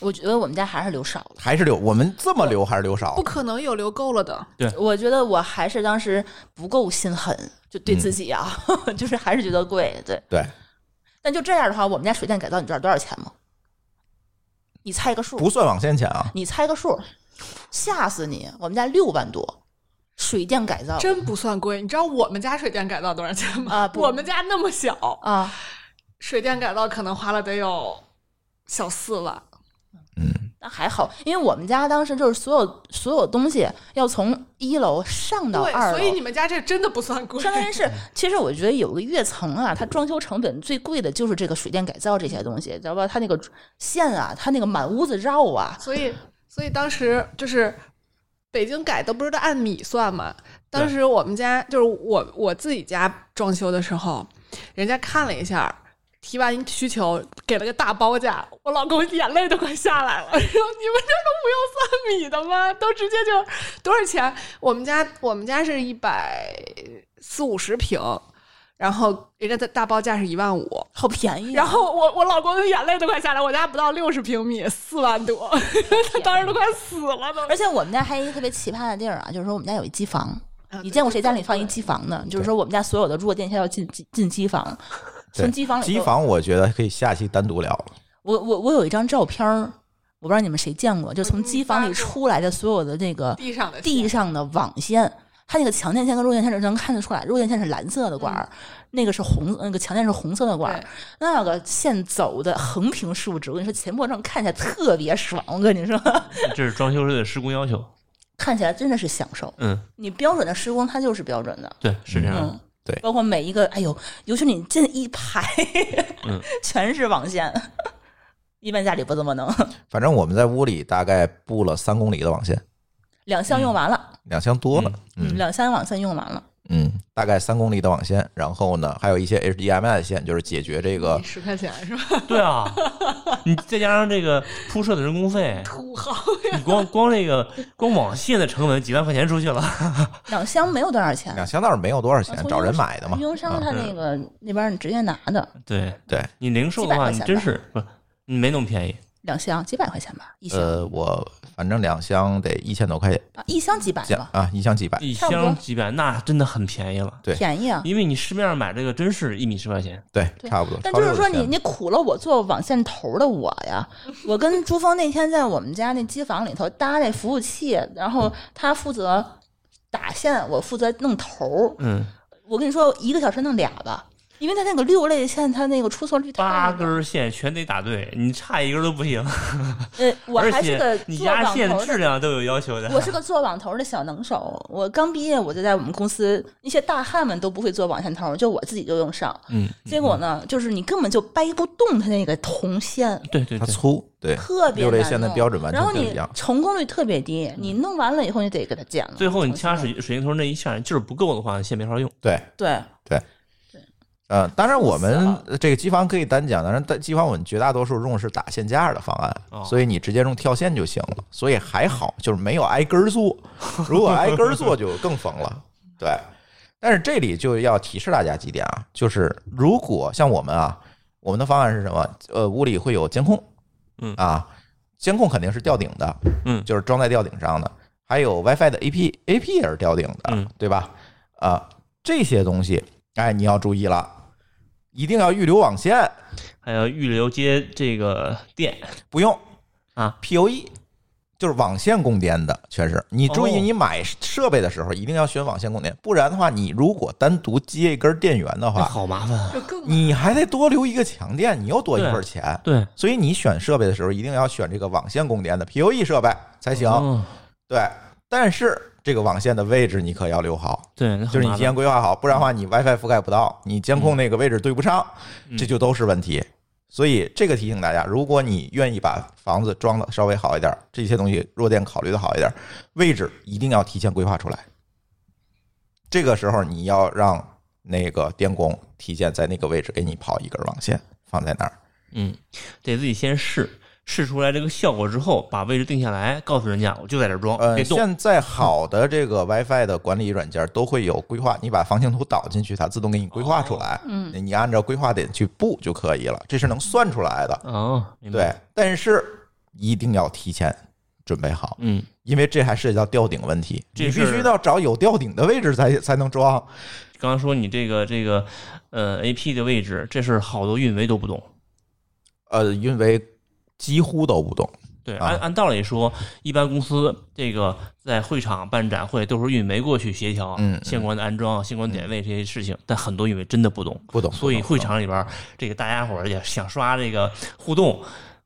Speaker 3: 我觉得我们家还是留少了。
Speaker 2: 还是留？我们这么留还是留少
Speaker 5: 不？可能有留够了的。
Speaker 3: 我觉得我还是当时不够心狠，就对自己啊，
Speaker 4: 嗯
Speaker 3: 就是还是觉得贵。对，
Speaker 2: 对，
Speaker 3: 但就这样的话，我们家水电改造，你知道多少钱吗？你猜个数，
Speaker 2: 不算网线钱啊，
Speaker 3: 你猜个数，吓死你！我们家六万多，水电改造
Speaker 5: 真不算贵，你知道我们家水电改造多少钱吗？
Speaker 3: 啊不
Speaker 5: 我们家那么小，
Speaker 3: 啊，
Speaker 5: 水电改造可能花了得有小四万。
Speaker 2: 嗯，
Speaker 3: 那还好，因为我们家当时就是所有所有东西要从一楼上到
Speaker 5: 对，
Speaker 3: 二楼
Speaker 5: 所以。你们家这真的不算贵。
Speaker 3: 相当于是，其实我觉得有个跃层啊，它装修成本最贵的就是这个水电改造这些东西，知道吧？它那个线啊，它那个满屋子绕啊，
Speaker 5: 所以，所以当时就是北京改都不是都按米算嘛。当时我们家就是我我自己家装修的时候，人家看了一下，提完需求给了个大包价，我老公眼泪都快下来了。然后你 们这都不用算米的吗？都直接就多少钱？我们家我们家是一百四五十平，然后人家的大包价是一万五。
Speaker 3: 好便宜啊、
Speaker 5: 然后我我老公的眼泪都快下来，我家不到六十平米，四万多，他当时都快死了都。
Speaker 3: 而且我们家还有一个特别奇葩的地儿啊，就是说我们家有一机房，
Speaker 5: 啊
Speaker 3: 你见过谁家里放一机房的？就是说我们家所有的弱电器要进进进机房，从机房里头
Speaker 2: 机，房我觉得可以下期单独聊了。
Speaker 3: 我我我有一张照片儿，我不知道你们谁见过，就从机房里出来的所有的那个
Speaker 5: 嗯地上的
Speaker 3: 地
Speaker 5: 上
Speaker 3: 上的网线。它那个强电线跟弱电线是能看得出来，弱电线是蓝色的管儿，那个是红，那个强电是红色的管儿
Speaker 5: 嗯对，
Speaker 3: 那个线走的横平竖直，我跟你说，前波上看起来特别爽，我跟你说，
Speaker 4: 这是装修师的施工要求。
Speaker 3: 看起来真的是享受。
Speaker 4: 嗯，
Speaker 3: 你标准的施工，它就是标准的，
Speaker 4: 对，是这样的。
Speaker 3: 嗯，
Speaker 2: 对
Speaker 3: 包括每一个，哎呦，尤其你这一排，
Speaker 4: 嗯
Speaker 3: 全是网线， 一般家里不这么弄，
Speaker 2: 反正我们在屋里大概布了三公里的网线，
Speaker 3: 两箱用完了，
Speaker 2: 两箱多了，嗯
Speaker 3: 嗯，两箱网线用完了，
Speaker 2: 嗯，大概三公里的网线，然后呢，还有一些 HDMI 的线，就是解决这个
Speaker 5: 十块钱是吧？
Speaker 4: 对 啊，你再加上这个铺设的人工费，
Speaker 5: 土豪
Speaker 4: 你光光这个光网线的成本几万块钱出去了。
Speaker 3: 两箱没有多少钱，
Speaker 2: 两箱倒是没有多少
Speaker 3: 啊
Speaker 2: 钱，
Speaker 3: 从
Speaker 2: 找人
Speaker 3: 优
Speaker 2: 买的嘛。
Speaker 3: 运营商
Speaker 2: 啊
Speaker 3: 他那个那边你直接拿的，
Speaker 4: 对
Speaker 2: 对
Speaker 4: 你零售的话，你
Speaker 3: 几百块钱吧
Speaker 4: 真是不，你没那么便宜。
Speaker 3: 两箱几百块钱吧，一箱、
Speaker 2: 呃，我反正两箱得一千多块钱，
Speaker 3: 啊，一箱几百
Speaker 2: 这样
Speaker 3: 吧，
Speaker 2: 啊，一箱几百。
Speaker 4: 一
Speaker 3: 差不
Speaker 4: 箱
Speaker 3: 多
Speaker 4: 几百，那真的很便宜了。
Speaker 2: 对
Speaker 3: 便宜啊。
Speaker 4: 因为你市面上买这个真是一米十块钱，
Speaker 2: 对，
Speaker 3: 对
Speaker 2: 差不多。
Speaker 3: 但
Speaker 2: 超
Speaker 3: 就
Speaker 2: 六
Speaker 3: 是说
Speaker 2: 的
Speaker 3: 你
Speaker 2: 钱
Speaker 3: 你苦了我做网线头的我呀，我跟朱峰那天在我们家那机房里头搭那服务器，然后他负责打线，我负责弄头儿。
Speaker 4: 嗯，
Speaker 3: 我跟你说，一个小时弄俩吧，因为他那个六类线，他那个出错率太
Speaker 4: 八
Speaker 3: 高。
Speaker 4: 根线全得打对，你差一根都不行。
Speaker 3: 呃，我
Speaker 4: 而
Speaker 3: 还是
Speaker 4: 且
Speaker 3: 个
Speaker 4: 你
Speaker 3: 做
Speaker 4: 压
Speaker 3: 网
Speaker 4: 线的
Speaker 3: 头
Speaker 4: 质
Speaker 3: 的。
Speaker 4: 量都有要求的。
Speaker 3: 我是个做网头的小能手，我刚毕业我就在我们公司，那些大汉们都不会做网线头，就我自己就用上。
Speaker 4: 嗯，
Speaker 3: 结果呢，就是你根本就掰不动它那个铜线，
Speaker 4: 对对
Speaker 2: 它
Speaker 4: 对，
Speaker 2: 粗，对，
Speaker 3: 特别
Speaker 2: 六类
Speaker 3: 难
Speaker 2: 线的
Speaker 3: 弄
Speaker 2: 标准完全
Speaker 3: 然后
Speaker 2: 不一
Speaker 3: 你
Speaker 2: 样。嗯
Speaker 3: 成功率特别低，你弄完了以后你得给它剪了。
Speaker 4: 最后你
Speaker 3: 重新
Speaker 4: 掐水水晶头那一下劲儿不够的话，线没法用。
Speaker 2: 对，
Speaker 3: 对，
Speaker 2: 呃，当然我
Speaker 3: 死
Speaker 2: 们
Speaker 3: 了
Speaker 2: 呃这个机房可以单讲，当然单机房我们绝大多数用的是打线架的方
Speaker 4: 哦
Speaker 2: 案，所以你直接用跳线就行了，所以还好，就是没有挨根儿做。如果挨根儿做就更疯 了，对。但是这里就要提示大家几点啊，就是如果像我们啊，我们的方案是什么？呃，屋里会有监控，
Speaker 4: 嗯
Speaker 2: 啊，监控肯定是吊顶的，
Speaker 4: 嗯
Speaker 2: 就是装在吊顶上的，还有 WiFi 的 AP，AP 也是吊顶的，
Speaker 4: 嗯
Speaker 2: 对吧？啊、这些东西，哎，你要注意了，一定要预留网线，
Speaker 4: 还要预留接这个电，
Speaker 2: 不用
Speaker 4: 啊
Speaker 2: ，POE 就是网线供电的，全是。你注意，
Speaker 4: 哦
Speaker 2: 你买设备的时候一定要选网线供电，不然的话，你如果单独接一根电源的
Speaker 4: 那
Speaker 2: 话，
Speaker 4: 好麻烦啊。
Speaker 5: 就更
Speaker 2: 你还得多留一个强电，你又多一份
Speaker 4: 对
Speaker 2: 钱。
Speaker 4: 对，
Speaker 2: 所以你选设备的时候一定要选这个网线供电的 POE 设备才行。
Speaker 4: 哦
Speaker 2: 对，但是这个网线的位置你可要留好，
Speaker 4: 对，那很
Speaker 2: 就是你
Speaker 4: 麻
Speaker 2: 提
Speaker 4: 烦嗯
Speaker 2: 前规划好，不然的话你 WiFi 覆盖不到，你监控那个位置对不上，这就都是问题。所以这个提醒大家，如果你愿意把房子装的稍微好一点，这些东西弱电考虑的好一点，位置一定要提前规划出来。这个时候你要让那个电工提前在那个位置给你跑一根网线放在那儿。
Speaker 4: 嗯，得自己先试试出来这个效果之后，把位置定下来，告诉人家我就在这儿装，
Speaker 2: 呃，
Speaker 4: 别动。
Speaker 2: 现在好的这个 WiFi 的管理软件都会有规划，你把房型图导进去，它自动给你规划出来。
Speaker 3: 嗯，
Speaker 2: 你按照规划点去布就可以了，这是能算出来的。
Speaker 4: 哦，明白
Speaker 2: 对，，但是一定要提前准备好，
Speaker 4: 嗯，
Speaker 2: 因为这还涉及到吊顶问题，
Speaker 4: 这
Speaker 2: 你必
Speaker 4: 是
Speaker 2: 须要找有吊顶的位置才才能装。
Speaker 4: 刚刚说你这个这个呃 A P 的位置，这事儿好多运维都不懂。
Speaker 2: 呃，因为几乎都不懂。
Speaker 4: 对，
Speaker 2: 啊
Speaker 4: 按按道理说，一般公司这个在会场办展会都是运维过去协调
Speaker 2: 嗯
Speaker 4: 相关的安装、相关点位这些事情，但很多运维真的不懂，
Speaker 2: 不懂
Speaker 4: 所
Speaker 2: 不
Speaker 4: 以
Speaker 2: 懂
Speaker 4: 会场里边儿这个大家伙儿也想刷这个互动，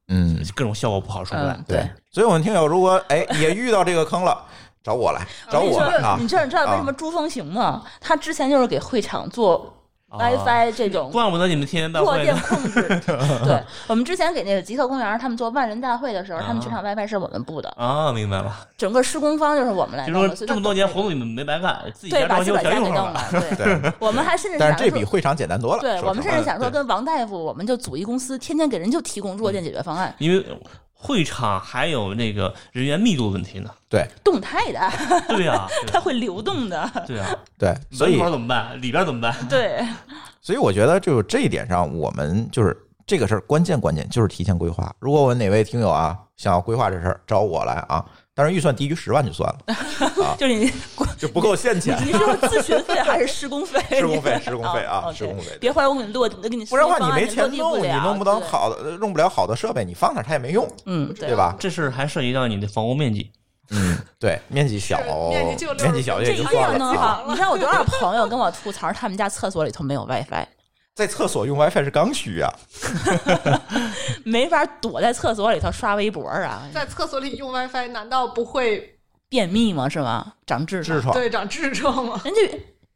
Speaker 2: 嗯，
Speaker 4: 各种效果不好出来
Speaker 3: 嗯。
Speaker 2: 对。所以我们听友如果哎也遇到这个坑了，找我来，找
Speaker 3: 你
Speaker 2: 我
Speaker 3: 说
Speaker 2: 啊
Speaker 3: 你。知道你知道
Speaker 2: 啊
Speaker 3: 为什么朱峰行吗？他之前就是给会场做
Speaker 4: 啊
Speaker 3: WiFi 这种
Speaker 4: 怪不得你们天天办
Speaker 3: 弱
Speaker 4: 会
Speaker 3: 电
Speaker 4: 呢。
Speaker 3: 控制。 对，我们之前给那个极客公园他们做万人大会的时候，
Speaker 2: 啊
Speaker 3: 他们全场 WiFi 是我们布的，
Speaker 4: 啊，明白了，
Speaker 3: 整个施工方就是我们来
Speaker 4: 就
Speaker 3: 弄
Speaker 4: 说
Speaker 3: 的。所以
Speaker 4: 这
Speaker 3: 哎他
Speaker 4: 么多年活动你们没白干，自己
Speaker 3: 对，
Speaker 4: 家
Speaker 3: 把
Speaker 4: 装
Speaker 3: 自
Speaker 4: 修
Speaker 3: 个儿
Speaker 4: 全
Speaker 3: 家给
Speaker 4: 用
Speaker 3: 弄
Speaker 4: 上了。
Speaker 3: 了。对，
Speaker 2: 对，
Speaker 3: 我们还甚至
Speaker 2: 但
Speaker 3: 想
Speaker 2: 是这
Speaker 3: 说
Speaker 2: 比。会场简单多了。
Speaker 3: 对
Speaker 2: 说
Speaker 3: 我们
Speaker 2: 实
Speaker 3: 甚
Speaker 2: 话
Speaker 3: 至想说，
Speaker 2: 对
Speaker 3: 跟王大夫，我们就组一公司，天天给人就提供弱电解决方案，
Speaker 4: 因为会场还有那个人员密度问题呢。
Speaker 3: 动态的，
Speaker 4: 对呀、
Speaker 3: 它会流动的。
Speaker 4: 对呀、
Speaker 2: 对，嗯所
Speaker 4: 门
Speaker 2: 以
Speaker 4: 口怎么办？里边怎么办？
Speaker 3: 对，
Speaker 2: 所以我觉得就这一点上，我们就是这个事儿关键关键就是提前规划。如果我哪位听友啊想要规划这事儿，找我来啊，但是预算低于十万就算了，
Speaker 3: 就是你，
Speaker 2: 就不够现钱
Speaker 3: 你是用咨询费还是施工费？
Speaker 2: 施工费施工费啊
Speaker 3: 哦哦对
Speaker 2: 施工费
Speaker 3: 别坏我给你落，我给你
Speaker 2: 不然的
Speaker 3: 施
Speaker 2: 话
Speaker 3: 工
Speaker 2: 你
Speaker 3: 方案
Speaker 2: 没钱
Speaker 3: 落地
Speaker 2: 弄，
Speaker 3: 不
Speaker 2: 你
Speaker 3: 了
Speaker 2: 弄不到，好的，呃弄不了好的设备，你放那儿它也没用，
Speaker 3: 对嗯，
Speaker 2: 对？吧？
Speaker 4: 这事儿还涉及到你的房屋面积。
Speaker 2: 嗯，对，面积小，
Speaker 5: 面积就60
Speaker 2: 面积小
Speaker 3: 这
Speaker 2: 也
Speaker 3: 一
Speaker 2: 就
Speaker 3: 定要
Speaker 2: 算
Speaker 3: 弄
Speaker 2: 了啊。
Speaker 3: 好。你知道我多少朋友跟我吐槽，他们家厕所里头没有 WiFi，
Speaker 2: 在厕所用 WiFi 是刚需啊，
Speaker 3: 没法躲在厕所里头刷微博啊，
Speaker 5: 在厕所里用 WiFi，难道不会
Speaker 3: 便秘吗？是吗？长痔
Speaker 2: 痔
Speaker 3: 疮，
Speaker 2: 疮
Speaker 5: 对长痔疮吗？
Speaker 3: 人家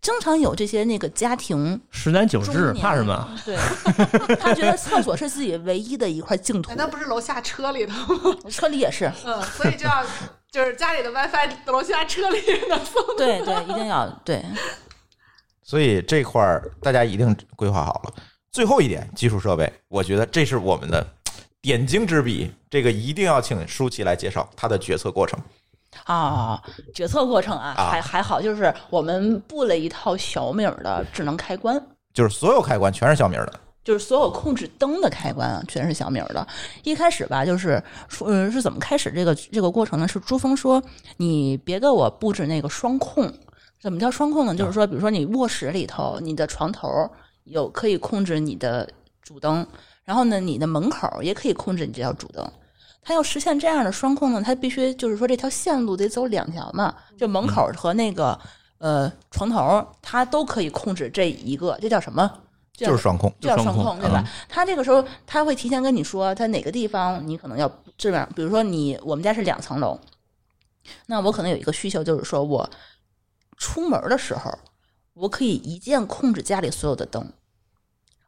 Speaker 3: 经常有这些那个家庭
Speaker 4: 十男九
Speaker 3: 中
Speaker 4: 痔，
Speaker 3: 年
Speaker 4: 怕什么？？
Speaker 3: 对，他觉得厕所是自己唯一的一块净土
Speaker 5: 难，道不是楼下车里头吗？
Speaker 3: 车里也是。
Speaker 5: 嗯，所以就要就是家里的 WiFi 楼下车里能送。
Speaker 3: 对对，一定要对，
Speaker 2: 所以这块儿大家一定规划好了。最后一点，基础设备，我觉得这是我们的点睛之笔，这个一定要请舒淇来介绍他的决策过程。
Speaker 3: 啊，决策过程啊，
Speaker 2: 啊
Speaker 3: 还还好，就是我们布了一套小米儿的智能开关，
Speaker 2: 就是所有开关全是小米儿的，
Speaker 3: 就是所有控制灯的开关啊，全是小米儿的。一开始吧，就是说，呃，是怎么开始这个这个过程呢？是朱峰说，你别给我布置那个双控。怎么叫双控呢？就是说，比如说你卧室里头，你的床头有可以控制你的主灯，然后呢，你的门口也可以控制你这条主灯。它要实现这样的双控呢，它必须就是说这条线路得走两条嘛，就门口和那个呃床头，它都可以控制这一个，这叫什么？这叫
Speaker 2: 就是双控，
Speaker 3: 就要
Speaker 4: 就
Speaker 3: 双
Speaker 4: 双控嗯
Speaker 3: 控，对吧？他这个时候他会提前跟你说，他哪个地方你可能要这样，比如说你我们家是两层楼，那我可能有一个需求就是说我出门的时候，我可以一键控制家里所有的灯。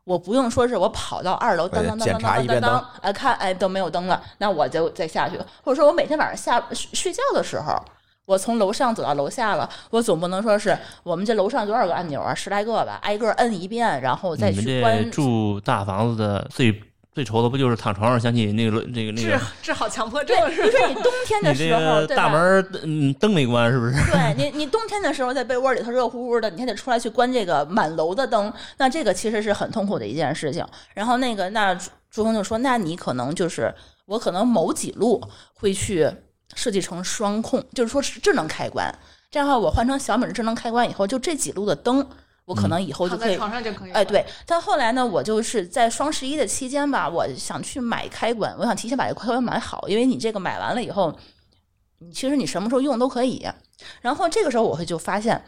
Speaker 3: 我不用说是我跑到二楼当当当当当当当当，哎看哎都没有灯了，那我就再下去，或者说我每天晚上下睡睡觉的时候，我从楼上走到楼下了，我总不能说是我们这楼上多少个按钮啊，十来个吧，挨个摁一遍，然后再
Speaker 4: 你们
Speaker 3: 去
Speaker 4: 这
Speaker 3: 关。
Speaker 4: 住大房子的最最愁的不就是躺床上想起那个那个那
Speaker 5: 治
Speaker 4: 个，
Speaker 5: 治好强迫症
Speaker 3: 对，
Speaker 5: 是
Speaker 3: 就
Speaker 5: 吧？
Speaker 3: 是你冬天 的
Speaker 4: 你这
Speaker 3: 时候，
Speaker 4: 个
Speaker 3: 对
Speaker 4: 大
Speaker 3: 吧？
Speaker 4: 门嗯灯没关是不是？
Speaker 3: 对你，你冬天的时候在被窝里头热乎乎的，你还得出来去关这个满楼的灯，那这个其实是很痛苦的一件事情。然后那个那朱朱峰就说，那你可能就是我可能某几路会去设计成双控，就是说是智能开关。这样的话，我换成小米的智能开关以后，就这几路的灯，我
Speaker 4: 嗯
Speaker 3: 可能以后就
Speaker 5: 躺
Speaker 3: 可
Speaker 5: 在
Speaker 3: 以
Speaker 5: 床上就可以。
Speaker 3: 哎，，对，但后来呢，我就是在双十一的期间吧，我想去买开关，我想提前把这个开关买好，因为你这个买完了以后，你其实你什么时候用都可以。然后这个时候我会就发现，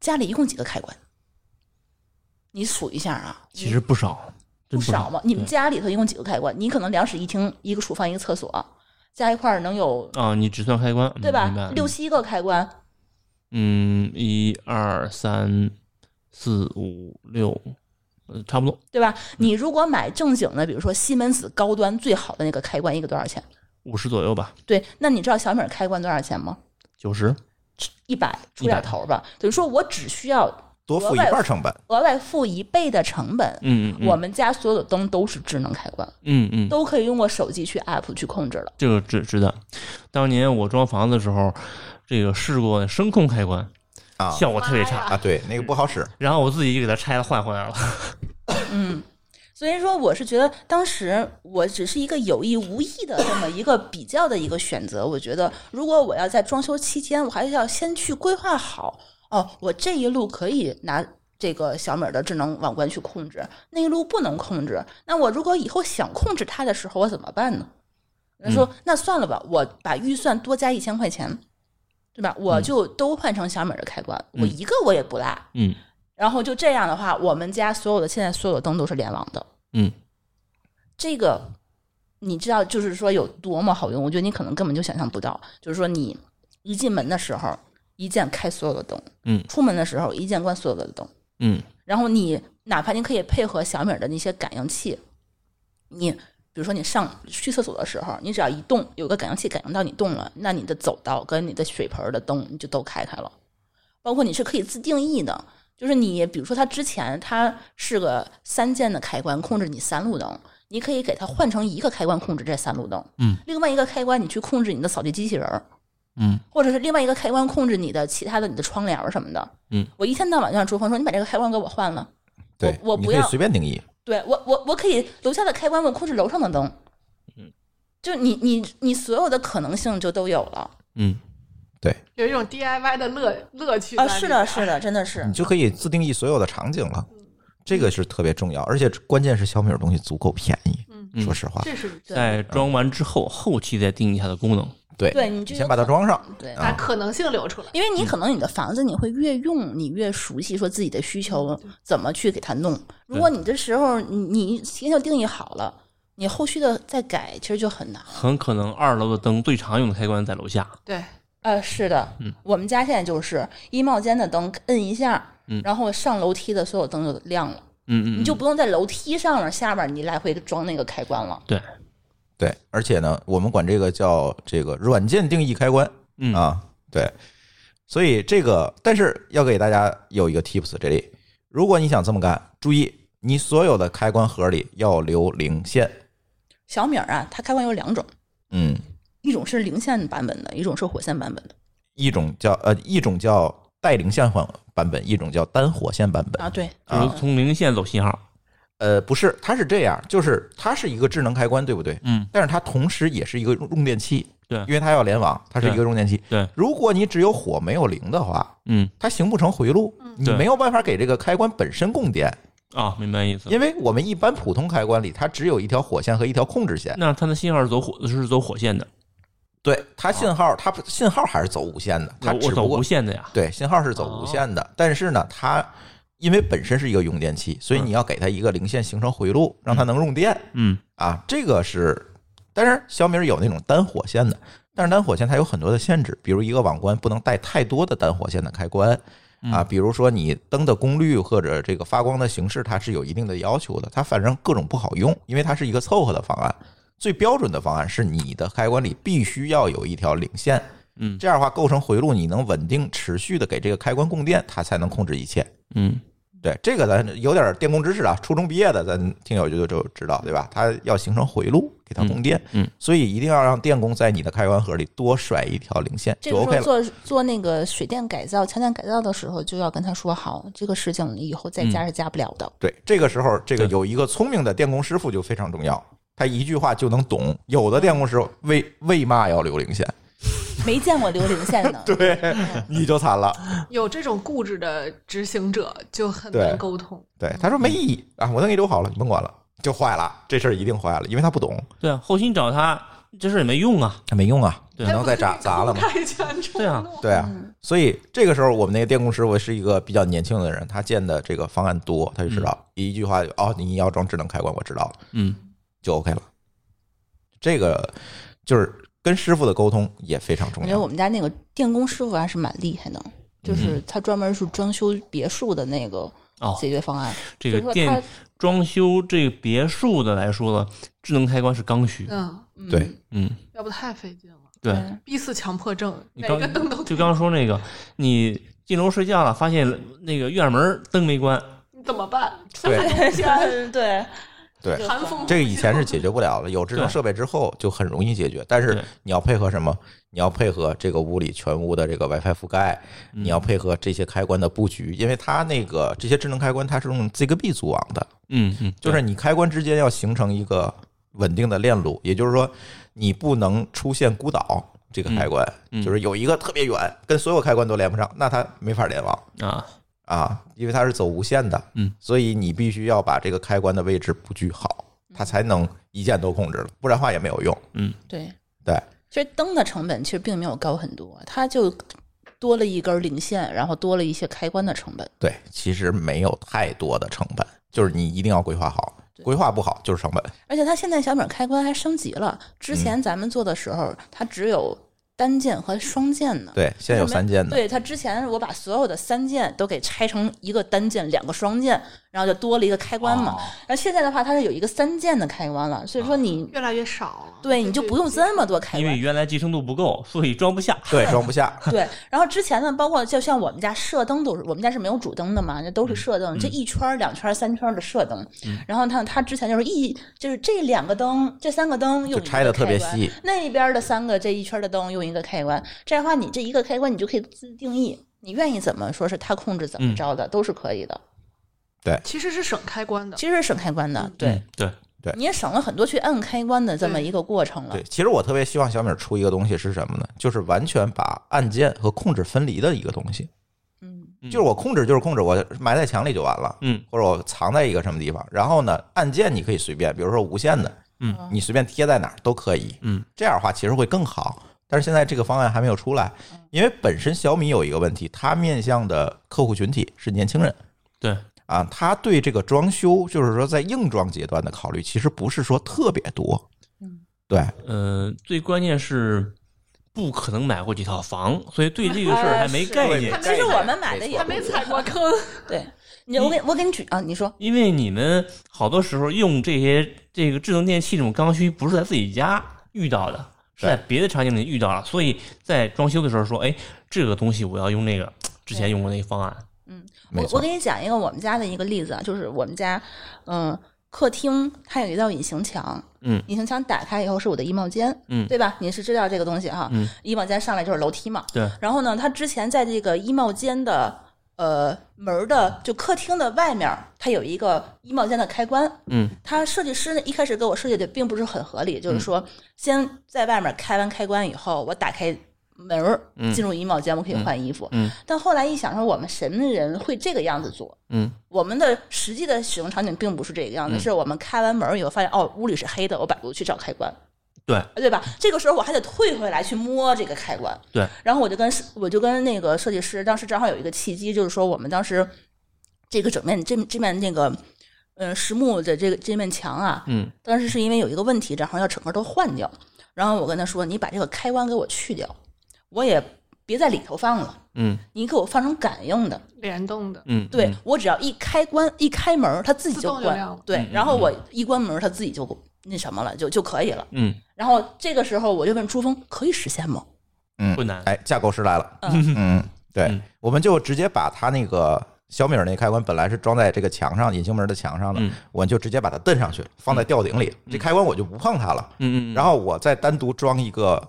Speaker 3: 家里一共几个开关？你数一下啊，
Speaker 4: 其实不少，真
Speaker 3: 不少嘛。你们
Speaker 4: 对
Speaker 3: 家里头一共几个开关？你可能两室一厅、一个厨房、一个厕所，加一块儿能有
Speaker 4: 啊，你只算开关
Speaker 3: 对
Speaker 4: 嗯明白
Speaker 3: 吧？六七个开关，
Speaker 4: 嗯，一二三四五六，呃，差不多
Speaker 3: 对吧？你如果买正经的，比如说西门子高端最好的那个开关，一个多少钱？
Speaker 4: 五十左右吧，
Speaker 3: 对，那你知道小米儿开关多少钱吗？
Speaker 4: 九十。
Speaker 3: 一百出点头儿吧，等于说我只需要
Speaker 2: 多付一半成本，
Speaker 3: 额外付一倍的成本。
Speaker 4: 嗯，嗯嗯
Speaker 3: 我们家所有的灯都是智能开关，
Speaker 4: 嗯嗯，
Speaker 3: 都可以用过手机去 app 去控制了。
Speaker 4: 这个值值得。当年我装房子的时候，这个试过声控开关，
Speaker 2: 啊
Speaker 4: 效果特别差，
Speaker 2: 啊，对，那个不好使，
Speaker 4: 然后我自己给它拆了换回来了。
Speaker 3: 嗯，所以说我是觉得当时我只是一个有意无意的这么一个比较的一个选择。我觉得如果我要在装修期间，我还是要先去规划好哦，我这一路可以拿。这个小米儿的智能网关去控制那一路不能控制，那我如果以后想控制它的时候，我怎么办呢？他说、
Speaker 4: 嗯
Speaker 3: 那算了吧，我把预算多加一千块钱，对吧？我
Speaker 4: 嗯
Speaker 3: 就都换成小米儿的开关，我
Speaker 4: 嗯
Speaker 3: 一个我也不落。
Speaker 4: 嗯，
Speaker 3: 然后就这样的话，我们家所有的现在所有的灯都是联网的。
Speaker 4: 嗯，
Speaker 3: 这个你知道，就是说有多么好用？我觉得你可能根本就想象不到。就是说，你一进门的时候，一键开所有的灯；
Speaker 4: 嗯
Speaker 3: 出门的时候，一键关所有的灯。
Speaker 4: 嗯，
Speaker 3: 然后你哪怕你可以配合小米儿的那些感应器，你比如说你上去厕所的时候，你只要一动，有个感应器感应到你动了，那你的走道跟你的水盆儿的灯你就都开开了。包括你是可以自定义的，就是你比如说它之前它是个三键的开关控制你三路灯，你可以给它换成一个开关控制这三路灯，
Speaker 4: 嗯，
Speaker 3: 另外一个开关你去控制你的扫地机器人儿，
Speaker 4: 嗯，
Speaker 3: 或者是另外一个开关控制你的其他的你的窗帘儿什么的，
Speaker 4: 嗯，
Speaker 3: 我一天到晚就让朱峰说你把这个开关给我换了。
Speaker 2: 对，
Speaker 3: 我我
Speaker 2: 你
Speaker 3: 不
Speaker 2: 可以
Speaker 3: 要
Speaker 2: 随便定义，
Speaker 3: 对我，我我可以楼下的开关，我控制楼上的灯。
Speaker 4: 嗯，
Speaker 3: 就你你你所有的可能性就都有了
Speaker 4: 嗯，
Speaker 5: 有一种 DIY 的乐乐趣
Speaker 3: 啊！
Speaker 5: 在
Speaker 3: 是
Speaker 5: 里边
Speaker 3: 的，是，的，真的是嗯
Speaker 2: 你就可以自定义所有的场景了。这个是特别重要，而且关键是小米儿东西足够便宜。
Speaker 5: 嗯，
Speaker 4: 嗯
Speaker 2: 说实话，
Speaker 5: 这是
Speaker 4: 在装完之后，后期再定义它的功能。
Speaker 2: 对，
Speaker 3: 对你就嗯
Speaker 2: 先把它装上，
Speaker 3: 对。
Speaker 4: 嗯
Speaker 5: 把可能性留出来。
Speaker 3: 因为你可能你的房子你会越用，你越熟悉说自己的需求怎么去给它弄。如果你这时候你你先就定义好了，你后续的再改其实就很难。
Speaker 4: 很可能二楼的灯最常用的开关在楼下，
Speaker 5: 对，
Speaker 3: 呃，是的，
Speaker 4: 嗯
Speaker 3: 我们家现在就是衣帽间的灯摁一下，
Speaker 4: 嗯
Speaker 3: 然后上楼梯的所有灯就亮了，
Speaker 4: 嗯嗯，嗯
Speaker 3: 你就不用在楼梯上面下边你来回装那个开关了。
Speaker 4: 对，
Speaker 2: 对，而且呢，我们管这个叫这个软件定义开关
Speaker 4: 嗯，
Speaker 2: 啊，对，所以这个，但是要给大家有一个 tips，这里，如果你想这么干，注意你所有的开关盒里要留零线，
Speaker 3: 小米儿啊，它开关有两种，
Speaker 2: 嗯，
Speaker 3: 一种是零线版本的，一种是火线版本的
Speaker 2: 一种叫呃，一种叫带零线版版本，一种叫单火线版本，
Speaker 3: 啊。对，
Speaker 4: 就是从零线走信号，
Speaker 2: 呃，不是，它是这样，就是它是一个智能开关，对不对？
Speaker 4: 嗯，
Speaker 2: 但是它同时也是一个用电器，
Speaker 4: 对
Speaker 2: 因为它要联网，它是一个用电器。
Speaker 4: 对，
Speaker 2: 如果你只有火没有零的话，
Speaker 4: 嗯
Speaker 2: 它形不成回路，你
Speaker 4: 对
Speaker 2: 没有办法给这个开关本身供电，
Speaker 4: 啊，明白意思。
Speaker 2: 因为我们一般普通开关里，它只有一条火线和一条控制线，
Speaker 4: 那它的信号是走火是走火线的，
Speaker 2: 对，它信号，它不信号还是走无线的，它
Speaker 4: 我
Speaker 2: 只
Speaker 4: 我
Speaker 2: 不
Speaker 4: 走
Speaker 2: 过
Speaker 4: 无线的哦呀。
Speaker 2: 对，信号是走无线的，但是呢，它因为本身是一个用电器，所以你要给它一个零线形成回路，让它能用电
Speaker 4: 嗯
Speaker 2: 啊。这个是，但是小米儿有那种单火线的，但是单火线它有很多的限制，比如一个网关不能带太多的单火线的开关。啊，比如说你灯的功率或者这个发光的形式，它是有一定的要求的。它反正各种不好用，因为它是一个凑合的方案。最标准的方案是你的开关里必须要有一条零线，
Speaker 4: 嗯
Speaker 2: 这样的话构成回路，你能稳定持续的给这个开关供电，它才能控制一切。
Speaker 4: 嗯，
Speaker 2: 对，这个咱有点电工知识啊，初中毕业的咱听友就就知道，对吧？它要形成回路给它供电，
Speaker 4: 嗯嗯
Speaker 2: 所以一定要让电工在你的开关盒里多甩一条零线，
Speaker 3: 这
Speaker 2: 就
Speaker 3: 个时
Speaker 2: OK
Speaker 3: 候
Speaker 2: 了。
Speaker 3: 做做那个水电改造、强电改造的时候，就要跟他说好，这个事情以后再加
Speaker 2: 嗯
Speaker 3: 是加不了的。
Speaker 2: 对，这个时候这个
Speaker 4: 对
Speaker 2: 有一个聪明的电工师傅就非常重要，他一句话就能懂。有的电工师傅为为嘛要留零线，
Speaker 3: 没见过流零线的，
Speaker 2: 对，你就惨了。
Speaker 5: 有这种固执的执行者就很
Speaker 2: 对
Speaker 5: 难沟通。
Speaker 2: 对，他说没意义啊，我都给你留好了，你甭管了，就坏了，这事儿一定坏了，因为他不懂，
Speaker 4: 对啊，后期你找他这事儿也没用啊。
Speaker 2: 他没用啊，
Speaker 4: 对
Speaker 2: 只能再砸砸了嘛。
Speaker 5: 开全承
Speaker 4: 对啊
Speaker 5: 诺
Speaker 2: 对啊，所以这个时候我们那个电工师傅是一个比较年轻的人，他见的这个方案多，他就知道、一句话就哦，你要装智能开关，我知道了，
Speaker 4: 嗯
Speaker 2: 就 OK 了。这个就是跟师傅的沟通也非常
Speaker 3: 我
Speaker 2: 重
Speaker 3: 觉得我
Speaker 2: 要。
Speaker 3: 们家那个电工师傅还是蛮厉害的，
Speaker 2: 嗯
Speaker 3: 就是他专门是装修别墅的那个
Speaker 4: 哦，
Speaker 3: 解决方案。
Speaker 4: 这
Speaker 3: 所
Speaker 4: 个
Speaker 3: 以说
Speaker 4: 电
Speaker 3: 他
Speaker 4: 装修这个别墅的来说呢，智能开关是刚需。
Speaker 5: 嗯，
Speaker 3: 嗯
Speaker 2: 对
Speaker 4: 嗯，
Speaker 5: 要不太费劲了。
Speaker 4: 对，
Speaker 5: B 四强迫症，
Speaker 4: 你
Speaker 5: 哪
Speaker 4: 刚
Speaker 5: 个灯都
Speaker 4: 就刚说那个，你进楼睡觉了，发现那个院门灯没关，
Speaker 5: 你 怎么办？
Speaker 2: 对
Speaker 8: 对对，
Speaker 2: 对，
Speaker 5: 寒风
Speaker 2: 这个以前是解决不了的，有智能
Speaker 4: 对
Speaker 2: 设备之后就很容易解决。但
Speaker 4: 对
Speaker 2: 是你要配合什么？你要配合这个屋里全屋的这个 WiFi 覆盖，你要配合这些开关的布局，因为它那个这些智能开关它是用 Zigbee 组网的，
Speaker 4: 嗯嗯，
Speaker 2: 就是你开关之间要形成一个稳定的链路，也就是说，你不能出现孤岛。这个开关、
Speaker 4: 嗯嗯
Speaker 2: 就是有一个特别远，跟所有开关都连不上，那它没法联网
Speaker 4: 对啊，
Speaker 2: 啊，因为它是走无线的，
Speaker 4: 嗯，
Speaker 2: 所以你必须要把这个开关的位置布局好，
Speaker 3: 嗯
Speaker 2: 它才能一键都控制了，不然话也没有用。
Speaker 3: 对
Speaker 2: 对，
Speaker 3: 其实灯的成本其实并没有高很多，它就多了一根零线，然后多了一些开关的成本。
Speaker 2: 对，其实没有太多的成本，就是你一定要规划好，规划不好就是成本。
Speaker 3: 而且它现在小米开关还升级了，之前咱们做的时候，它只有单键和双键呢。
Speaker 2: 对，现在有三键的，
Speaker 3: 对它之前我把所有的三键都给拆成一个单键，两个双键，然后就多了一个开关嘛。然后现在的话，它是有一个三键的开关了，所以说你、
Speaker 5: 越来越少了。
Speaker 3: 对你就不用这么多开
Speaker 4: 因为
Speaker 3: 关。
Speaker 4: 原来集成度不够，所以装不下。
Speaker 2: 对，装不下。
Speaker 3: 对，然后之前呢，包括就像我们家射灯都是，我们家是没有主灯的嘛，那
Speaker 2: 嗯
Speaker 3: 都是射灯，这一圈儿、两圈儿、三圈儿的射灯。然后它它之前就是一就是这两个灯，这三个灯用
Speaker 2: 就拆
Speaker 3: 的
Speaker 2: 得特别细，
Speaker 3: 那边的三个这一圈的灯用一个开关，这样的话你这一个开关你就可以自定义，你愿意怎么说是它控制怎
Speaker 2: 嗯
Speaker 3: 么着的、都是可以的，
Speaker 5: 其实是省开关
Speaker 2: 嗯
Speaker 5: 的。
Speaker 3: 其实是省开关的，对。
Speaker 4: 嗯对，
Speaker 2: 对
Speaker 3: 你也省了很多去按开关的这么一个过程了
Speaker 2: 对，，其实我特别希望小米出一个东西是什么呢？就是完全把按键和控制分离的一个东西。
Speaker 3: 嗯，
Speaker 2: 就是我控制就是控制，我埋在墙里就完了，
Speaker 4: 嗯，
Speaker 2: 或者我藏在一个什么地方。然后呢，按键你可以随便，比如说无线的，
Speaker 4: 嗯，
Speaker 2: 你随便贴在哪儿都可以，
Speaker 4: 嗯，
Speaker 2: 这样的话其实会更好。但是现在这个方案还没有出来，
Speaker 3: 嗯
Speaker 2: 因为本身小米有一个问题，它面向的客户群体是年轻人。
Speaker 4: 对，
Speaker 2: 啊，他对这个装修，就是说在硬装阶段的考虑，其实不是说特别多。
Speaker 3: 嗯，
Speaker 2: 对，
Speaker 4: 呃，最关键是不可能买过几套房，所以对这个事儿还没
Speaker 3: 哎
Speaker 4: 概
Speaker 2: 啊是
Speaker 4: 念。
Speaker 3: 其实我们买的也
Speaker 5: 还没踩过 坑，
Speaker 3: 对，你我给我给你举啊，你说
Speaker 4: 因为你们好多时候用这些这个智能电器这种刚需，不是在自己家遇到的，是在别的场景里遇到了，所以在装修的时候说，哎，这个东西我要用那个之前用过那个方案，
Speaker 2: 没
Speaker 3: 我
Speaker 2: 错
Speaker 3: 我给你讲一个我们家的一个例子啊，就是我们家，嗯、客厅它有一道隐形墙，
Speaker 4: 嗯，
Speaker 3: 隐形墙打开以后是我的衣帽间，
Speaker 4: 嗯
Speaker 3: 对吧？你是知道这个东西哈、
Speaker 4: 嗯
Speaker 3: 衣帽间上来就是楼梯嘛，
Speaker 4: 对。
Speaker 3: 然后呢，它之前在这个衣帽间的呃门儿的就客厅的外面儿，它有一个衣帽间的开关。
Speaker 4: 嗯，
Speaker 3: 它设计师呢一开始给我设计的并不是很合理，就是说先在外面开完开关以后，我打开门儿
Speaker 4: 嗯
Speaker 3: 进入衣帽间，我可以换衣服。
Speaker 4: 嗯，
Speaker 3: 但后来一想说，我们什么人会这个样子做？
Speaker 4: 嗯，
Speaker 3: 我们的实际的使用场景并不是这个样子，
Speaker 4: 嗯
Speaker 3: 是我们开完门儿以后发现哦，屋里是黑的，我百度去找开关。啊
Speaker 4: 对，
Speaker 3: 对吧？这个时候我还得退回来去摸这个开关。
Speaker 4: 对，
Speaker 3: 然后我就跟我就跟那个设计师，当时正好有一个契机，就是说我们当时这个整面这这面那个呃实木的这个这面墙啊，
Speaker 4: 嗯，
Speaker 3: 当时是因为有一个问题，然后要整个都换掉。然后我跟他说：“你把这个开关给我去掉，我也别在里头放了，
Speaker 4: 嗯
Speaker 3: 你给我放成感应的。
Speaker 5: 联动的，
Speaker 4: 嗯，
Speaker 3: 对、
Speaker 4: 嗯
Speaker 3: 我只要一开关一开门，它自己就
Speaker 5: 自动就
Speaker 3: 关。
Speaker 5: 亮了
Speaker 3: 对，
Speaker 4: 嗯嗯
Speaker 3: 然后我一关门，它自己就那什么了，就就可以了。
Speaker 4: 嗯，
Speaker 3: 然后这个时候我就问朱峰：“可以实现吗
Speaker 2: 嗯，
Speaker 4: 不难
Speaker 2: 哎，架构师来了，
Speaker 3: 嗯
Speaker 2: 嗯，对
Speaker 4: 嗯，
Speaker 2: 我们就直接把它那个小米儿那开关本来是装在这个墙上，隐形门的墙上的
Speaker 4: 嗯，
Speaker 2: 我就直接把它蹬上去了，放在吊顶里，这开关我就不碰它了。
Speaker 4: 嗯嗯，
Speaker 2: 然
Speaker 4: 后
Speaker 2: 后我再单独装一个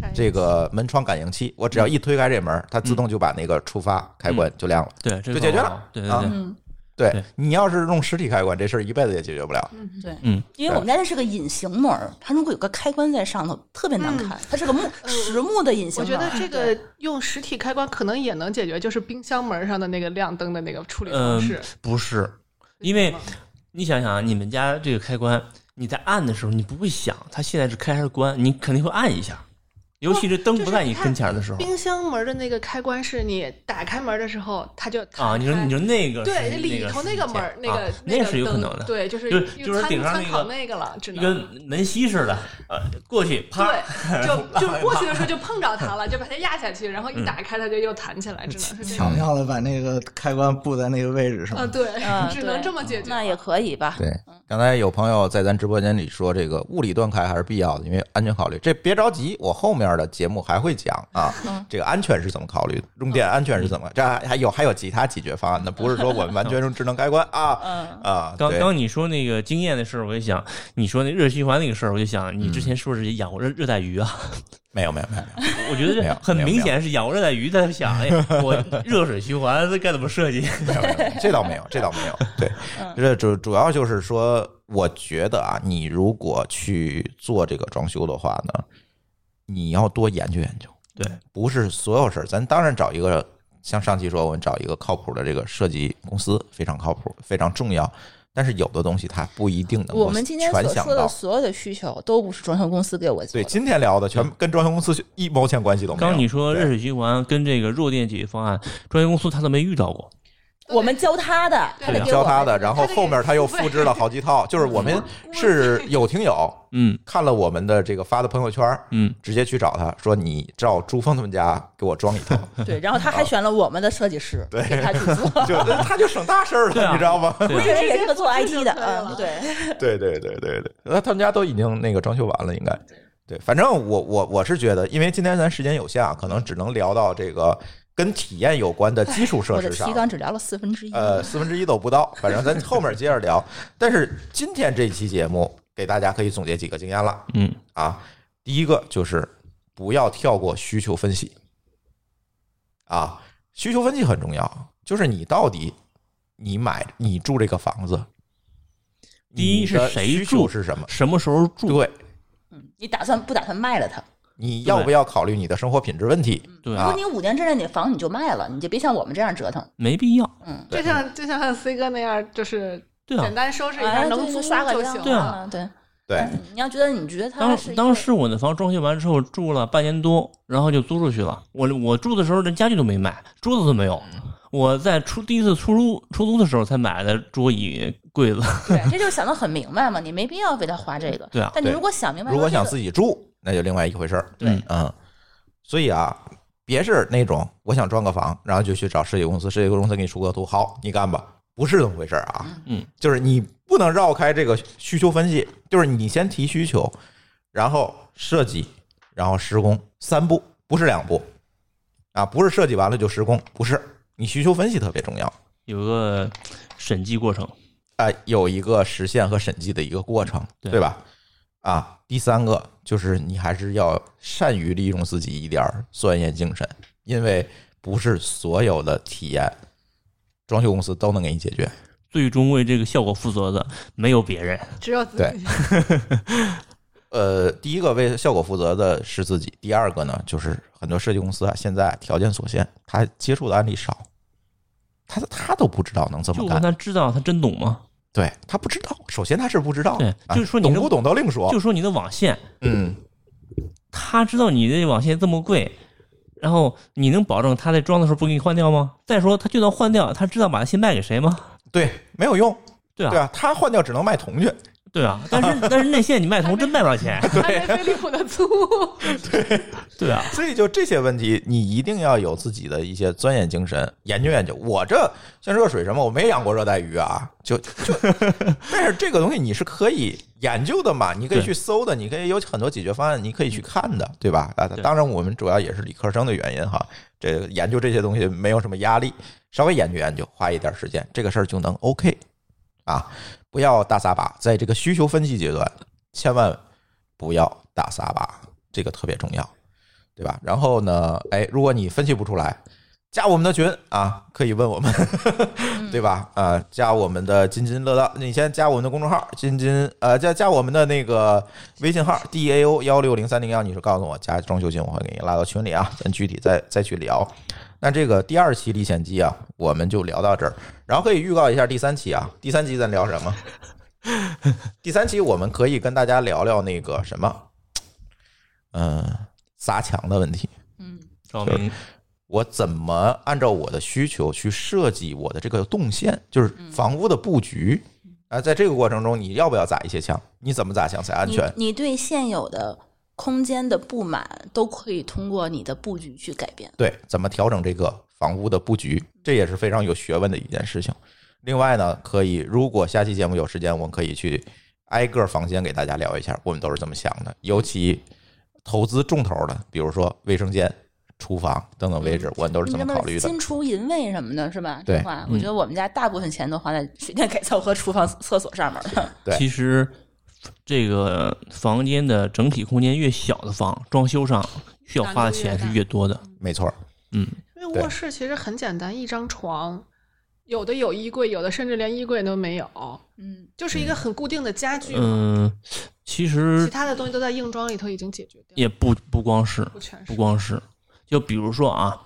Speaker 5: 感觉
Speaker 2: 这个门窗感应器，我只要一推开这门，它自动就把那个触发开关就亮了。
Speaker 4: 对，这个
Speaker 2: 就解决
Speaker 4: 好
Speaker 2: 了
Speaker 4: 玩儿，对对
Speaker 2: 啊
Speaker 5: 嗯
Speaker 4: 对，？”
Speaker 2: 对
Speaker 4: 嗯对
Speaker 2: 你要是用实体开关，这事儿一辈子也解决不了。
Speaker 3: 对，
Speaker 4: 嗯，
Speaker 3: 因为我们家这是个隐形门儿，它如果有个开关在上头，特别难看。它是个木实木的隐形
Speaker 5: 嗯呃我
Speaker 3: 门
Speaker 5: 觉
Speaker 3: 儿，
Speaker 5: 得这个用实体开关可能也能解决，就是冰箱门上的那个亮灯的那个处理方式
Speaker 4: 嗯。，不是，因为你想想啊，你们家这个开关，你在按的时候，你不会想它现在是开还是关，你肯定会按一下，尤其是灯
Speaker 5: 就是
Speaker 4: 不在你
Speaker 5: 它
Speaker 4: 跟前儿的时候
Speaker 5: 冰箱门的那个开关是你打开门的时候，它就
Speaker 4: 啊，你说
Speaker 5: 弹开
Speaker 4: 你说那个
Speaker 5: 对
Speaker 4: 是
Speaker 5: 里头
Speaker 4: 那
Speaker 5: 那
Speaker 4: 个
Speaker 5: 个
Speaker 4: 是
Speaker 5: 门儿
Speaker 4: 一
Speaker 5: 那
Speaker 4: 件
Speaker 5: 个
Speaker 4: 啊那个是有可
Speaker 5: 灯
Speaker 4: 能的，
Speaker 5: 对，就是
Speaker 4: 就是
Speaker 5: 用
Speaker 4: 就是
Speaker 5: 参
Speaker 4: 顶上
Speaker 5: 参
Speaker 4: 那
Speaker 5: 考
Speaker 4: 个
Speaker 5: 那个了，只
Speaker 4: 就
Speaker 5: 能。
Speaker 4: 跟门吸似的，呃，过去啪，
Speaker 5: 对，就 就过去的时候就碰着它了，就把它压下去，然
Speaker 4: 嗯
Speaker 5: 后一打开它就又弹起来，只能是这
Speaker 7: 巧
Speaker 5: 样。
Speaker 7: 妙的把那个开关布在那个位置上
Speaker 5: 啊，。对
Speaker 3: 嗯，
Speaker 5: 只能
Speaker 3: 对
Speaker 5: 这么解决。
Speaker 3: 那也可以吧？
Speaker 2: 对，刚才有朋友在咱直播间里说，这个物理断开还是必要的，因为安全考虑。这别着急，我后面的节目还会讲 啊，
Speaker 3: 嗯
Speaker 2: 这个安全是怎么考虑的，用电安全是怎么，这还还有还有其他解决方案呢，不是说我们完全用智能开关啊
Speaker 3: 嗯，
Speaker 2: 啊，
Speaker 4: 刚
Speaker 2: 对
Speaker 4: 刚你说那个经验的事儿，我就想你说那热循环那个事儿，我就想你
Speaker 2: 嗯
Speaker 4: 之前是不是也养过热热带鱼啊？
Speaker 2: 没有没有没有，没有
Speaker 4: 我觉得
Speaker 2: 没
Speaker 4: 这
Speaker 2: 有
Speaker 4: 很
Speaker 2: 没有
Speaker 4: 明显是养过热带鱼，在想 哎呀，我热水循环这该怎么设计？
Speaker 2: 没有，没有， 没有这倒没有，这倒没有。对，
Speaker 3: 嗯
Speaker 2: 这主主要就是说，我觉得啊，你如果去做这个装修的话呢，你要多研究研究。
Speaker 4: 对，
Speaker 2: 不是所有事儿，咱当然找一个，像上期说，我们找一个靠谱的这个设计公司，非常靠谱，非常重要。但是有的东西它不一定能够
Speaker 3: 我们今天所
Speaker 2: 全想
Speaker 3: 说的
Speaker 2: 到。
Speaker 3: 所有的需求都不是装修公司给我做
Speaker 2: 对，
Speaker 3: 的。
Speaker 2: 今天聊的全跟装修公司一毛钱关系都没有。
Speaker 4: 刚你说
Speaker 2: 对
Speaker 4: 热水循环跟这个弱电解决方案，专业公司他都没遇到过。
Speaker 3: 我们教他的，
Speaker 5: 对
Speaker 3: 他得给
Speaker 2: 教
Speaker 3: 我
Speaker 2: 他的，
Speaker 3: 们。
Speaker 2: 然后后面他又复制了好几套，就是 我们是有听友
Speaker 4: 嗯
Speaker 2: 看了我们的这个发的朋友圈，
Speaker 4: 嗯，
Speaker 2: 直接去找他说：“你照朱峰他们家给我装一 套。
Speaker 3: 对，然后他还选了我们的设计师
Speaker 2: 对，
Speaker 3: 给他去做
Speaker 2: 就”他就省大事儿
Speaker 4: 对
Speaker 2: 了，
Speaker 4: 啊
Speaker 2: 你知道吗？
Speaker 3: 我
Speaker 4: 对
Speaker 3: 以为也是个做
Speaker 5: 直接
Speaker 3: IT 的，
Speaker 5: 复制就可以了
Speaker 3: 嗯，
Speaker 2: 对
Speaker 3: 对，
Speaker 2: 对对对对，那他们家都已经那个装修完了，应该对。反正我我我是觉得，因为今天咱时间有限啊，可能只能聊到这个跟体验有关的 基础设
Speaker 3: 我的
Speaker 2: 施上
Speaker 3: 提。纲只聊了四分之一。
Speaker 2: 呃，四分之一都不到，反正咱后面接着聊。但是今天这期节目给大家可以总结几个经验了
Speaker 4: 嗯
Speaker 2: 啊。第一个就是不要跳过需求分析啊，需求分析很重要，就是你到底你买你住这个房子，
Speaker 4: 第一
Speaker 2: 你的
Speaker 4: 是谁
Speaker 2: 需求
Speaker 4: 住
Speaker 2: 是什么？
Speaker 4: 什么时候住？
Speaker 2: 对，
Speaker 3: 嗯你打算不打算卖了它？
Speaker 2: 你要不要考虑你的生活品质问题？
Speaker 5: 嗯
Speaker 4: 对啊
Speaker 3: 如果你五年之内你房你就卖了，你就别像我们这样折腾。
Speaker 4: 没必要。
Speaker 3: 嗯，
Speaker 5: 就像就像 C 哥那样，就是
Speaker 4: 对啊
Speaker 5: 简，单收拾一
Speaker 3: 哎
Speaker 5: 下，能
Speaker 3: 对
Speaker 5: 租
Speaker 3: 就刷个
Speaker 5: 就
Speaker 3: 量
Speaker 5: 行
Speaker 4: 对啊
Speaker 5: 了。
Speaker 3: 啊，对。
Speaker 2: 对，
Speaker 3: 嗯你要觉得你觉得它
Speaker 4: 当
Speaker 3: 是一个
Speaker 4: 当时我那房装修完之后住了半年多，然后就租出去了。我我住的时候连家具都没买，桌子都没有。我在出第一次出租出租的时候才买的桌椅柜子。
Speaker 3: 对，这就是想的很明白嘛，你没必要为他花这个。
Speaker 4: 对啊
Speaker 3: 但你
Speaker 2: 对
Speaker 3: 如果想明白，
Speaker 2: 如果
Speaker 3: 说
Speaker 2: 想
Speaker 3: 这个
Speaker 2: 自己住，那就另外一回事儿。
Speaker 4: 对
Speaker 2: 嗯，所以啊，别是那种我想装个房，然后就去找设计公司，设计公司给你出个图，好，你干吧，不是这么回事儿啊。
Speaker 4: 嗯，
Speaker 2: 就是你不能绕开这个需求分析，就是你先提需求，然后设计，然后施工，三步不是两步啊，不是设计完了就施工，不是你需求分析特别重要。
Speaker 4: 有个审计过程，
Speaker 2: 啊、有一个实现和审计的一个过程，
Speaker 4: 对
Speaker 2: 吧？啊，第三个就是你还是要善于利用自己一点儿钻研精神，因为不是所有的体验装修公司都能给你解决。
Speaker 4: 最终为这个效果负责的没有别人。
Speaker 5: 只有自
Speaker 2: 对
Speaker 5: 己。
Speaker 2: 呃，第一个为效果负责的是自己，第二个呢，就是很多设计公司啊，现在条件所限，他接触的案例少，他他都不知道能这
Speaker 4: 就
Speaker 2: 么
Speaker 4: 问
Speaker 2: 干，
Speaker 4: 他知道他真懂吗？
Speaker 2: 对他不知道，首先他是不知道，
Speaker 4: 对
Speaker 2: 啊
Speaker 4: 就是说你
Speaker 2: 懂
Speaker 4: 能
Speaker 2: 不懂都另说，
Speaker 4: 就说你的网线，
Speaker 2: 嗯，
Speaker 4: 他知道你的网线这么贵，然后你能保证他在装的时候不给你换掉吗？再说他就算换掉，他知道把线卖给谁吗？
Speaker 2: 对，没有用，
Speaker 4: 对啊，
Speaker 2: 对啊，他换掉只能卖铜去，
Speaker 4: 对啊，但是但是内线你卖铜真卖不了钱，
Speaker 5: 安菲利普的租，
Speaker 4: 对啊，
Speaker 2: 所以就这些问题，你一定要有自己的一些钻研精神，研究研究。我这像热水什么，我没养过热带鱼啊，就 就，但是这个东西你是可以研究的嘛，你可以
Speaker 4: 对
Speaker 2: 去搜的，你可以有很多解决方案，你可以去看的，对吧？啊，
Speaker 4: 对
Speaker 2: 当然我们主要也是理科生的原因哈，这个研究这些东西没有什么压力，稍微研究研究，花一点时间，这个事儿就能 OK 啊，不要大撒把，在这个需求分析阶段，千万不要大撒把，这个特别重要。对吧？然后呢，哎，如果你分析不出来，加我们的群啊，可以问我们， 对吧？啊、加我们的津津乐道，你先加我们的公众号津津，呃，加加我们的那个微信号 d a o 幺六零三零幺，你是告诉我加装修群，我会给你拉到群里啊，咱具体再再去聊。那这个第二期《历险记》啊，我们就聊到这儿，然后可以预告一下第三期啊，第三期咱聊什么？ 第三期我们可以跟大家聊聊那个什么，嗯、砸墙的问题。
Speaker 9: 哦
Speaker 4: 照明
Speaker 2: 我怎么按照我的需求去设计我的这个动线，就是
Speaker 9: 嗯
Speaker 2: 房屋的布局啊？在这个过程中，你要不要砸一些墙？你怎么砸墙才安全？
Speaker 9: 你你对现有的空间的不满，都可以通过你的布局去改变。
Speaker 2: 对，怎么调整这个房屋的布局，
Speaker 9: 嗯
Speaker 2: 这也是非常有学问的一件事情。另外呢，可以如果下期节目有时间，我们可以去挨个房间给大家聊一下，我们都是怎么想的。尤其投资重头的，比如说卫生间、厨房等等位置，我们都
Speaker 9: 嗯
Speaker 2: 是
Speaker 9: 你
Speaker 2: 怎
Speaker 9: 什
Speaker 2: 么
Speaker 9: 么
Speaker 2: 考虑的？
Speaker 9: 金厨银卫什么的，是吧？
Speaker 2: 对嗯
Speaker 9: 这话我觉得我们家大部分钱都花在水电改造和厨房、厕所上面了。
Speaker 2: 对
Speaker 4: 其实这个房间的整体空间越小的房，装修上需要花的钱是越多的。
Speaker 2: 没错儿，
Speaker 4: 嗯，
Speaker 5: 因为卧室其实很简单，一张床，有的有衣柜，有的甚至连衣柜都没有，
Speaker 9: 嗯，
Speaker 5: 就是一个很固定的家具嘛。
Speaker 4: 嗯，其
Speaker 5: 其
Speaker 4: 实
Speaker 5: 他的东西都在硬装里头已经解决掉了，
Speaker 4: 也不不光是，
Speaker 5: 不全
Speaker 4: 不
Speaker 5: 是。
Speaker 4: 光是，就比如说啊，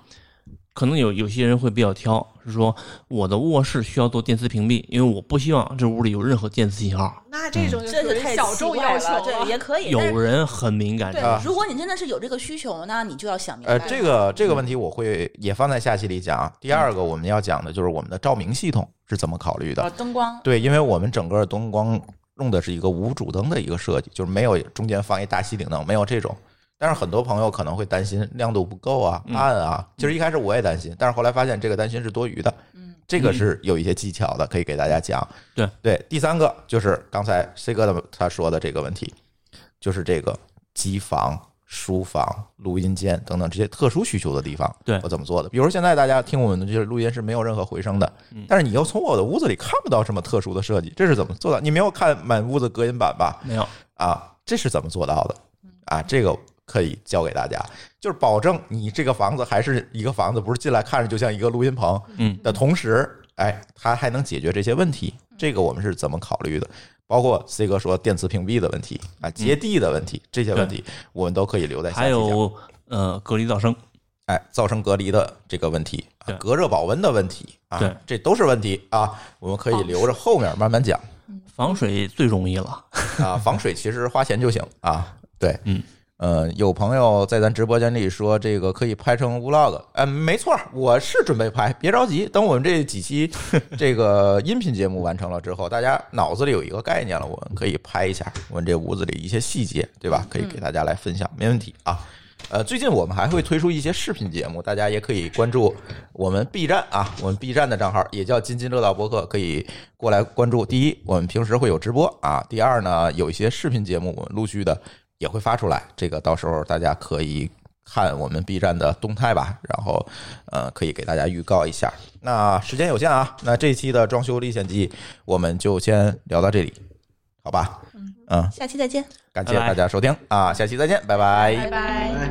Speaker 4: 可能有有些人会比较挑，是说我的卧室需要做电磁屏蔽，因为我不希望这屋里有任何电磁信号。
Speaker 5: 那这种就
Speaker 9: 这
Speaker 5: 属
Speaker 9: 就
Speaker 5: 于
Speaker 9: 太
Speaker 5: 小
Speaker 9: 奇
Speaker 5: 众
Speaker 9: 怪
Speaker 5: 要求
Speaker 9: 了，对，也可以。但
Speaker 4: 有
Speaker 9: 是
Speaker 4: 人很敏感，
Speaker 9: 对
Speaker 4: 这个，
Speaker 9: 如果你真的是有这个需求，那你就要想明白
Speaker 2: 呃，
Speaker 9: 了。
Speaker 2: 啊这个这个问题我会也放在下期里讲啊。第二个我们要讲的就是我们的照明系统是怎么考虑
Speaker 9: 呃
Speaker 2: 的。
Speaker 9: 灯光
Speaker 2: 对，因为我们整个灯光用的是一个无主灯的一个设计，就是没有中间放一大吸顶灯，没有这种。但是很多朋友可能会担心亮度不够啊、
Speaker 4: 嗯
Speaker 2: 暗啊。其实一开始我也担心，但是后来发现这个担心是多余的。
Speaker 9: 嗯，
Speaker 2: 这个是有一些技巧的，可以给大家讲。
Speaker 4: 对
Speaker 2: 对，第三个就是刚才 C 哥的他说的这个问题，就是这个机房、书房、录音间等等这些特殊需求的地方，
Speaker 4: 对
Speaker 2: 我怎么做的？比如现在大家听我们的这些录音是没有任何回声的，但是你又从我的屋子里看不到什么特殊的设计，这是怎么做到？你没有看满屋子隔音板吧？
Speaker 4: 没有
Speaker 2: 啊，这是怎么做到的？啊，这个可以教给大家，就是保证你这个房子还是一个房子，不是进来看着就像一个录音棚，
Speaker 4: 嗯
Speaker 2: 的同时，哎，它还能解决这些问题，这个我们是怎么考虑的？包括 C 哥说电磁屏蔽的问题啊，接地的问题，这些问题我们都可以留在下
Speaker 4: 还
Speaker 2: 期讲。
Speaker 4: 有呃隔离噪声，
Speaker 2: 哎，噪声隔离的这个问题，啊
Speaker 4: 对
Speaker 2: 隔热保温的问题啊
Speaker 4: 对，
Speaker 2: 这都是问题啊，我们可以留着后面慢慢 讲。
Speaker 4: 防水最容易了。
Speaker 2: 啊，防水其实花钱就行啊。对，
Speaker 4: 嗯，
Speaker 2: 呃，有朋友在咱直播间里说这个可以拍成 vlog，嗯，没错，我是准备拍，别着急，等我们这几 期这个音频节目完成了之后，大家脑子里有一个概念了，我们可以拍一下我们这屋子里一些细节，对吧？可以给大家来分享，没问题啊。呃，最近我们还会推出一些视频节目，大家也可以关注我们 B 站啊，我们 B 站的账号也叫“津津乐道播客”，可以过来关注。第一，我们平时会有直播啊；第二呢，有一些视频节目我们陆续的也会发出来，这个到时候大家可以看我们 B 站的动态吧，然后呃，可以给大家预告一下。那时间有限啊，那这一期的装修历险记我们就先聊到这里，好吧？嗯，
Speaker 9: 下期再见。
Speaker 2: 感谢
Speaker 4: 拜拜
Speaker 2: 大家收听哎啊，下期再见，拜拜。
Speaker 5: 拜拜。
Speaker 2: 哎，